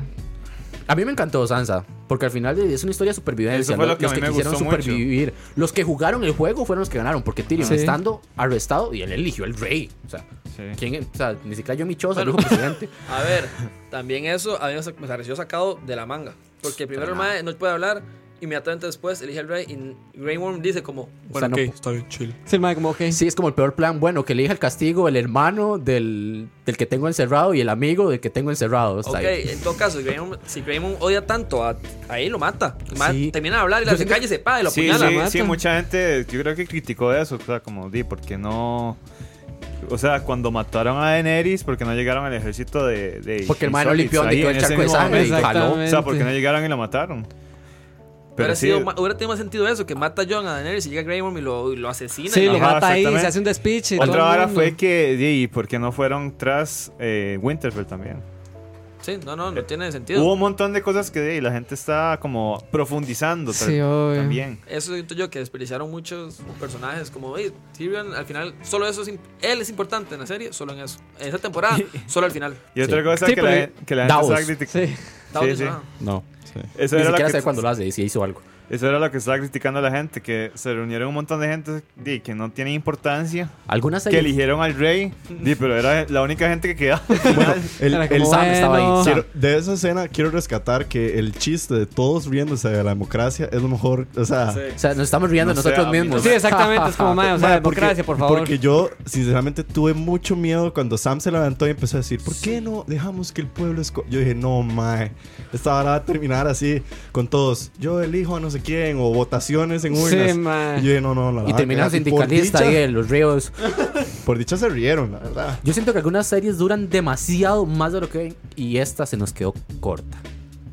Speaker 4: A mí me encantó Sansa, porque al final es una historia de supervivencia.
Speaker 6: Eso fue
Speaker 4: lo-
Speaker 6: lo que
Speaker 4: los
Speaker 6: a
Speaker 4: que
Speaker 6: mí me
Speaker 4: quisieron
Speaker 6: gustó mucho.
Speaker 4: supervivir. Los que jugaron el juego fueron los que ganaron, porque Tyrion
Speaker 3: Sí.
Speaker 4: estando arrestado y él eligió el rey. O sea,
Speaker 6: Sí.
Speaker 4: ¿quién, o sea ni siquiera yo Michosa, el hijo
Speaker 7: Bueno.
Speaker 4: presidente.
Speaker 7: A ver, también eso a mí me sa- me pareció sacado de la manga. Porque primero el
Speaker 4: nada.
Speaker 7: mae no puede hablar. inmediatamente después elige al rey y Grey Worm dice como,
Speaker 8: Bueno,
Speaker 4: sea, no-
Speaker 8: ok, está bien, chill.
Speaker 3: Sí, el mae como, ok.
Speaker 4: Sí, es como el peor plan. Bueno, que elija el castigo, el hermano del, del que tengo encerrado y el amigo del que tengo encerrado. Está
Speaker 7: ok,
Speaker 4: bien.
Speaker 7: en todo caso, Grey Worm- si Grey Worm odia tanto a, a él, lo mata. El mae
Speaker 4: Sí.
Speaker 7: Termina de hablar y la
Speaker 4: Yo
Speaker 7: se
Speaker 4: siento-
Speaker 7: calle y se paga y lo
Speaker 6: Sí,
Speaker 7: apuñala.
Speaker 6: sí,
Speaker 3: mata.
Speaker 6: sí, mucha gente yo creo que criticó eso, o sea, como di, ¿por qué no? O sea, cuando mataron a Daenerys, ¿por qué no llegaron al ejército de, de
Speaker 4: Porque el man no
Speaker 6: Isolids
Speaker 4: limpió donde
Speaker 6: ahí
Speaker 4: quedó
Speaker 6: en
Speaker 4: el
Speaker 6: ese
Speaker 4: charco de
Speaker 6: mismo
Speaker 4: sangre y
Speaker 6: momento?
Speaker 4: jaló.
Speaker 6: O sea, ¿por qué no llegaron y la mataron?
Speaker 7: Hubiera,
Speaker 6: Pero sí,
Speaker 7: sido ma- hubiera tenido más sentido eso, que mata a John a Daenerys y llega Grey Worm y lo, y lo asesina.
Speaker 3: Sí,
Speaker 7: y
Speaker 3: lo
Speaker 6: Ajá,
Speaker 3: mata ahí,
Speaker 6: exactamente.
Speaker 3: se hace un despiche. y todo
Speaker 6: otra
Speaker 3: el
Speaker 6: vara
Speaker 3: mundo.
Speaker 6: fue que, di, ¿y por qué no fueron tras eh, Winterfell también?
Speaker 7: Sí, no, no, no tiene sentido.
Speaker 6: Eh, Hubo un montón de cosas que di, la gente está como profundizando tal-
Speaker 3: Sí, obvio.
Speaker 6: también.
Speaker 7: Eso siento yo que desperdiciaron muchos personajes. Como, oye, Tyrion al final, solo eso es. im- Él es importante en la serie, solo en eso. En esa temporada, solo al final.
Speaker 6: Y otra cosa
Speaker 3: Sí,
Speaker 6: que, la,
Speaker 3: pero-
Speaker 6: gen- que la gente
Speaker 4: Davos.
Speaker 6: estaba criticando.
Speaker 3: Sí.
Speaker 7: Estaba
Speaker 6: Sí,
Speaker 7: desolado.
Speaker 2: No. Sí.
Speaker 6: Eso
Speaker 4: Ni
Speaker 6: era, lo
Speaker 4: siquiera
Speaker 6: que,
Speaker 4: sé cuándo lo hace y si hizo algo.
Speaker 6: eso era lo que estaba criticando la gente, que se reunieron un montón de gente di, que no tiene importancia,
Speaker 4: Algunas
Speaker 6: que
Speaker 4: series.
Speaker 6: eligieron al rey, di, pero era la única gente que quedaba.
Speaker 2: El-
Speaker 3: Era
Speaker 2: el-
Speaker 3: como,
Speaker 4: Sam estaba ahí.
Speaker 3: bueno.
Speaker 4: Sam.
Speaker 2: quiero- de esa escena quiero rescatar que el chiste de todos riéndose de la democracia es lo mejor. O sea,
Speaker 4: O sea, nos estamos riendo
Speaker 6: No sé,
Speaker 4: nosotros
Speaker 6: a mí no
Speaker 4: mismos.
Speaker 3: Sí, exactamente, es como, mae, o sea,
Speaker 2: Mae, porque-
Speaker 3: democracia, por favor.
Speaker 2: Porque yo, sinceramente, tuve mucho miedo cuando Sam se levantó y empezó a decir, ¿por qué no dejamos que el pueblo esco-?" Yo dije, no, mae, esta vara va a terminar así con todos. Yo elijo a no sé quién o votaciones en urnas.
Speaker 3: Sí, mae.
Speaker 2: Y yo dije, no, no, la
Speaker 4: Y
Speaker 2: verdad
Speaker 4: terminan
Speaker 3: Ah,
Speaker 2: que- y
Speaker 4: sindicalista
Speaker 2: por
Speaker 4: ahí
Speaker 2: dicha,
Speaker 4: en los ríos.
Speaker 2: por dicha se rieron, la verdad.
Speaker 4: Yo siento que algunas series duran demasiado más de lo que ven y esta se nos quedó corta.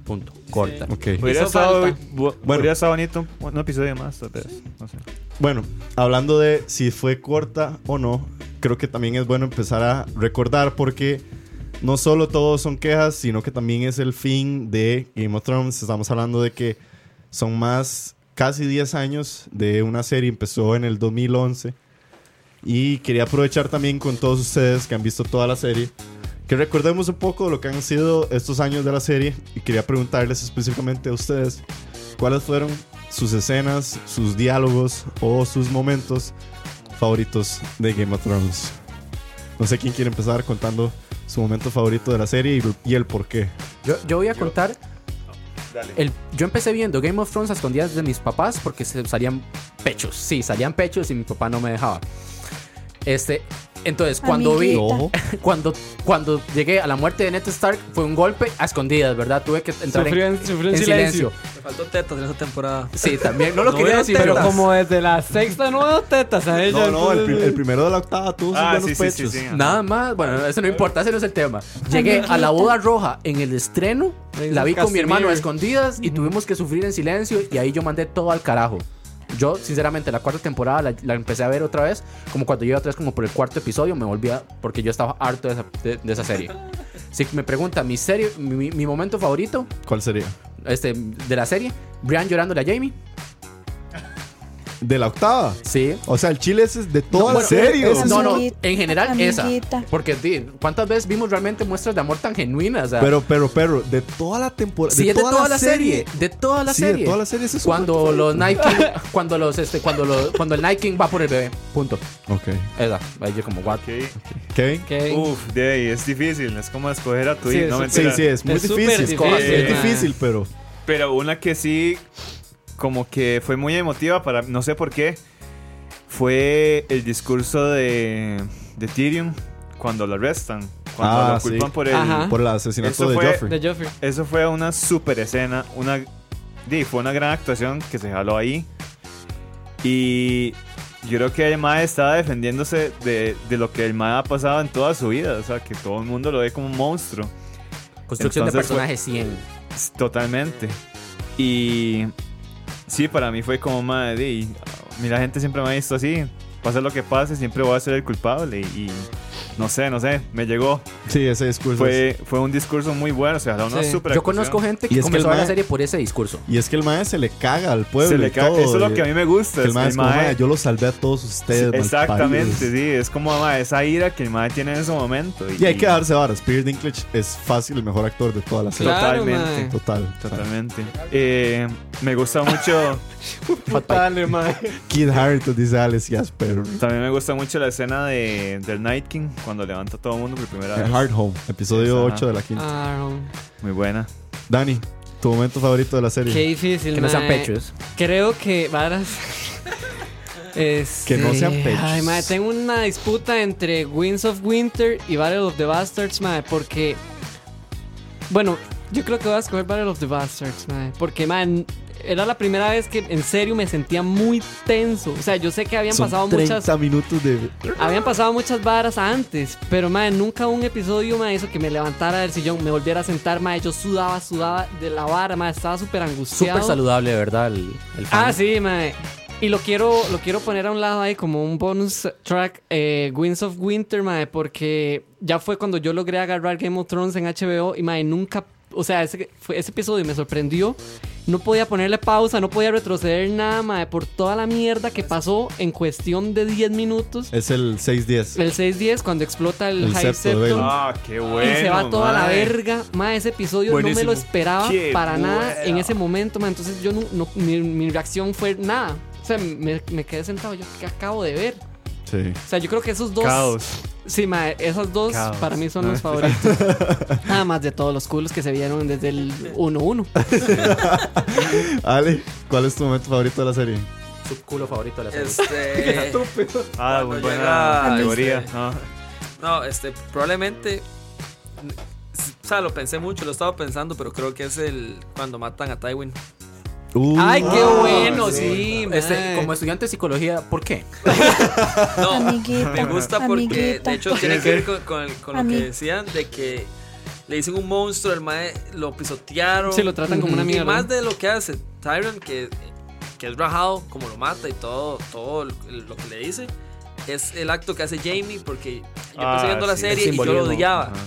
Speaker 4: Punto. Corta.
Speaker 2: Ok.
Speaker 6: Hubiera
Speaker 7: Hizo
Speaker 6: estado,
Speaker 7: falta.
Speaker 6: bu- hubiera estado bonito un- un episodio más, tal vez. No sé.
Speaker 2: Bueno, hablando de si fue corta o no, creo que también es bueno empezar a recordar porque no solo todos son quejas, sino que también es el fin de Game of Thrones. Estamos hablando de que son más casi 10 años de una serie, empezó en el 2011. Y quería aprovechar también con todos ustedes que han visto toda la serie, que recordemos un poco de lo que han sido estos años de la serie y quería preguntarles específicamente a ustedes cuáles fueron sus escenas, sus diálogos o sus momentos favoritos de Game of Thrones. No sé quién quiere empezar contando su momento favorito de la serie y, y el por qué.
Speaker 4: Yo, yo voy a contar. El, yo empecé viendo Game of Thrones a escondidas de mis papás porque se- salían pechos. Sí, salían pechos y mi papá no me dejaba. Este, entonces, cuando vi,
Speaker 5: Amiguita.
Speaker 2: Ojo.
Speaker 4: cuando, cuando llegué a la muerte de Ned Stark, fue un golpe a escondidas, ¿verdad? Tuve que entrar
Speaker 3: Sufrió
Speaker 4: en,
Speaker 3: en, sufrió en
Speaker 4: en
Speaker 3: silencio.
Speaker 4: silencio.
Speaker 7: Me faltó tetas en esa temporada.
Speaker 4: Sí, también. No lo
Speaker 7: No
Speaker 4: quería
Speaker 7: veo
Speaker 4: decir,
Speaker 7: tetas.
Speaker 4: pero
Speaker 3: Pero como desde la sexta no veo tetas a ella.
Speaker 2: No, no, el, pri-
Speaker 3: entonces-
Speaker 2: el primero de la octava tuvo sus
Speaker 6: Ah,
Speaker 2: buenos
Speaker 6: sí, sí,
Speaker 2: pechos.
Speaker 6: sí, sí.
Speaker 4: Nada más, bueno, eso no importa, ese no es el tema. Llegué a la boda roja en el estreno,
Speaker 3: Ahí
Speaker 4: la vi con mi
Speaker 3: Casimir.
Speaker 4: hermano a escondidas y tuvimos que sufrir en silencio y ahí yo mandé todo al carajo. Yo, sinceramente, la cuarta temporada la, la empecé a ver otra vez, como cuando yo iba atrás, como por el cuarto episodio, me volvía porque yo estaba harto de esa, de- de esa serie. Si me pregunta mi serie, mi, mi- mi momento favorito
Speaker 2: ¿Cuál sería?
Speaker 4: este, de la serie, Brian llorándole a Jamie.
Speaker 2: ¿De la octava?
Speaker 4: Sí.
Speaker 2: O sea, el chile ese es de toda
Speaker 4: bueno,
Speaker 2: la serie.
Speaker 5: es-
Speaker 4: No, no,
Speaker 5: Amiguita,
Speaker 4: en general
Speaker 5: amiguita.
Speaker 4: esa. Porque, di, ¿cuántas veces vimos realmente muestras de amor tan genuinas? O sea,
Speaker 2: Pero, pero, pero, de toda la temporada.
Speaker 4: Sí, es de toda, la serie. De toda la
Speaker 2: Sí, de
Speaker 4: serie.
Speaker 2: toda la serie, ese es su
Speaker 4: cuando
Speaker 2: momento
Speaker 4: los Nike. cuando los este. Cuando los, cuando el Nike va por el bebé. Punto.
Speaker 2: Ok.
Speaker 4: Esa. Ahí yo como what.
Speaker 6: Ok.
Speaker 2: Kevin.
Speaker 3: Ok.
Speaker 6: Uf, de ahí, es difícil, es como escoger a tu
Speaker 3: Sí,
Speaker 6: hijo, no
Speaker 3: es-
Speaker 2: Sí,
Speaker 6: mentira.
Speaker 2: sí, es muy
Speaker 3: Es súper
Speaker 2: difícil.
Speaker 3: difícil,
Speaker 2: Es
Speaker 6: man.
Speaker 2: difícil, pero.
Speaker 6: Pero una que sí, como que fue muy emotiva para, no sé por qué, fue el discurso de, de Tyrion cuando lo arrestan, cuando
Speaker 2: Ah,
Speaker 6: lo culpan
Speaker 2: sí.
Speaker 6: por el...
Speaker 3: Ajá.
Speaker 2: Por el
Speaker 6: Eso
Speaker 2: asesinato de
Speaker 6: fue-
Speaker 2: Joffrey.
Speaker 3: De Joffrey.
Speaker 6: Eso fue una super escena, una... di, fue una gran actuación que se jaló ahí. Y yo creo que el Mae estaba defendiéndose de, de lo que el Mae ha pasado en toda su vida, o sea, que todo el mundo lo ve como un monstruo.
Speaker 4: Construcción
Speaker 2: pues,
Speaker 4: de
Speaker 6: Entonces fue-
Speaker 4: personaje 100.
Speaker 6: Totalmente. Y sí, para mí fue como madre. Y mí la gente siempre me ha visto así. Pase lo que pase, siempre voy a ser el culpable. Y, y no sé, no sé, me llegó.
Speaker 2: Sí, ese discurso. Pues es-
Speaker 6: Fue, fue un discurso muy bueno. O sea, era una
Speaker 3: Sí.
Speaker 6: super
Speaker 4: Yo conozco
Speaker 6: actuación.
Speaker 4: gente
Speaker 2: Y
Speaker 4: que
Speaker 2: es que el
Speaker 4: comenzó a ver la
Speaker 2: mae-
Speaker 4: serie por ese discurso.
Speaker 2: Y es que el mae se le caga al pueblo.
Speaker 6: Se le
Speaker 2: y
Speaker 6: cae-
Speaker 2: todo,
Speaker 6: Eso es lo
Speaker 2: y-
Speaker 6: que a mí me gusta.
Speaker 2: que el
Speaker 6: es
Speaker 2: mae
Speaker 6: que
Speaker 2: es como,
Speaker 6: mae-
Speaker 2: "Mae, yo lo salvé a todos ustedes. malparidos".
Speaker 6: Exactamente, sí. Es como mae, esa ira que el mae tiene en ese momento. Y,
Speaker 2: Y hay que darse varas. Peter Dinklage es fácil el mejor actor de toda la serie.
Speaker 3: Claro,
Speaker 6: Totalmente.
Speaker 3: mae.
Speaker 2: Total. O sea,
Speaker 6: Totalmente. Eh, me gusta mucho.
Speaker 3: Dale, mae.
Speaker 2: Kid Harrington dice Alex Jasper.
Speaker 6: también me gusta mucho la escena de, del Night King cuando levanta a todo el mundo por primera vez.
Speaker 2: Hard Home, episodio
Speaker 6: Ajá.
Speaker 2: 8 de la quinta.
Speaker 3: Ah, no.
Speaker 6: Muy buena.
Speaker 2: Dani, tu momento favorito de la serie?
Speaker 3: Qué difícil,
Speaker 4: Que no sean
Speaker 3: mae.
Speaker 4: pechos.
Speaker 3: Creo que varas. Este,
Speaker 2: Que no sean pechos.
Speaker 3: Ay, mae, tengo una disputa entre Winds of Winter y Battle of the Bastards, mae, porque. Bueno, yo creo que voy a escoger Battle of the Bastards, mae, porque, mae, era la primera vez que en serio me sentía muy tenso. O sea, yo sé que habían
Speaker 2: Son
Speaker 3: pasado
Speaker 2: 30
Speaker 3: muchas.
Speaker 2: minutos de...
Speaker 3: Habían pasado muchas varas antes, pero mae, nunca un episodio me hizo que me levantara del sillón, me volviera a sentar, mae, yo sudaba, sudaba de la vara, mae, estaba súper angustiado.
Speaker 4: Súper saludable, ¿verdad? El, el fan.
Speaker 3: Ah, sí, mae. Y lo quiero, lo quiero poner a un lado ahí como un bonus track, eh, Winds of Winter, mae, porque ya fue cuando yo logré agarrar Game of Thrones en HBO y mae, nunca, o sea, ese, fue, ese episodio me sorprendió. No podía ponerle pausa, no podía retroceder nada, mae, por toda la mierda que pasó en cuestión de 10 minutos.
Speaker 2: Es el 6-10.
Speaker 3: El 6-10 cuando explota el,
Speaker 2: El
Speaker 3: High
Speaker 2: septo, el
Speaker 3: Septum
Speaker 2: Velo.
Speaker 6: Ah, qué
Speaker 3: y
Speaker 6: bueno.
Speaker 3: se va toda la
Speaker 6: mae.
Speaker 3: verga. Ma, ese episodio no me
Speaker 6: Buenísimo.
Speaker 3: lo esperaba
Speaker 6: Qué
Speaker 3: para nada
Speaker 6: buena.
Speaker 3: en ese momento, ma. Entonces yo no, no- mi, mi reacción fue nada. O sea, me, me quedé sentado. Yo, ¿qué acabo de ver?
Speaker 2: Sí.
Speaker 3: O sea, yo creo que esos dos.
Speaker 6: Caos.
Speaker 3: Sí, ma, esas dos
Speaker 6: Caos.
Speaker 3: para mí son los favoritos. nada más de todos los culos que se vieron desde el 1-1.
Speaker 2: Ale, ¿cuál es tu momento favorito de la serie?
Speaker 4: Su culo favorito de la serie.
Speaker 7: Este.
Speaker 6: Ah,
Speaker 7: Cuando
Speaker 6: muy buena
Speaker 7: llega,
Speaker 6: categoría.
Speaker 7: este,
Speaker 6: no.
Speaker 7: No, este, probablemente. O sea, lo pensé mucho, lo estaba pensando, pero creo que es el. Cuando matan a Tywin.
Speaker 2: Uh,
Speaker 3: Ay, qué
Speaker 7: Ah,
Speaker 3: bueno,
Speaker 7: sí.
Speaker 3: sí, ma.
Speaker 4: Este, como estudiante de psicología, ¿por qué?
Speaker 7: No,
Speaker 5: Amiguita.
Speaker 7: me gusta porque,
Speaker 5: amiguita.
Speaker 7: de hecho, tiene que ver con, con el- con lo
Speaker 5: Ami-
Speaker 7: que decían de que le dicen un monstruo, el mae lo pisotearon.
Speaker 3: Sí, lo tratan como una
Speaker 7: Y
Speaker 3: mierda.
Speaker 7: más de lo que hace Tyron, que, que es rajado, como lo mata y todo, todo el- lo que le dice, es el acto que hace Jamie, porque yo
Speaker 6: Ah,
Speaker 7: empecé viendo la
Speaker 6: sí,
Speaker 7: serie
Speaker 4: el
Speaker 7: y yo lo
Speaker 4: simbolismo.
Speaker 7: odiaba.
Speaker 6: Ajá.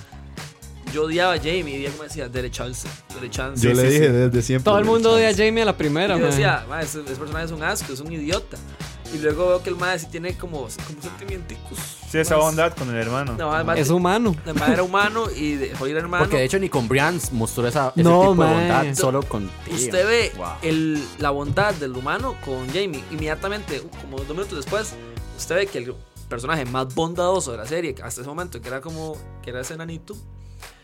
Speaker 7: Yo odiaba a Jamie y Diego me decía, dele chance, dele chance.
Speaker 2: Yo
Speaker 6: Sí,
Speaker 2: le
Speaker 6: sí,
Speaker 2: dije
Speaker 6: sí.
Speaker 2: desde siempre.
Speaker 3: Todo el mundo odia a Jamie a la primera,
Speaker 7: Y
Speaker 3: ma.
Speaker 7: yo decía, "Ma, ese, ese personaje es un asco, es un idiota. Y luego veo que el mae sí tiene como, como sentimienticos.
Speaker 6: Sí, esa
Speaker 7: Mae,
Speaker 6: bondad con el hermano.
Speaker 7: Pues, No, además,
Speaker 3: Es humano.
Speaker 7: el mae era humano y dejó ir al hermano.
Speaker 4: Porque de hecho ni con Brian mostró esa, ese
Speaker 3: No,
Speaker 4: tipo
Speaker 3: mae.
Speaker 4: de bondad, solo con
Speaker 7: Usted ve
Speaker 4: Wow.
Speaker 7: el, la bondad del humano con Jamie. Inmediatamente, uh, como dos minutos después, usted ve que el personaje más bondadoso de la serie, que hasta ese momento, que era como, que era ese nanito,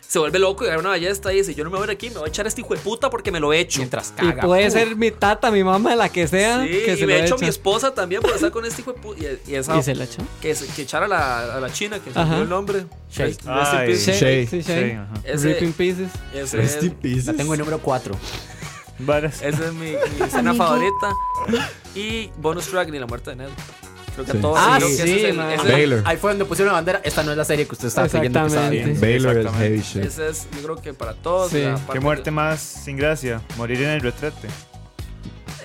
Speaker 7: se vuelve loco y agarra una ballesta y dice, yo no me voy a ir aquí, me voy a echar a este hijo de puta porque me lo he hecho.
Speaker 4: Mientras
Speaker 3: Y
Speaker 4: caga.
Speaker 3: puede ser mi tata, mi mamá, la que sea.
Speaker 7: Sí,
Speaker 3: que se
Speaker 7: y
Speaker 3: lo
Speaker 7: me ha hecho
Speaker 3: echa.
Speaker 7: mi esposa también por estar con este hijo de puta. Y, y esa,
Speaker 3: Y se la echó.
Speaker 7: que, se- que echara a la, a la china, que se me
Speaker 3: Ajá.
Speaker 7: olvidó el nombre.
Speaker 4: Shay.
Speaker 7: Rest- rest in
Speaker 6: Ay.
Speaker 7: peace.
Speaker 3: Shay,
Speaker 2: Shay,
Speaker 3: sí,
Speaker 6: Sí,
Speaker 3: Shay.
Speaker 6: ajá.
Speaker 7: Ese,
Speaker 3: Ripping Pieces.
Speaker 7: ese es,
Speaker 2: Rest in pieces.
Speaker 4: La tengo en número 4.
Speaker 6: Varas.
Speaker 7: esa es mi, mi escena
Speaker 5: Amigo.
Speaker 7: favorita. Y bonus track, ni la muerte de Ned. Creo que
Speaker 2: Sí.
Speaker 7: a todos.
Speaker 3: Ah,
Speaker 7: creo que
Speaker 3: sí,
Speaker 7: ese es el-
Speaker 3: man.
Speaker 7: ese es el-
Speaker 2: Baylor.
Speaker 4: Ahí fue donde pusieron la bandera. Esta no es la serie que usted está creyendo que estaba
Speaker 3: Exactamente.
Speaker 4: viendo.
Speaker 2: Baylor es
Speaker 6: Exactamente.
Speaker 2: heavy shit.
Speaker 7: Ese es, yo creo que para todos.
Speaker 3: Sí.
Speaker 7: la
Speaker 3: Qué
Speaker 7: parte
Speaker 6: Qué muerte más sin gracia. Morir en el retrete.
Speaker 7: que-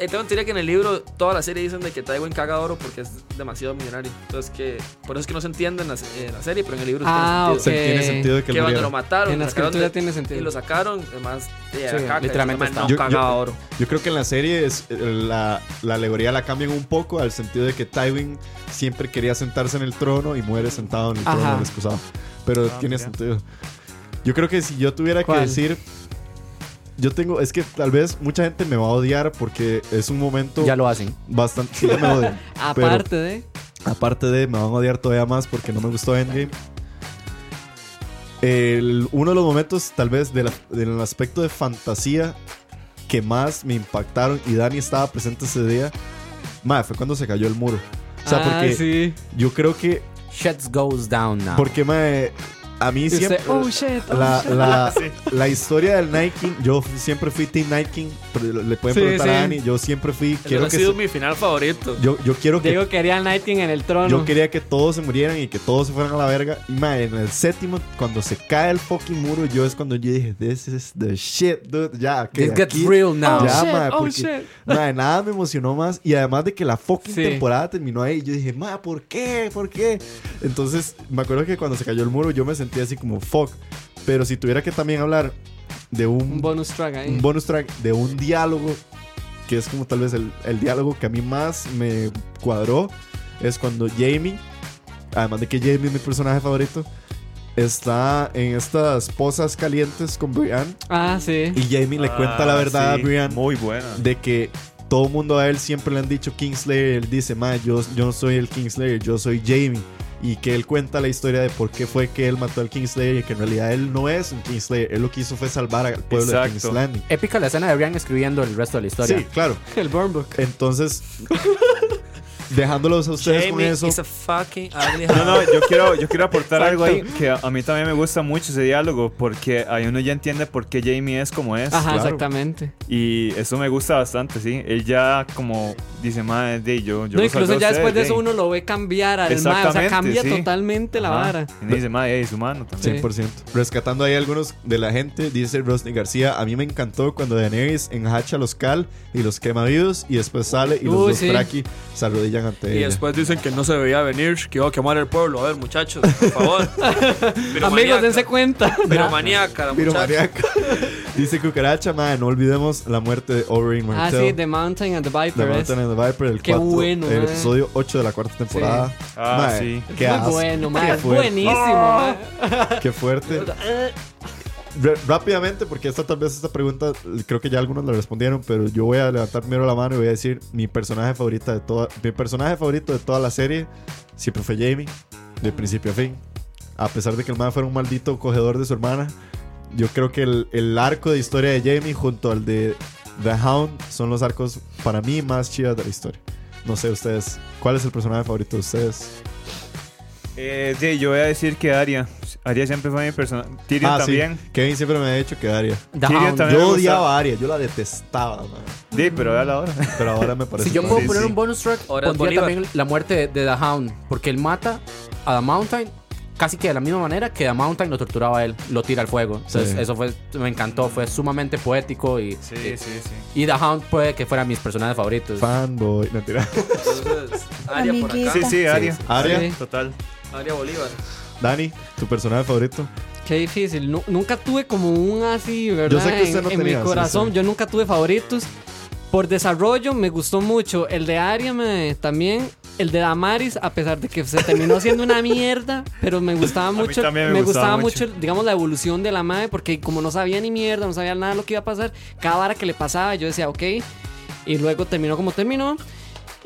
Speaker 7: Eh, tengo teoría que en el libro, toda la serie dicen de que Tywin caga oro porque es demasiado millonario. Entonces, que por eso es que no se entiende en la, se- en la serie, pero en el libro sí
Speaker 3: Ah,
Speaker 7: tiene
Speaker 2: Se-
Speaker 3: ok.
Speaker 7: sentido.
Speaker 2: Tiene sentido de que,
Speaker 7: Que
Speaker 2: él
Speaker 7: cuando
Speaker 2: muriera.
Speaker 7: lo mataron,
Speaker 3: En la
Speaker 7: lo sacaron
Speaker 3: escritura
Speaker 7: de-
Speaker 3: tiene
Speaker 7: y
Speaker 3: sentido.
Speaker 7: lo sacaron, además, de la
Speaker 4: Sí,
Speaker 7: caca,
Speaker 4: literalmente
Speaker 7: y el man
Speaker 4: está-
Speaker 7: no
Speaker 2: Yo-
Speaker 7: cagaba
Speaker 2: yo-
Speaker 7: oro.
Speaker 2: Yo creo que en la serie es, eh, la, la alegoría la cambian un poco al sentido de que Tywin siempre quería sentarse en el trono y muere sentado en el
Speaker 3: Ajá.
Speaker 2: trono, el excusado. Pero
Speaker 6: Ah,
Speaker 2: tiene
Speaker 6: mira.
Speaker 2: sentido. Yo creo que si yo tuviera
Speaker 3: ¿Cuál?
Speaker 2: que decir, yo tengo, es que tal vez mucha gente me va a odiar porque es un momento
Speaker 4: Ya lo hacen.
Speaker 2: bastante... sí, ya me odian. Pero-
Speaker 3: Aparte ¿eh? de.
Speaker 2: Aparte de, me van a odiar todavía más porque no me gustó Endgame. El- uno de los momentos, tal vez, del del aspecto de fantasía que más me impactaron y Dani estaba presente ese día, madre, fue cuando se cayó el muro. O sea,
Speaker 3: Ah,
Speaker 2: porque
Speaker 3: sí.
Speaker 2: yo creo que,
Speaker 4: Shit goes down now.
Speaker 2: porque mae, a mí
Speaker 3: Y
Speaker 2: siempre.
Speaker 3: usted, oh shit. oh,
Speaker 2: La,
Speaker 3: shit.
Speaker 2: la-
Speaker 6: Sí.
Speaker 2: la historia del Night King, yo siempre fui Team Night King, pero le pueden
Speaker 3: Sí,
Speaker 2: preguntar
Speaker 3: sí.
Speaker 2: a Dani, yo siempre fui,
Speaker 7: Ese
Speaker 2: quiero
Speaker 7: ha
Speaker 2: que
Speaker 7: sido
Speaker 2: se-
Speaker 7: mi final favorito.
Speaker 2: yo, yo quiero que
Speaker 3: Diego quería el Nighting en el trono.
Speaker 2: Yo quería que todos se murieran y que todos se fueran a la verga. Y madre, en el séptimo, cuando se cae el fucking muro, yo es cuando yo dije, This is the shit, dude. Ya, que
Speaker 4: This gets
Speaker 2: aquí-
Speaker 4: real now.
Speaker 3: Oh,
Speaker 2: Ya,
Speaker 3: shit,
Speaker 2: mae,
Speaker 3: oh,
Speaker 2: porque-
Speaker 3: shit.
Speaker 2: Madre, nada me emocionó más. Y además de que la fucking
Speaker 3: Sí.
Speaker 2: temporada terminó ahí, yo dije, madre, ¿por qué? ¿Por qué? Entonces, me acuerdo que cuando se cayó el muro, yo me sentí así como, fuck. Pero si tuviera que también hablar de
Speaker 3: Un
Speaker 2: un,
Speaker 3: bonus track ahí.
Speaker 2: un bonus track, de un diálogo, que es como tal vez el, el diálogo que a mí más me cuadró, es cuando Jamie, además de que Jamie es mi personaje favorito, está en estas pozas calientes con Brian
Speaker 3: ah, sí.
Speaker 2: y Jamie le cuenta la
Speaker 6: Ah,
Speaker 2: verdad
Speaker 6: sí,
Speaker 2: a Brian
Speaker 6: Muy buena.
Speaker 2: de que todo el mundo a él siempre le han dicho Kingslayer, él dice, ma, yo, yo no soy el Kingslayer, yo soy Jamie. y que él cuenta la historia de por qué fue que él mató al Kingslayer y que en realidad él no es un Kingslayer, él lo que hizo fue salvar al pueblo de
Speaker 6: Exacto.
Speaker 2: King's Landing.
Speaker 4: Épica la escena de Brian escribiendo el resto de la historia.
Speaker 2: Sí, claro.
Speaker 3: El burn book.
Speaker 2: Entonces, dejándolos a ustedes con
Speaker 7: Jamie
Speaker 2: eso.
Speaker 7: is a fucking ugly
Speaker 6: No, no, yo quiero, yo quiero aportar
Speaker 7: Exacto.
Speaker 6: algo ahí que a, a mí también me gusta mucho ese diálogo porque ahí uno ya entiende por qué Jamie es como es.
Speaker 3: Ajá,
Speaker 2: claro.
Speaker 3: exactamente.
Speaker 6: Y eso me gusta bastante, sí. Él ya como dice, madre, de yo, yo
Speaker 3: No,
Speaker 6: los
Speaker 3: incluso
Speaker 6: salvé a
Speaker 3: ya
Speaker 6: ustedes,
Speaker 3: después de eso
Speaker 6: ey".
Speaker 3: uno lo ve cambiar al mae. O sea,
Speaker 6: Exactamente,
Speaker 3: cambia
Speaker 6: sí.
Speaker 3: totalmente la
Speaker 6: Ajá.
Speaker 3: vara.
Speaker 6: Y uno dice, madre, es humano también.
Speaker 2: 100%. Rescatando ahí algunos de la gente, dice Rosny García, a mí me encantó cuando Daenerys enhacha los Cal y los quema vivos y después sale y los
Speaker 3: Uy,
Speaker 2: dos
Speaker 3: sí.
Speaker 2: Fraki se arrodillan ante
Speaker 7: Y
Speaker 2: ella.
Speaker 7: después dicen que no se veía venir, que iba a quemar el pueblo. A ver, muchachos, por favor.
Speaker 3: Amigos, dense cuenta.
Speaker 7: Pero maníaca,
Speaker 2: Pero
Speaker 7: muchachos.
Speaker 2: maníaco. dice Cucaracha, madre, no olvidemos la muerte de Oberyn
Speaker 3: Ah,
Speaker 2: Martell.
Speaker 3: sí, The Mountain and the
Speaker 2: The
Speaker 3: Viper. es-
Speaker 2: Mountain and the Viper, el,
Speaker 3: Qué
Speaker 2: cuatro-
Speaker 3: bueno,
Speaker 2: el
Speaker 3: mae.
Speaker 2: episodio 8 de la cuarta temporada.
Speaker 6: Ah,
Speaker 2: Mae,
Speaker 6: sí.
Speaker 2: Qué
Speaker 3: Muy
Speaker 2: asco,
Speaker 3: bueno, mae.
Speaker 2: qué
Speaker 3: Es
Speaker 2: fuerte,
Speaker 3: buenísimo, mae.
Speaker 2: Qué fuerte. Re- rápidamente, porque esta tal vez esta pregunta l- creo que ya algunos la respondieron, pero yo voy a levantar primero la mano y voy a decir mi personaje favorita de toda mi personaje favorito de toda la serie siempre fue Jamie, de principio a fin. A pesar de que el man fuera un maldito cogedor de su hermana, yo creo que el, el arco de historia de Jamie junto al de The Hound son los arcos para mí más chidas de la historia. No sé ustedes, ¿cuál es el personaje favorito de ustedes?
Speaker 6: Eh, sí, yo voy a decir que Aria. Aria siempre fue mi persona. Tyrion
Speaker 2: Ah, sí,
Speaker 6: también.
Speaker 2: Kevin siempre me ha dicho que Arya.
Speaker 4: The
Speaker 6: Tyrion
Speaker 4: Hound.
Speaker 6: también. me
Speaker 2: Yo
Speaker 6: gusta.
Speaker 2: odiaba a Arya, yo la detestaba, man.
Speaker 6: Sí, pero vea la hora.
Speaker 2: Pero ahora me parece.
Speaker 4: Si yo
Speaker 2: que-
Speaker 4: puedo
Speaker 6: Sí,
Speaker 4: poner
Speaker 6: sí.
Speaker 4: un bonus track,
Speaker 7: Ahora es
Speaker 4: pondría
Speaker 7: Bolívar.
Speaker 4: también la muerte de, de The Hound. Porque él mata a The Mountain casi que de la misma manera que The Mountain lo torturaba a él, lo tira al fuego. Entonces,
Speaker 2: Sí.
Speaker 4: eso fue, me encantó, fue sumamente poético. Y,
Speaker 6: Sí, sí, sí.
Speaker 4: y The Hound puede que fuera mis personajes favoritos.
Speaker 2: fanboy. No, tira.
Speaker 7: Entonces, Aria por acá.
Speaker 5: Amiguita.
Speaker 6: Sí, sí, Aria.
Speaker 2: Aria,
Speaker 3: Sí.
Speaker 6: Total.
Speaker 7: Aria Bolívar.
Speaker 2: Dani, tu personaje favorito.
Speaker 3: Qué difícil. Nu- nunca tuve como un así, ¿verdad?
Speaker 2: sé que usted
Speaker 3: en,
Speaker 2: no
Speaker 3: en
Speaker 2: tenía,
Speaker 3: mi
Speaker 2: sí,
Speaker 3: corazón.
Speaker 2: sí.
Speaker 3: Yo nunca tuve favoritos. Por desarrollo me gustó mucho. El de Aria me- también. El de Damaris, a pesar de que se terminó siendo una mierda, pero me gustaba
Speaker 6: mí
Speaker 3: mucho.
Speaker 6: también me
Speaker 3: gustaba,
Speaker 6: gustaba
Speaker 3: mucho, digamos, la evolución de la madre, porque como no sabía ni mierda, no sabía nada de lo que iba a pasar, cada vara que le pasaba, yo decía, ok. Y luego terminó como terminó.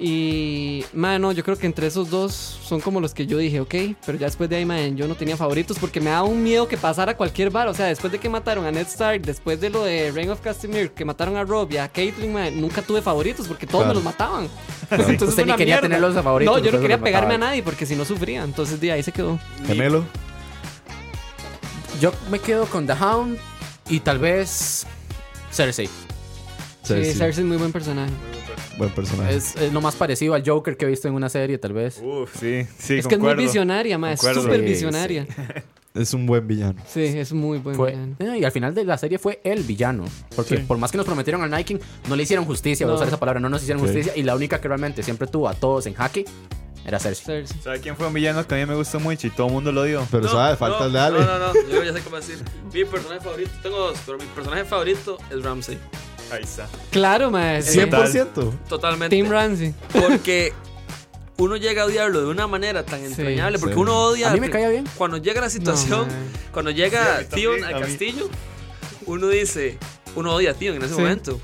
Speaker 3: Y, mano, yo creo que entre esos dos son como los que yo dije, ok, pero ya después de ahí, man, yo no tenía favoritos porque me daba un miedo que pasara cualquier bar. O sea, después de que mataron a Ned Stark, después de lo de Reign of Castamere, que mataron a Rob y a Caitlyn, man, nunca tuve favoritos porque todos
Speaker 2: Claro.
Speaker 3: me los mataban.
Speaker 4: Usted
Speaker 3: Entonces, fue
Speaker 4: ni
Speaker 3: una
Speaker 4: quería
Speaker 3: mierda.
Speaker 4: tenerlos a favoritos,
Speaker 3: No, yo no
Speaker 4: entonces
Speaker 3: quería
Speaker 4: los
Speaker 3: pegarme a
Speaker 4: mataba.
Speaker 3: nadie porque si no sufría. Entonces, de ahí se quedó.
Speaker 2: Gemelo.
Speaker 4: Yo me quedo con The Hound y tal vez Cersei.
Speaker 3: Sí,
Speaker 2: Cersei,
Speaker 3: Cersei es muy buen personaje.
Speaker 2: Buen personaje.
Speaker 4: Es, es lo más parecido al Joker que he visto en una serie, tal vez.
Speaker 6: Uf, sí,
Speaker 3: es
Speaker 6: sí,
Speaker 3: que es muy
Speaker 6: concuerdo.
Speaker 3: visionaria, man, es
Speaker 6: Concuerdo.
Speaker 3: súper
Speaker 4: Sí,
Speaker 3: visionaria. Sí.
Speaker 2: Es un buen villano.
Speaker 3: es muy buen
Speaker 4: Fue-
Speaker 3: villano.
Speaker 4: eh, y al final de la serie fue el villano. Porque
Speaker 2: Sí.
Speaker 4: por más que nos prometieron al Nike, no le hicieron justicia, voy
Speaker 3: No.
Speaker 4: a usar esa palabra, no nos hicieron
Speaker 2: Sí.
Speaker 4: justicia. Y la única que realmente siempre tuvo a todos en jaque era Cersei.
Speaker 3: Cersei.
Speaker 6: ¿Sabe quién fue un villano que a mí me gustó mucho y todo el mundo lo odió?
Speaker 2: Pero
Speaker 7: No,
Speaker 2: sabe, falta
Speaker 7: no,
Speaker 2: el Ah, de Ale.
Speaker 7: No, no, no, yo ya sé cómo decir. Mi personaje favorito, tengo dos, pero mi personaje favorito es Ramsey.
Speaker 6: Ahí está.
Speaker 3: Claro, man. sí.
Speaker 2: 100%.
Speaker 7: Totalmente.
Speaker 3: Team Ramsey.
Speaker 7: Porque uno llega a odiarlo de una manera tan entrañable. porque
Speaker 2: sí.
Speaker 7: uno odia.
Speaker 4: A mí me caía bien.
Speaker 7: Cuando llega la
Speaker 3: No,
Speaker 7: situación,
Speaker 3: man.
Speaker 7: cuando llega
Speaker 6: Sí, a mí
Speaker 7: Tion
Speaker 6: también,
Speaker 7: al
Speaker 6: a mí.
Speaker 7: castillo, uno dice. Uno odia a Tion en ese
Speaker 3: Sí.
Speaker 7: momento.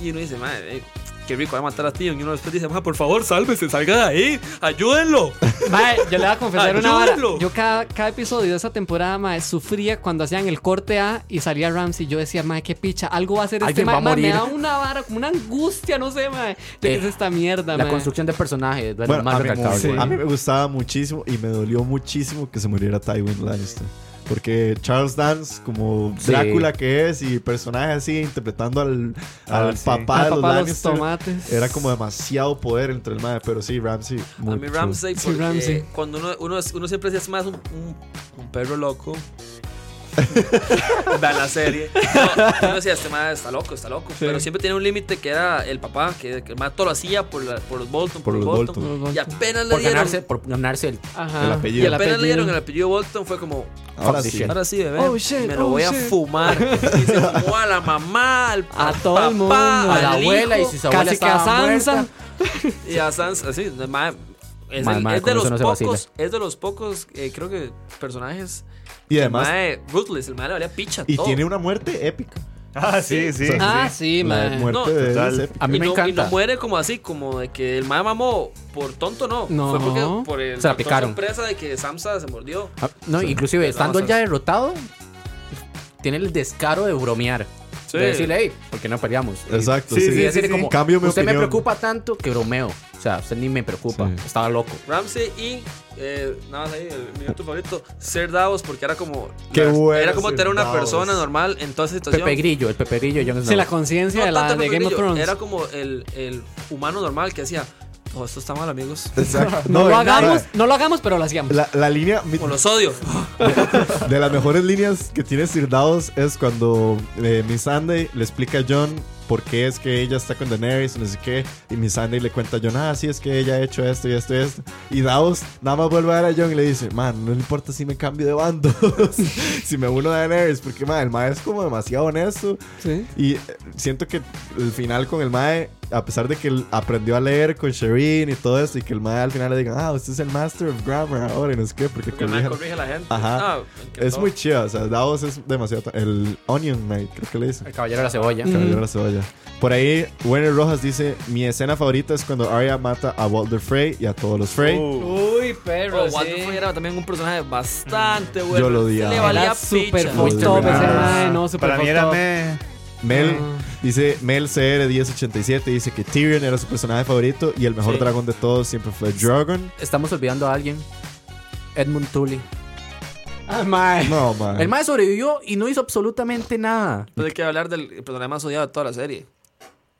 Speaker 7: Y uno dice, madre, eh, qué rico va a matar a Tion. Y uno después dice, "Ma, por favor, sálvese, salga de ahí, ayúdenlo.
Speaker 3: Mae, yo le voy a confesar
Speaker 7: Ah,
Speaker 3: una vara.
Speaker 7: Ayúdenlo.
Speaker 3: Yo cada, cada episodio de esa temporada, mae, sufría cuando hacían el corte A y salía Ramsey. Yo decía, mae, qué picha, algo va a hacer este
Speaker 4: Alguien
Speaker 3: mae.
Speaker 4: va a
Speaker 3: Mae, Me
Speaker 4: morir.
Speaker 3: da una vara, como una angustia, no sé, mae. ¿De qué
Speaker 4: Eh,
Speaker 3: es esta mierda,
Speaker 4: La
Speaker 3: mae?
Speaker 4: construcción de personajes, bueno,
Speaker 2: Bueno,
Speaker 4: más
Speaker 2: a mí,
Speaker 4: recalcable.
Speaker 2: sí.
Speaker 4: güey.
Speaker 2: a mí me gustaba muchísimo y me dolió muchísimo que se muriera Tywin Lannister. Porque Charles Dance, como
Speaker 4: Sí.
Speaker 2: Drácula que es y personaje así, interpretando al,
Speaker 6: Ah,
Speaker 2: al
Speaker 6: sí.
Speaker 2: papá
Speaker 3: Al
Speaker 2: de los
Speaker 3: papá de los
Speaker 2: Lannister,
Speaker 3: tomates.
Speaker 2: era como demasiado poder entre el madre. Pero sí, Ramsey.
Speaker 7: A mí Ramsey,
Speaker 3: Sí,
Speaker 7: porque
Speaker 3: Ramsey.
Speaker 7: cuando uno, uno, es- uno siempre es más un, un- un perro loco. Vean la serie. No, uno decía, este madre está loco, está loco. Pero siempre tenía un límite que era el papá, que, que el más todo lo hacía por, la- por los Bolton, por, los Bolton.
Speaker 3: Bolton.
Speaker 7: Y apenas le
Speaker 4: Por
Speaker 7: dieron.
Speaker 4: ganarse, por ganarse el.
Speaker 3: Ajá.
Speaker 2: El apellido.
Speaker 3: Y el
Speaker 7: apenas
Speaker 3: apellido.
Speaker 7: le dieron el apellido Bolton, fue como.
Speaker 2: Ahora
Speaker 4: Fuck the
Speaker 2: sí.
Speaker 4: shit.
Speaker 7: Ahora sí, bebé.
Speaker 3: Oh, shit,
Speaker 7: me lo
Speaker 3: oh,
Speaker 7: voy a
Speaker 3: shit.
Speaker 7: fumar. Y se fumó a la mamá, al
Speaker 3: A
Speaker 7: al
Speaker 3: todo el
Speaker 7: papá,
Speaker 3: mundo.
Speaker 4: A la
Speaker 7: al
Speaker 4: abuela y
Speaker 7: hijo,
Speaker 4: sus
Speaker 3: Casi
Speaker 4: abuelas.
Speaker 3: que a Sansa.
Speaker 7: Y a Sans, así, de ma- es,
Speaker 4: Ma-
Speaker 7: el-
Speaker 4: ma,
Speaker 7: es
Speaker 4: con
Speaker 7: de
Speaker 4: eso
Speaker 7: los
Speaker 4: no se vacila.
Speaker 7: pocos, es de los pocos, eh, creo que personajes
Speaker 2: Y además,
Speaker 7: Mae, ruthless, el mae le valía picha
Speaker 2: y
Speaker 7: todo.
Speaker 2: tiene una muerte épica.
Speaker 6: Ah, sí, sí.
Speaker 2: Sí.
Speaker 3: Ah, sí,
Speaker 2: La
Speaker 3: man.
Speaker 2: muerte
Speaker 7: No,
Speaker 2: de él
Speaker 6: total.
Speaker 2: es épica.
Speaker 4: A mí
Speaker 7: y
Speaker 4: me
Speaker 7: no, Y no
Speaker 4: encanta.
Speaker 7: muere como así, como de que el mae mamó por tonto, no.
Speaker 3: No.
Speaker 7: Fue porque por el
Speaker 4: Se la
Speaker 7: factor
Speaker 4: picaron.
Speaker 7: sorpresa de que Samsa se mordió.
Speaker 4: Ah, no, inclusive
Speaker 7: Pero
Speaker 4: estando
Speaker 7: vamos a
Speaker 4: ya derrotado, tiene el descaro de bromear.
Speaker 7: Sí.
Speaker 4: De decirle, hey, ¿por qué no peleamos? Y-
Speaker 2: Exacto,
Speaker 4: y
Speaker 2: sí,
Speaker 6: sí,
Speaker 4: decirle
Speaker 6: sí.
Speaker 4: como,
Speaker 2: Cambio mi
Speaker 4: usted me
Speaker 2: opinión".
Speaker 4: preocupa tanto que bromeo. O sea, usted ni me preocupa.
Speaker 2: Sí.
Speaker 4: Estaba loco.
Speaker 7: Ramsey y eh, nada más ahí, el minuto favorito, Ser Davos, porque era como.
Speaker 2: Qué bueno
Speaker 7: Era como
Speaker 2: Sir
Speaker 7: tener una
Speaker 2: Davos.
Speaker 7: persona normal en toda esa situación.
Speaker 4: Pepe Grillo, el Pepe Grillo, Jon Snow.
Speaker 3: Sí, la conciencia
Speaker 7: No
Speaker 3: de, la,
Speaker 7: tanto
Speaker 3: de
Speaker 7: Pepe
Speaker 3: Game of
Speaker 7: Grillo,
Speaker 3: Thrones.
Speaker 7: Era como el, el humano normal que hacía. Oh, esto está mal, amigos.
Speaker 2: Exacto.
Speaker 3: No, lo
Speaker 2: ¿verdad?
Speaker 3: hagamos, no lo hagamos, pero lo hacíamos.
Speaker 2: eh, La, la línea mi-
Speaker 7: Como los odio.
Speaker 2: de las mejores líneas que tiene Sir Davos es cuando eh, Miss Andy le explica a John por qué es que ella está con Daenerys y no sé qué. Y Miss Andy le cuenta a John, ah, sí, es que ella ha hecho esto y esto y esto. Y Davos nada más vuelve a ver a John y le dice, man, no le importa si me cambio de bando, si me uno a Daenerys, porque man, el mae es como demasiado honesto.
Speaker 3: Sí.
Speaker 2: Y eh, siento que el final con el Mae, a pesar de que él aprendió a leer con Shireen y todo eso, y que el Mae al final le diga, ah, usted es el Master of Grammar ahora y no sé qué, porque
Speaker 7: Porque me
Speaker 2: corrige-
Speaker 7: corrige a la gente.
Speaker 2: Ajá.
Speaker 7: Ah, que
Speaker 2: Es
Speaker 7: todo.
Speaker 2: muy chido, o sea, Davos es demasiado. ta- El Onion Knight, creo que le dice.
Speaker 4: El caballero de la cebolla.
Speaker 2: El Caballero de la Cebolla. Por ahí, Werner Rojas dice: Mi escena favorita es cuando Arya mata a Walder Frey y a todos los Frey.
Speaker 7: Oh,
Speaker 6: Uh,
Speaker 3: Uy,
Speaker 7: Pero
Speaker 3: perro.
Speaker 7: Watson era también un personaje bastante bueno.
Speaker 2: Yo lo odiaba.
Speaker 7: Le valía
Speaker 3: Era súper
Speaker 7: picha.
Speaker 2: fuerte.
Speaker 3: fucked up ese
Speaker 2: Ah.
Speaker 3: mae, pues, eh, no, súper
Speaker 6: para mí
Speaker 3: fucked
Speaker 6: era
Speaker 3: up.
Speaker 6: me.
Speaker 2: Mel
Speaker 3: Ah.
Speaker 2: dice: Mel CR1087 dice que Tyrion era su personaje favorito y el mejor
Speaker 4: Sí.
Speaker 2: dragón de todos siempre fue Dragon.
Speaker 4: Estamos olvidando a alguien. Edmund Tully.
Speaker 3: Ah, mae.
Speaker 2: No, man.
Speaker 4: El mae sobrevivió y no hizo absolutamente nada.
Speaker 7: Pues hay que hablar del personaje más odiado de toda la serie.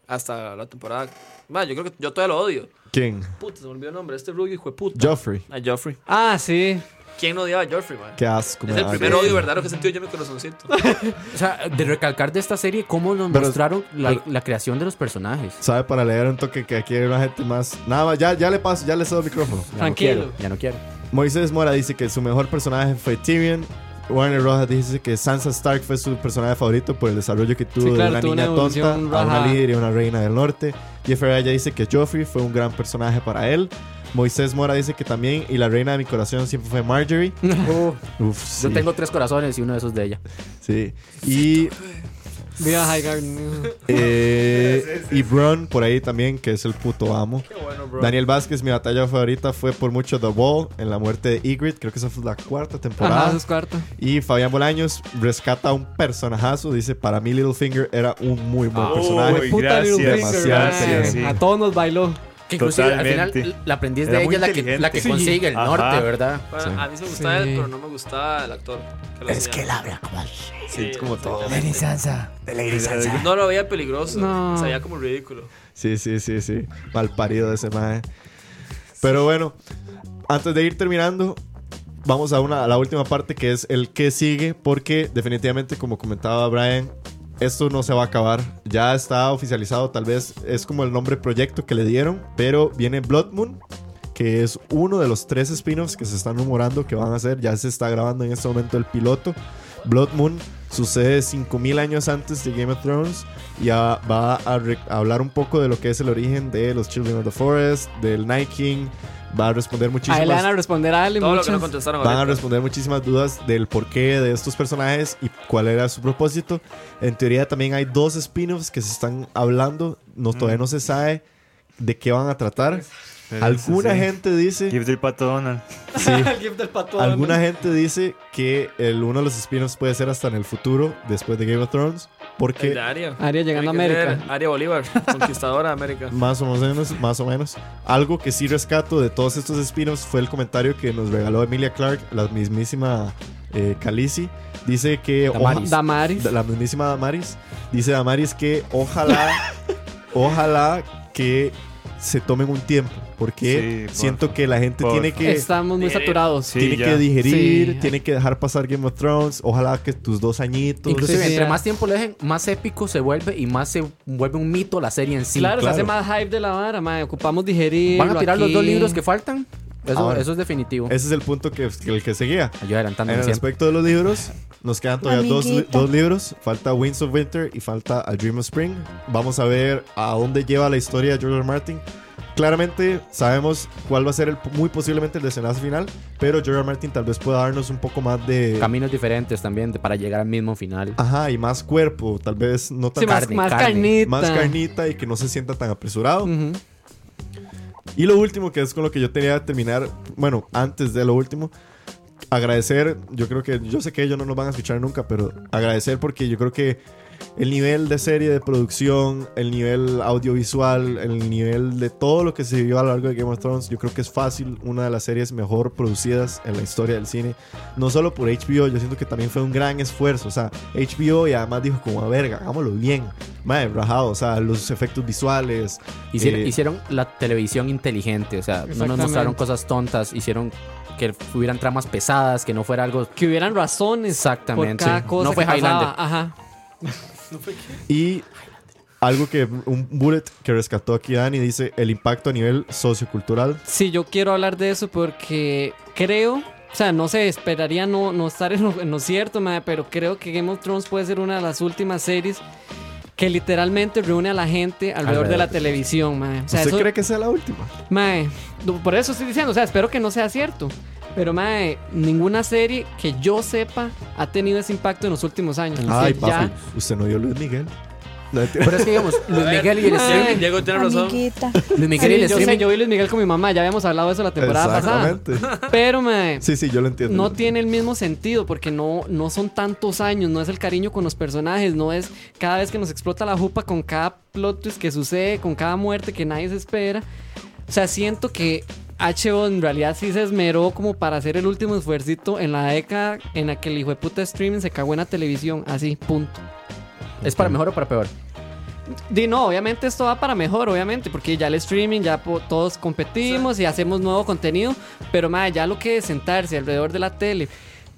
Speaker 7: Hasta la temporada. Va, yo creo que yo todavía lo odio.
Speaker 2: ¿Quién?
Speaker 7: Puta, se me olvidó el nombre. Este rubio hijo de puta.
Speaker 2: Joffrey.
Speaker 7: A Joffrey.
Speaker 3: Ah, sí.
Speaker 7: ¿Quién no odiaba a Joffrey, man?
Speaker 2: Qué asco.
Speaker 7: Es
Speaker 2: me
Speaker 7: el
Speaker 2: da
Speaker 7: primer
Speaker 2: asco.
Speaker 7: odio verdadero que he sentido yo en mi corazoncito.
Speaker 4: O sea, de recalcar de esta serie cómo nos
Speaker 2: Pero-
Speaker 4: mostraron la,
Speaker 2: pero-
Speaker 4: la creación de los personajes.
Speaker 2: Sabe para leer un toque que aquí hay una gente más. Nada más, ya, ya le paso, ya le cedo el micrófono.
Speaker 4: Ya
Speaker 3: Tranquilo.
Speaker 4: No quiero, ya no quiero.
Speaker 2: Moisés Mora dice que su mejor personaje fue Tyrion. Warner Rojas dice que Sansa Stark fue su personaje favorito por el desarrollo que tuvo
Speaker 3: Sí, claro,
Speaker 2: de
Speaker 3: tuvo
Speaker 2: una niña
Speaker 3: una
Speaker 2: tonta
Speaker 3: evolución
Speaker 2: a una
Speaker 3: raja.
Speaker 2: líder y una reina del norte. Jeffrey Aya dice que Joffrey fue un gran personaje para él. Moisés Mora dice que también y la reina de mi corazón siempre fue Marjorie. Uf, sí,
Speaker 4: Yo tengo tres corazones y uno de esos de ella.
Speaker 2: sí. Y
Speaker 3: Viva High Garden.
Speaker 2: Eh, y Bron por ahí también, que es el puto amo.
Speaker 7: bueno, bro.
Speaker 2: Daniel Vázquez, mi batalla favorita fue por mucho The Wall en la muerte de Ygritte. Creo que esa fue la cuarta
Speaker 3: Ajá,
Speaker 2: temporada.
Speaker 3: eso es cuarto.
Speaker 2: Y Fabián Bolaños rescata a un personajazo. Dice: Para mí, Littlefinger era un muy buen
Speaker 6: Ah,
Speaker 2: personaje.
Speaker 6: Uy,
Speaker 3: Puta Little
Speaker 6: gracias,
Speaker 3: Finger,
Speaker 2: gracias,
Speaker 3: mae.
Speaker 6: sí.
Speaker 3: A todos nos bailó.
Speaker 4: Que inclusive al
Speaker 6: Totalmente.
Speaker 4: final la aprendiz
Speaker 6: Era
Speaker 4: de
Speaker 6: muy
Speaker 4: ella es la que,
Speaker 6: inteligente.
Speaker 4: la que
Speaker 6: Sí.
Speaker 4: consigue el
Speaker 6: Ajá.
Speaker 4: norte, ¿verdad?
Speaker 7: Bueno, a mí se me gustaba
Speaker 3: Sí.
Speaker 7: él, pero no me gustaba el actor. es que él habla como Sí, como todo. No lo veía peligroso.
Speaker 3: No.
Speaker 7: Se veía como ridículo.
Speaker 2: Sí, sí, sí, sí. Mal parido ese maje. Pero bueno, antes de ir terminando, vamos a, una, a la última parte que es el que sigue, porque definitivamente, como comentaba Brian, esto no se va a acabar. Ya está oficializado, tal vez es como el nombre proyecto que le dieron, pero viene Blood Moon, que es uno de los tres spin-offs que se están rumorando que van a hacer. Ya se está grabando en este momento el piloto. Blood Moon sucede 5000 años antes de Game of Thrones y a- va a, re- a hablar un poco de lo que es el origen de los Children of the Forest, del Night King. Va a responder
Speaker 3: A él le van a
Speaker 2: muchísimas,
Speaker 3: responder a Ale.
Speaker 7: Todo lo que no
Speaker 3: muchas.
Speaker 7: contestaron
Speaker 2: van a
Speaker 7: ahorita.
Speaker 2: responder muchísimas dudas del porqué de estos personajes y cuál era su propósito. En teoría también hay dos spin-offs que se están hablando. No, todavía no se sabe de qué van a tratar. Alguna gente dice...
Speaker 6: Give del pato Donald.
Speaker 2: Sí. Alguna gente dice que el, uno de los spin-offs puede ser hasta en el futuro, después de Game of Thrones,
Speaker 7: El de
Speaker 2: porque
Speaker 7: Aria.
Speaker 3: Aria Ah, llegando a
Speaker 7: Tiene que
Speaker 3: América.
Speaker 7: ser Aria Bolívar, conquistadora de América.
Speaker 2: más o menos, más o menos, algo que sí rescato de todos estos spin-offs fue el comentario que nos regaló Emilia Clark, la mismísima eh, Khaleesi, dice que oja-
Speaker 4: Damaris.
Speaker 3: Damaris.
Speaker 2: la mismísima Damaris, dice Damaris que ojalá, ojalá que se tomen un tiempo, porque
Speaker 6: Sí, por
Speaker 2: siento que la gente
Speaker 6: por
Speaker 2: tiene
Speaker 6: favor.
Speaker 2: que
Speaker 3: Estamos muy
Speaker 7: Tiene-
Speaker 3: saturados.
Speaker 6: Sí.
Speaker 2: tiene
Speaker 6: ya.
Speaker 2: que digerir,
Speaker 3: Sí.
Speaker 2: tiene que dejar pasar Game of Thrones. Ojalá que tus dos añitos.
Speaker 4: Inclusive,
Speaker 3: Sí, sí,
Speaker 4: entre
Speaker 3: ya.
Speaker 4: más tiempo le dejen, más épico se vuelve y más se vuelve un mito la serie en sí.
Speaker 3: claro, se
Speaker 2: claro.
Speaker 3: hace más hype de la vara, mae. Ocupamos digerir.
Speaker 4: ¿Van a tirar los dos libros que faltan? Eso,
Speaker 2: Ahora.
Speaker 4: eso es definitivo.
Speaker 2: Ese es el punto que, que- el que seguía.
Speaker 4: Yo adelantando
Speaker 2: En el
Speaker 4: siempre.
Speaker 2: aspecto de los libros, nos quedan todavía dos, li-
Speaker 5: Amiguita.
Speaker 2: dos libros. Falta Winds of Winter y falta A Dream of Spring. Vamos a ver a dónde lleva la historia de George R. R. Martin. claramente sabemos cuál va a ser el, muy posiblemente el desenlace final, pero George R. R. Martin tal vez pueda darnos un poco más de...
Speaker 4: Caminos diferentes también de- para llegar al mismo final.
Speaker 2: Ajá, y más cuerpo, tal vez no tan...
Speaker 3: Sí, más,
Speaker 4: carne,
Speaker 3: más
Speaker 4: carne.
Speaker 3: carnita.
Speaker 2: más carnita y que no se sienta tan apresurado.
Speaker 3: Ujú.
Speaker 2: Y lo último, que es con lo que yo tenía que terminar, bueno, antes de lo último, agradecer, yo creo que, yo sé que ellos no nos van a escuchar nunca, pero agradecer porque yo creo que el nivel de serie, de producción, el nivel audiovisual, el nivel de todo lo que se vivió a lo largo de Game of Thrones, yo creo que es fácil una de las series mejor producidas en la historia del cine. No solo por HBO, yo siento que también fue un gran esfuerzo, o sea, HBO y además dijo como, a verga, hagámoslo bien, madre, rajado, o sea, los efectos visuales.
Speaker 4: Hicieron,
Speaker 2: eh,
Speaker 4: hicieron la televisión inteligente, o sea, no nos
Speaker 3: Exactamente.
Speaker 4: mostraron cosas tontas, hicieron que hubieran tramas pesadas, que no fuera algo...
Speaker 3: Que hubieran razones
Speaker 4: Exactamente.
Speaker 3: por cada
Speaker 4: Sí.
Speaker 3: cosa
Speaker 4: No fue
Speaker 3: que pasaba.
Speaker 4: Highlander.
Speaker 3: Ajá.
Speaker 2: Y algo que un bullet que rescató aquí Dani dice el impacto a nivel sociocultural.
Speaker 3: Sí, yo quiero hablar de eso porque creo, o sea, no sé, esperaría no, no estar en lo, en lo cierto, mae, pero creo que Game of Thrones puede ser una de las últimas series que literalmente reúne a la gente alrededor, de la
Speaker 4: Alrededor.
Speaker 3: televisión, mae. O sea,
Speaker 2: ¿Usted
Speaker 3: eso-
Speaker 2: cree que sea la última?
Speaker 3: Mae, du- por eso estoy diciendo, o sea, espero que no sea cierto. Pero, mae, ninguna serie que yo sepa ha tenido ese impacto en los últimos años.
Speaker 2: Ay,
Speaker 3: Sí,
Speaker 2: papi,
Speaker 3: ya.
Speaker 2: usted no vio Luis Miguel. No, mentira.
Speaker 4: Pero es que digamos, Luis
Speaker 7: A ver,
Speaker 4: Miguel y el
Speaker 3: Ay.
Speaker 4: streaming...
Speaker 7: Diego tiene razón.
Speaker 5: Amiguita.
Speaker 4: Luis Miguel
Speaker 3: Sí,
Speaker 4: y el
Speaker 3: yo, sé,
Speaker 4: streaming...
Speaker 3: yo vi Luis Miguel con mi mamá, ya habíamos hablado de eso la temporada pasada.
Speaker 2: Exactamente.
Speaker 3: Pero, mae,
Speaker 2: Sí, sí, yo lo entiendo.
Speaker 3: no tiene el mismo sentido porque no, no son tantos años, no es el cariño con los personajes, no es cada vez que nos explota la jupa con cada plot twist que sucede, con cada muerte que nadie se espera. O sea, siento que HBO en realidad sí se esmeró como para hacer el último esfuercito en la década en la que el hijo de puta streaming se cagó en la televisión, así, punto.
Speaker 4: ¿Es para mejor o para peor?
Speaker 3: Di no, obviamente esto va para mejor, obviamente, porque ya el streaming, ya po- todos competimos y hacemos nuevo contenido, pero más ya lo que es sentarse alrededor de la tele,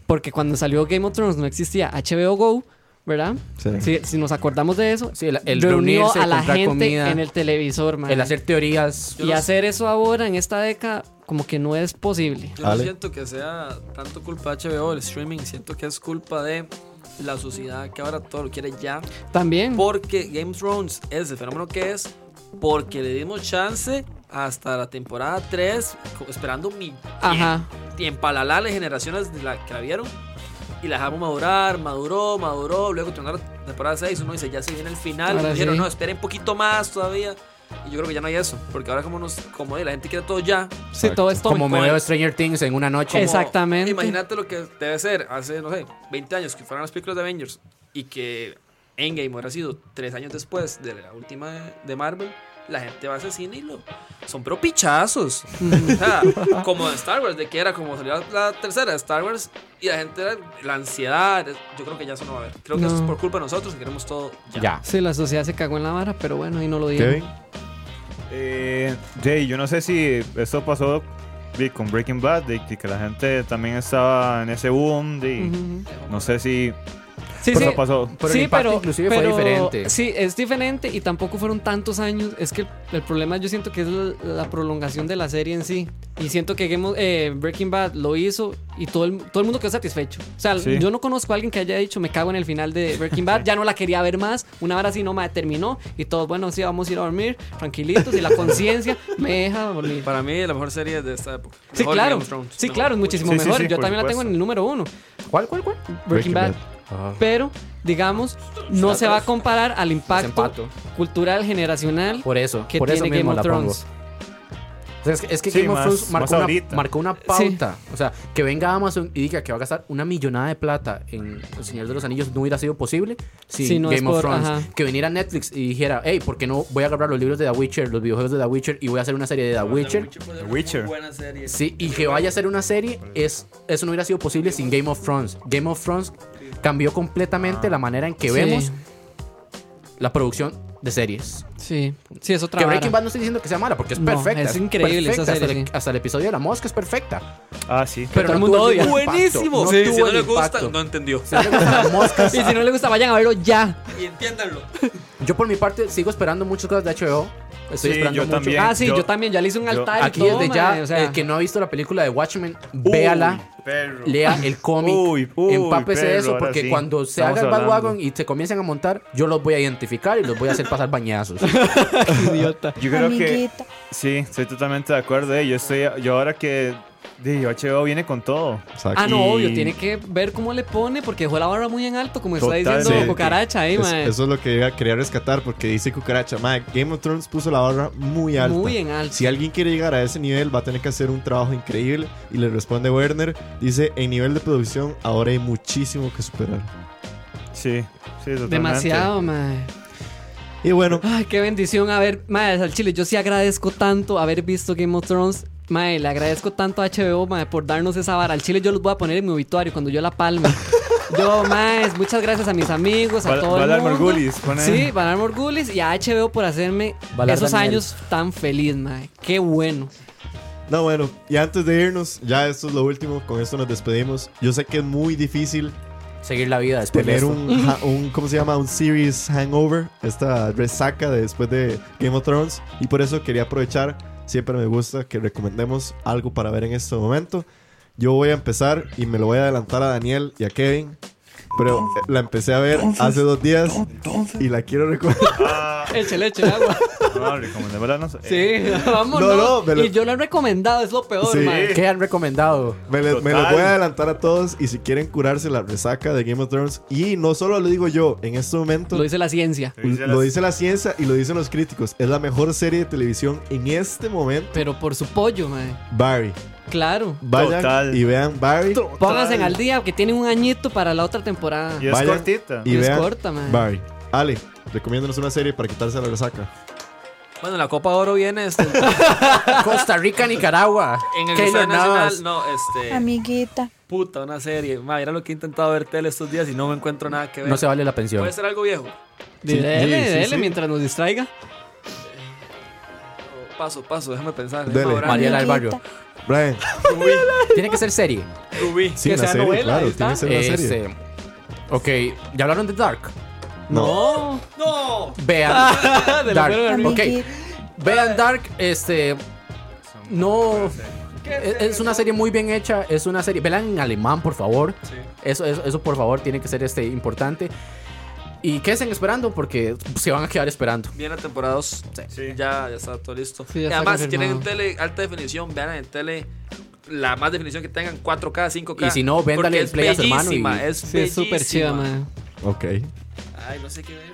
Speaker 3: porque cuando salió Game of Thrones no existía HBO Go, ¿verdad?
Speaker 2: Sí.
Speaker 3: Si, si nos acordamos de eso,
Speaker 4: Sí, el, el
Speaker 3: reunió
Speaker 4: reunirse,
Speaker 3: a la
Speaker 4: comprar
Speaker 3: gente
Speaker 4: comida,
Speaker 3: en el televisor, mae.
Speaker 4: el hacer teorías.
Speaker 3: y hacer eso ahora en esta década como que no es posible.
Speaker 7: Yo no
Speaker 2: Ale.
Speaker 7: siento que sea tanto culpa de HBO el streaming, siento que es culpa de la sociedad que ahora todo lo quiere ya.
Speaker 3: También.
Speaker 7: Porque Game of Thrones es el fenómeno que es, porque le dimos chance hasta la temporada 3, co- esperando mi
Speaker 3: Ajá.
Speaker 7: y empalalar las generaciones de la, que la vieron y la dejamos madurar, maduró, maduró, luego terminó la temporada 6, uno dice, ya se viene el final,
Speaker 3: Ahora
Speaker 7: nos dijeron,
Speaker 3: sí.
Speaker 7: no, esperen un poquito más todavía. Y yo creo que ya no hay eso, porque ahora como nos, como la gente quiere todo ya,
Speaker 3: Sí, todo esto.
Speaker 4: Como me
Speaker 7: Como-
Speaker 4: veo Stranger Things en una noche.
Speaker 3: Exacto. Exactamente.
Speaker 7: Imagínate lo que debe ser hace, no sé, 20 años que fueron las películas de Avengers y que Endgame hubiera sido 3 años después de la última de- de Marvel. La gente va a ese cine y lo. Son pero pichazos. O sea, como de Star Wars, de que era como salió la tercera de Star Wars y la gente era. La ansiedad. Yo creo que ya eso no va a haber. Creo que eso es
Speaker 3: No.
Speaker 7: por culpa de nosotros que queremos todo ya.
Speaker 4: Ya.
Speaker 3: Sí, la sociedad se cagó en la vara, pero bueno, ahí no lo digo.
Speaker 2: Kevin.
Speaker 6: Eh, Jay, yo no sé si esto pasó di, con Breaking Bad, de que la gente también estaba en ese boom. di, No sé si
Speaker 3: Sí,
Speaker 6: eso
Speaker 3: sí.
Speaker 6: pasó.
Speaker 4: Pero el impacto inclusive fue diferente.
Speaker 3: Sí, es diferente y tampoco fueron tantos años. Es que el, el problema yo siento que es la, la prolongación de la serie en sí. Y siento que Game of- eh, Breaking Bad lo hizo y todo el, todo el mundo quedó satisfecho. O sea,
Speaker 6: Sí.
Speaker 3: yo no conozco a alguien que haya dicho me cago en el final de Breaking Bad, ya no la quería ver más. Una hora así no me terminó y todos, bueno, sí, vamos a ir a dormir tranquilitos y la conciencia me deja dormir.
Speaker 7: Para mí, la mejor serie de esta época.
Speaker 3: Sí,
Speaker 7: Mejor que
Speaker 3: claro.
Speaker 7: Game of Thrones.
Speaker 3: Sí,
Speaker 7: Mejor.
Speaker 3: claro, es muchísimo
Speaker 6: Sí, sí,
Speaker 3: mejor.
Speaker 6: sí,
Speaker 3: yo
Speaker 6: por
Speaker 3: también la tengo
Speaker 6: supuesto.
Speaker 3: en el número uno.
Speaker 4: ¿Cuál, cuál, cuál?
Speaker 2: Breaking
Speaker 3: Breaking Bad.
Speaker 2: Bad.
Speaker 3: Pero, digamos, no se va a comparar al impacto
Speaker 4: Desempato.
Speaker 3: cultural generacional
Speaker 4: Por eso,
Speaker 3: que
Speaker 4: por eso
Speaker 3: tiene
Speaker 4: mismo
Speaker 3: Game
Speaker 4: la
Speaker 3: of Thrones.
Speaker 4: pongo. O sea, es que, es que
Speaker 6: Sí,
Speaker 4: Game of
Speaker 6: más-
Speaker 4: Thrones
Speaker 6: más
Speaker 4: marcó una,
Speaker 6: ahorita.
Speaker 4: marcó una pauta. O sea, que venga Amazon y diga que va a gastar una millonada de plata en El Señor de los Anillos no hubiera sido posible sin
Speaker 3: Si no es
Speaker 4: Game of
Speaker 3: por-
Speaker 4: Thrones.
Speaker 3: ajá.
Speaker 4: Que viniera Netflix y dijera, hey, ¿por qué no voy a agarrar los libros de The Witcher, los videojuegos de The Witcher y voy a hacer una serie de The Witcher?
Speaker 7: The
Speaker 6: Witcher.
Speaker 7: Buena serie.
Speaker 4: Sí, y que vaya a ser una serie, es, eso no hubiera sido posible sin Game of Thrones. Game of Thrones cambió completamente la manera en que
Speaker 3: Sí.
Speaker 4: vemos la producción de series.
Speaker 3: Sí, sí, es otra
Speaker 4: Que
Speaker 3: vara.
Speaker 4: Breaking Bad no estoy diciendo que sea mala, porque es
Speaker 3: No,
Speaker 4: perfecta.
Speaker 3: es increíble esa serie,
Speaker 4: perfecta, Hasta, el,
Speaker 3: sí.
Speaker 4: hasta el episodio de la mosca es perfecta.
Speaker 6: Ah, sí.
Speaker 4: Pero
Speaker 3: todo
Speaker 4: no
Speaker 3: el mundo
Speaker 4: tuvo
Speaker 3: odia.
Speaker 4: el impacto,
Speaker 7: Buenísimo.
Speaker 4: no
Speaker 7: Sí,
Speaker 4: tuvo
Speaker 7: si no
Speaker 4: el
Speaker 7: le gusta,
Speaker 4: impacto.
Speaker 7: no entendió.
Speaker 4: Si no le gustan las moscas.
Speaker 3: Y si no le gusta, vayan a verlo ya.
Speaker 7: Y entiéndanlo.
Speaker 4: Yo por mi parte sigo esperando muchas cosas de HBO. Estoy
Speaker 6: Sí,
Speaker 4: esperando
Speaker 6: yo
Speaker 4: mucho.
Speaker 6: también.
Speaker 3: ah, sí, yo,
Speaker 6: yo-
Speaker 3: también, ya le hice un
Speaker 6: yo-
Speaker 3: altar. y
Speaker 4: Aquí
Speaker 3: todo,
Speaker 4: desde ya, eh,
Speaker 3: mae, o sea,
Speaker 4: el que no ha visto la película de Watchmen,
Speaker 6: Uy,
Speaker 4: véala.
Speaker 6: Perro.
Speaker 4: lea el cómic,
Speaker 6: Uy, uy,
Speaker 4: empápese de
Speaker 6: perro,
Speaker 4: eso,
Speaker 6: ahora
Speaker 4: porque
Speaker 6: sí.
Speaker 4: cuando se
Speaker 6: Estamos
Speaker 4: haga el
Speaker 6: hablando.
Speaker 4: bandwagon y se comiencen a montar, yo los voy a identificar y los voy a hacer pasar bañazos.
Speaker 3: Idiota.
Speaker 6: Yo creo que
Speaker 5: Amiguita.
Speaker 6: sí, estoy totalmente de acuerdo. eh. Yo estoy, yo ahora que de HBO viene con todo.
Speaker 2: Exacto.
Speaker 3: Ah, no,
Speaker 6: Y-
Speaker 3: obvio, tiene que ver cómo le pone, porque dejó la barra muy en alto, como está
Speaker 6: Total,
Speaker 2: sí.
Speaker 3: diciendo Cucaracha ahí,
Speaker 2: Es-
Speaker 3: mae.
Speaker 2: eso es lo que yo quería rescatar porque dice cucaracha. Mae, Game of Thrones puso la barra muy alta.
Speaker 3: Muy en alto.
Speaker 2: Si alguien quiere llegar a ese nivel, va a tener que hacer un trabajo increíble. Y le responde Werner, dice, en nivel de producción ahora hay muchísimo que superar.
Speaker 6: Sí, sí, totalmente.
Speaker 3: Demasiado, mae.
Speaker 2: Y bueno,
Speaker 3: Ay, qué bendición haber, mae, al chile, yo sí agradezco tanto haber visto Game of Thrones. Mae, le agradezco tanto a HBO, mae, por darnos esa vara. Al chile yo los voy a poner en mi obituario cuando yo la palme. Yo, mae, muchas gracias a mis amigos, a
Speaker 6: Val-
Speaker 3: todo el
Speaker 6: Valar
Speaker 3: mundo.
Speaker 6: Morgulis, pone-
Speaker 3: Sí, Valar Morgulis y a HBO por hacerme
Speaker 4: Valar
Speaker 3: esos
Speaker 4: Daniel.
Speaker 3: años tan feliz, mae. Qué bueno.
Speaker 2: no, bueno. Y antes de irnos, ya esto es lo último. Con esto nos despedimos. Yo sé que es muy difícil
Speaker 4: Seguir la vida después de
Speaker 2: tener
Speaker 4: esto.
Speaker 2: un, ha- un, ¿cómo se llama? Un series hangover, esta resaca de después de Game of Thrones. Y por eso quería aprovechar, siempre me gusta que recomendemos algo para ver en este momento. Yo voy a empezar y me lo voy a adelantar a Daniel y a Kevin. Pero eh, la empecé a ver hace dos días y la quiero recomendar.
Speaker 3: Échale, échale agua.
Speaker 6: No, recomendémosla, no sé. Eh,
Speaker 3: Sí, vamos.
Speaker 2: Eh, No, no, me lo-
Speaker 3: Y yo lo he recomendado, es lo peor,
Speaker 2: Sí.
Speaker 3: mae.
Speaker 4: ¿Qué han recomendado?
Speaker 2: Me, le- me lo
Speaker 6: Total.
Speaker 2: voy a adelantar a todos y si quieren curarse la resaca de Game of Thrones. Y no solo lo digo yo, en este momento
Speaker 3: Lo dice la ciencia.
Speaker 6: Lo
Speaker 2: lo
Speaker 6: dice las-
Speaker 2: dice la ciencia y lo dicen los críticos. Es la mejor serie de televisión en este momento.
Speaker 3: Pero por su pollo, mae.
Speaker 2: Barry.
Speaker 3: Claro.
Speaker 2: Vayan
Speaker 6: Total.
Speaker 2: y vean Barry.
Speaker 3: Pónganse en al día, que tienen un añito para la otra temporada.
Speaker 6: Y es
Speaker 2: Vayan
Speaker 6: cortita.
Speaker 2: Y
Speaker 3: Es
Speaker 2: vean
Speaker 3: corta, man.
Speaker 2: Barry. Ale, recomiéndanos una serie para quitarse la resaca.
Speaker 7: Bueno, la Copa de Oro viene este, en
Speaker 4: Costa Rica, Nicaragua.
Speaker 7: el
Speaker 4: Keylor
Speaker 7: Estadio
Speaker 4: Navas.
Speaker 7: Nacional. No, este.
Speaker 5: Amiguita.
Speaker 7: Puta, una serie. Ma, era lo que he intentado ver tele estos días y no Pues me encuentro nada que ver.
Speaker 4: No se vale la pensión.
Speaker 7: Puede ser algo viejo.
Speaker 2: Sí,
Speaker 3: Dele,
Speaker 2: sí, sí,
Speaker 3: dele,
Speaker 2: sí.
Speaker 3: mientras nos distraiga.
Speaker 7: Paso, paso, déjame pensar.
Speaker 2: Dele.
Speaker 7: déjame orar.
Speaker 4: Mariela del Barrio.
Speaker 5: amiguita.
Speaker 2: Brian,
Speaker 7: Rubí,
Speaker 4: Tiene que ser serie.
Speaker 7: Rubí.
Speaker 2: sí,
Speaker 3: Que
Speaker 2: una
Speaker 3: sea
Speaker 2: serie,
Speaker 3: novela,
Speaker 2: claro,
Speaker 3: ahí
Speaker 2: tiene que
Speaker 3: está.
Speaker 2: ser una serie.
Speaker 4: Este, ok, ¿ya hablaron de Dark?
Speaker 2: No.
Speaker 3: No.
Speaker 7: ¡No!
Speaker 4: Vean.
Speaker 3: De la
Speaker 4: Dark.
Speaker 3: mano de la-
Speaker 4: Ok.
Speaker 5: Amiguita.
Speaker 4: Vean Dark, este. No. Es es una serie muy bien hecha. Es una serie. Vean en alemán, por favor. Eso, eso, eso, por favor, tiene que ser este importante. Y quédense esperando porque se van a quedar esperando.
Speaker 7: Viene la temporada 2.
Speaker 6: Sí.
Speaker 7: Ya, ya está todo listo.
Speaker 3: Sí, ya
Speaker 7: Y
Speaker 3: está
Speaker 7: además, si tienen en
Speaker 3: confirmado.
Speaker 7: tele alta definición, vean en tele la más definición que tengan, 4K, 5K.
Speaker 4: Y si no, véndale
Speaker 7: porque
Speaker 4: el
Speaker 7: es
Speaker 4: Play a su hermano y-
Speaker 7: bellísima, Es
Speaker 3: Sí, es súper chida,
Speaker 7: bellísima.
Speaker 3: man.
Speaker 2: Ok.
Speaker 7: Ay, no sé qué ver.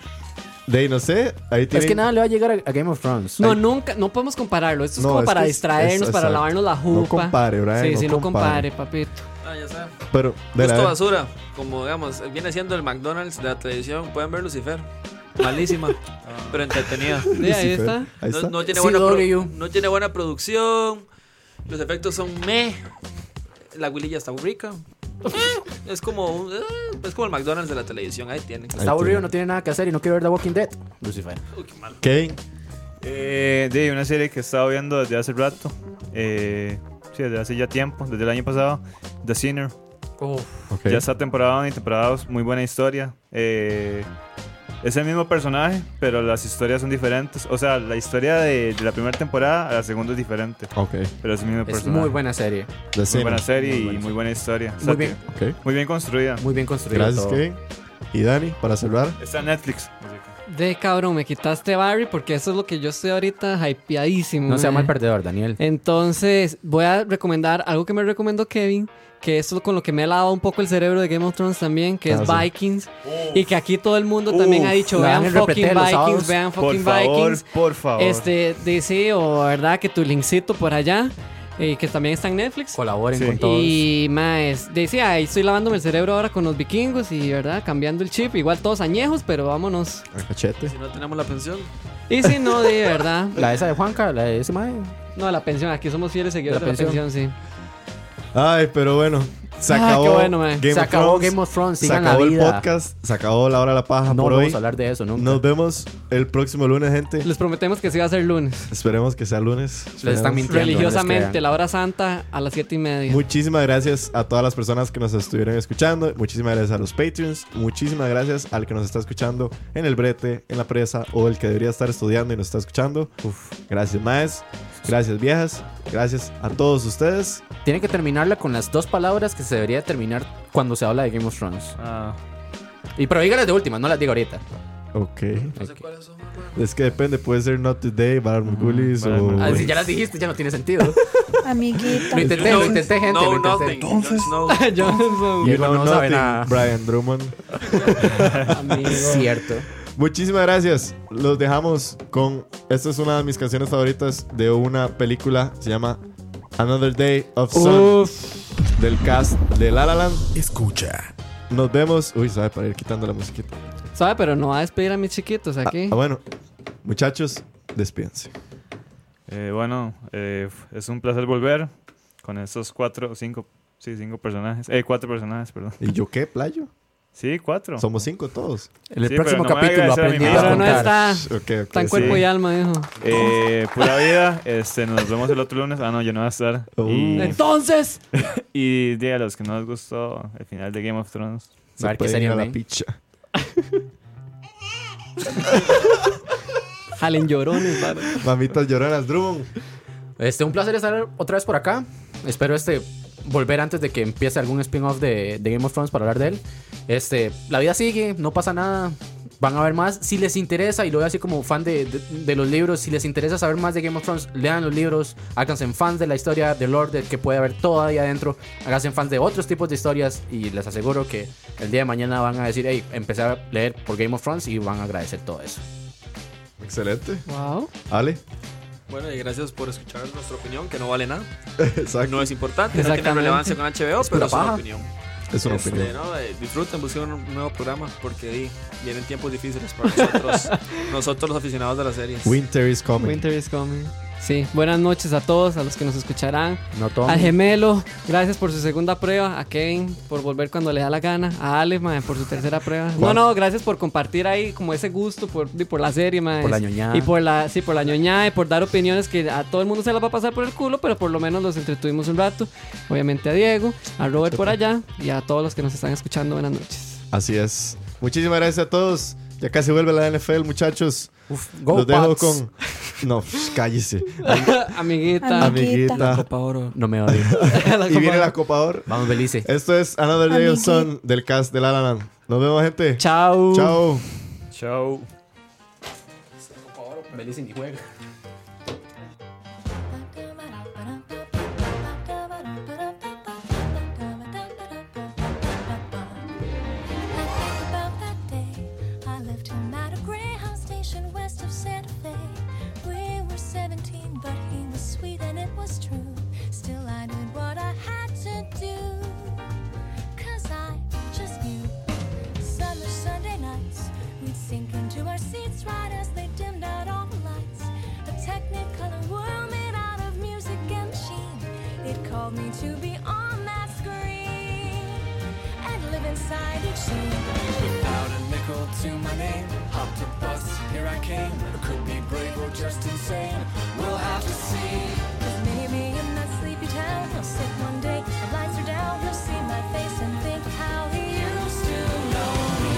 Speaker 2: De ahí, no sé. Ahí tienen...
Speaker 4: Es que nada le va a llegar a, a Game of Thrones.
Speaker 3: No,
Speaker 4: Ay,
Speaker 3: nunca, no podemos compararlo. Esto es
Speaker 2: No,
Speaker 3: como
Speaker 2: es
Speaker 3: para
Speaker 2: que es-
Speaker 3: distraernos,
Speaker 2: es-
Speaker 3: para
Speaker 2: exacto.
Speaker 3: lavarnos la jupa.
Speaker 2: No compare, Brian,
Speaker 3: Sí,
Speaker 2: no
Speaker 3: sí, no
Speaker 2: compare.
Speaker 3: compare, papito.
Speaker 7: Ah, ya está.
Speaker 2: Pero, de
Speaker 7: Gusto
Speaker 2: la
Speaker 7: basura. Como digamos, viene siendo el McDonald's de la televisión. Pueden ver Lucifer. Malísima, pero entretenida.
Speaker 3: Sí, ahí está.
Speaker 2: Ahí
Speaker 7: No,
Speaker 2: está.
Speaker 7: no tiene
Speaker 4: CW.
Speaker 7: buena pro- no tiene buena producción. Los efectos son meh. La guililla está muy rica. Eh, es como un- eh, es como el McDonald's de la televisión, ahí tienen.
Speaker 4: Está aburrido, no tiene nada que hacer y no quiere ver The Walking Dead. Lucifer.
Speaker 2: Kevin,
Speaker 6: Eh, de una serie que he estado viendo desde hace rato. Eh, sí, desde hace ya tiempo, desde el año pasado. The Sinner.
Speaker 2: ok.
Speaker 6: Ya está temporada 1 y temporada 2, muy buena historia. Eh, es el mismo personaje, pero las historias son diferentes. O sea, la historia de, de la primera temporada a la segunda es diferente,
Speaker 2: Ok.
Speaker 6: pero es el mismo
Speaker 4: Es
Speaker 6: personaje.
Speaker 4: muy buena serie.
Speaker 2: La
Speaker 6: Muy
Speaker 2: serie.
Speaker 6: buena serie
Speaker 4: Muy buena
Speaker 6: y muy buena historia.
Speaker 4: Muy bien,
Speaker 6: Sátira.
Speaker 2: Ok.
Speaker 6: muy bien construida.
Speaker 4: muy bien construida.
Speaker 2: Gracias,
Speaker 4: todo.
Speaker 2: Kevin. Y Dani, para cerrar.
Speaker 6: Está en Netflix.
Speaker 3: De cabrón, me quitaste Barry porque eso es lo que yo estoy ahorita hypeadísimo.
Speaker 4: No sea
Speaker 3: mae.
Speaker 4: mal perdedor, Daniel.
Speaker 3: Entonces, voy a recomendar algo que me recomendó Kevin, que es lo con lo que me ha lavado un poco el cerebro de Game of Thrones también, que es
Speaker 2: Claro, Ah, sí.
Speaker 3: Vikings. Y que aquí todo el mundo también
Speaker 6: Uf,
Speaker 3: ha dicho,
Speaker 4: la dan
Speaker 3: vean
Speaker 4: en
Speaker 3: fucking
Speaker 4: repetele los sábados".
Speaker 3: Vikings, vean
Speaker 6: Por
Speaker 3: fucking
Speaker 6: favor,
Speaker 3: Vikings.
Speaker 6: por favor.
Speaker 3: Este, DC o verdad que tu linkcito por allá, eh, que también está en Netflix.
Speaker 4: Colaboren
Speaker 6: Sí.
Speaker 4: con todos.
Speaker 3: Y más, decía, ahí estoy lavándome el cerebro ahora con los vikingos y, ¿verdad? Cambiando el chip. Igual todos añejos, pero vámonos.
Speaker 2: Cachete.
Speaker 7: Si no tenemos la pensión,
Speaker 3: Y si no, de verdad.
Speaker 4: La esa de Juanca, la de ese mae.
Speaker 3: No, la pensión, aquí somos fieles seguidores
Speaker 4: La
Speaker 3: de la
Speaker 4: pensión.
Speaker 3: pensión, sí.
Speaker 2: Ay, pero bueno. Se
Speaker 3: Ah, qué
Speaker 2: acabó.
Speaker 3: bueno, man.
Speaker 2: Game
Speaker 4: se
Speaker 2: of
Speaker 4: acabó
Speaker 2: Thrones,
Speaker 4: Game of Thrones,
Speaker 2: Se
Speaker 4: sigan
Speaker 2: acabó
Speaker 4: la
Speaker 2: el
Speaker 4: vida.
Speaker 2: podcast. Se acabó la hora de la paja
Speaker 4: No
Speaker 2: por
Speaker 4: vamos
Speaker 2: hoy.
Speaker 4: a hablar de eso nunca.
Speaker 2: Nos vemos el próximo lunes, gente.
Speaker 3: Les prometemos que sí va a ser lunes.
Speaker 2: Esperemos que sea lunes.
Speaker 4: Les están
Speaker 2: Esperemos.
Speaker 4: mintiendo. no les
Speaker 3: Religiosamente,
Speaker 4: crean.
Speaker 3: la hora santa a las siete y media.
Speaker 2: Muchísimas gracias a todas las personas que nos estuvieron escuchando. Muchísimas gracias a los Patreons. Muchísimas gracias al que nos está escuchando en el brete, en la presa o el que debería estar estudiando y nos está escuchando. Gracias, Maes. Gracias, viejas. Gracias a todos ustedes.
Speaker 4: Tiene que terminarla con las dos palabras que se debería terminar cuando se habla de Game of Thrones.
Speaker 6: Ah,
Speaker 4: Y pero dígalas de última, no las digo ahorita.
Speaker 2: Ok.
Speaker 7: No sé cuáles son, man.
Speaker 2: Es que depende, puede ser Not Today, Bar
Speaker 4: Mm,
Speaker 2: Margulis
Speaker 6: Bar
Speaker 2: o.
Speaker 4: Ah, si ya las dijiste, ya no tiene sentido.
Speaker 5: Amiguita.
Speaker 4: Lo intenté, lo intenté, gente.
Speaker 7: No,
Speaker 4: lo intenté.
Speaker 7: nothing.
Speaker 2: Entonces-
Speaker 7: No,
Speaker 3: Johnson,
Speaker 2: You
Speaker 4: Diego
Speaker 2: know
Speaker 4: no sabe
Speaker 2: nothing,
Speaker 4: nada.
Speaker 2: Brian Drummond.
Speaker 3: amigo.
Speaker 4: Cierto.
Speaker 2: Muchísimas gracias. Los dejamos con. Esta es una de mis canciones favoritas de una película. Se llama Another Day of Sun. Del cast de La La Land.
Speaker 1: Escucha.
Speaker 2: Nos vemos. Uy, sabe, para ir quitando la musiquita.
Speaker 3: ¿Sabe? Pero no va a despedir a mis chiquitos
Speaker 2: Ah,
Speaker 3: aquí.
Speaker 2: ah, bueno, muchachos, despídense.
Speaker 6: eh, bueno, eh, es un placer volver con estos cuatro, cinco, sí, cinco personajes. Eh, cuatro personajes, perdón.
Speaker 2: ¿Y yo qué, Playo?
Speaker 6: Sí, cuatro.
Speaker 2: Somos cinco todos.
Speaker 4: En el
Speaker 6: Sí,
Speaker 4: próximo
Speaker 6: pero no me
Speaker 4: capítulo
Speaker 6: agradecer a mi
Speaker 4: aprendiendo
Speaker 6: madre.
Speaker 4: a
Speaker 3: Pero no
Speaker 4: contar.
Speaker 3: está
Speaker 2: Ok, ok.
Speaker 3: tan
Speaker 2: sí.
Speaker 3: cuerpo y alma, dijo.
Speaker 6: Eh, pura vida, este, nos vemos el otro lunes. Ah, no, yo no voy a estar. Y,
Speaker 3: Uh. Entonces,
Speaker 6: y di a los que no les gustó el final de Game of Thrones.
Speaker 2: Se
Speaker 4: A ver qué
Speaker 2: pueden
Speaker 4: sería,
Speaker 2: ir a la
Speaker 4: men.
Speaker 2: picha.
Speaker 3: jalen llorones, padre.
Speaker 2: Mamitas lloronas, Drummond.
Speaker 4: Este, un placer estar otra vez por acá. Espero este volver antes de que empiece algún spin-off de, de Game of Thrones para hablar de él. Este, la vida sigue, no pasa nada. Van a ver más. Si les interesa, y lo veo así como fan de, de- de los libros, si les interesa saber más de Game of Thrones, lean los libros, háganse fans de la historia del Lord, del que puede haber todo ahí adentro, háganse fans de otros tipos de historias y les aseguro que el día de mañana van a decir, hey, empecé a leer por Game of Thrones y van a agradecer todo eso.
Speaker 2: Excelente.
Speaker 3: Wow.
Speaker 2: Ale.
Speaker 7: Bueno, y gracias por escuchar nuestra opinión, que no vale nada.
Speaker 2: Exacto.
Speaker 7: No es importante, no tiene
Speaker 3: Exactamente.
Speaker 7: relevancia con HBO,
Speaker 4: Es
Speaker 7: pero
Speaker 4: pura
Speaker 7: es una
Speaker 4: paja.
Speaker 7: opinión.
Speaker 2: es una
Speaker 7: Este,
Speaker 2: opinión.
Speaker 7: no, eh, disfruten, busquen un nuevo programa porque ahí vienen tiempos difíciles para nosotros, nosotros los aficionados de las series.
Speaker 2: Winter is coming.
Speaker 3: Winter is coming. Sí, buenas noches a todos, a los que nos escucharán.
Speaker 4: No todo.
Speaker 3: Al gemelo, gracias por su segunda prueba. A Kevin por volver cuando le da la gana. A Ale, mae, por su tercera prueba. No,
Speaker 2: Juan.
Speaker 3: no, gracias por compartir ahí como ese gusto por, y por la serie, mae.
Speaker 4: Por la ñoñada.
Speaker 3: Y por la, sí, por la ñoñada y por dar opiniones que a todo el mundo se las va a pasar por el culo, pero por lo menos los entretuvimos un rato. Obviamente a Diego, a Robert por allá y a todos los que nos están escuchando. Buenas noches.
Speaker 2: Así es. Muchísimas gracias a todos. Ya casi vuelve la NFL, muchachos.
Speaker 4: Uf, go
Speaker 2: Los dejo
Speaker 4: Pats.
Speaker 2: con. No, psh, cállese.
Speaker 3: Amiguita.
Speaker 2: Amiguita.
Speaker 3: Oro.
Speaker 4: No me odio.
Speaker 2: Y viene la Copa Oro.
Speaker 4: Vamos, Belice.
Speaker 2: Esto es Another Day of
Speaker 5: Amiguita.
Speaker 2: Sun del cast de La La Land. Nos vemos, gente.
Speaker 3: Chao.
Speaker 2: Chao.
Speaker 6: Chao.
Speaker 4: Belice ni juega.
Speaker 9: I lived him at a Greyhound station west of Santa Fe. We were 17, but he was sweet and it was true. Still, I did what I had to do. Cause I just knew. Summer Sunday nights, we'd sink into our seats right as they dimmed out all the lights. A technicolor world made out of music and machine. It called me to be on that screen and live inside each scene.
Speaker 10: Without a nickel to my name, hopped a bus, here I came. Could be brave or just insane. We'll have to see.
Speaker 9: Cause maybe in that sleepy town, he'll sit one day, the lights are down, he'll see my face and think how he used to know me.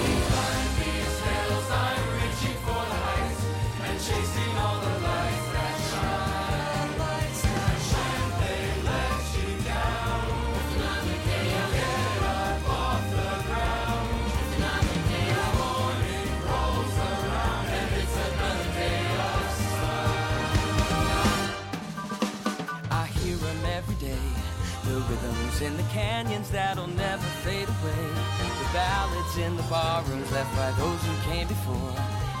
Speaker 10: I hear them every day. The rhythms in the canyons that'll never fade away. The ballads in the barrooms left by those who came before.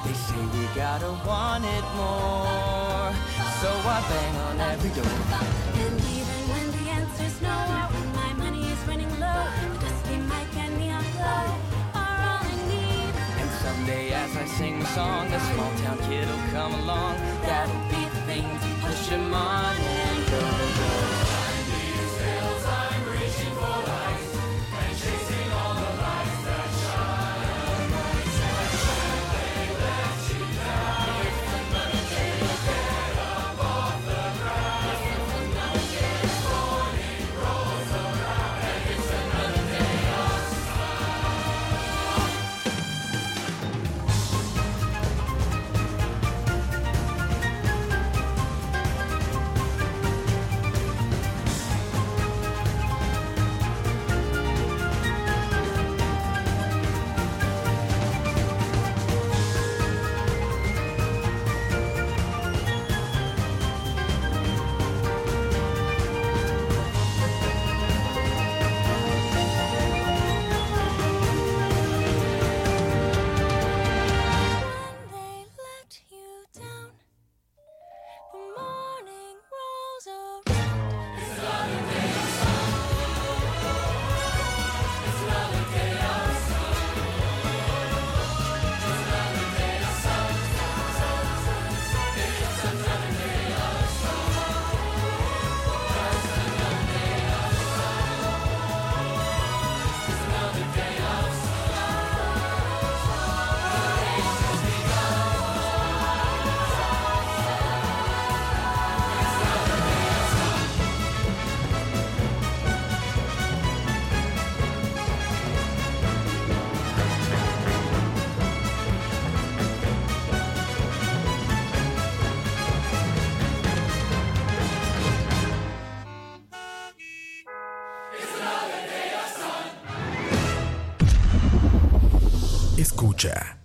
Speaker 10: They say we gotta want it more. So I bang on every door.
Speaker 9: And even when the answer's no, or when my money is running low, the dusty mic and neon glow are all I need.
Speaker 10: And someday as I sing the song, a small town kid'll come along. That'll be the thing to push him on and go, go.
Speaker 9: Thank
Speaker 1: Escucha.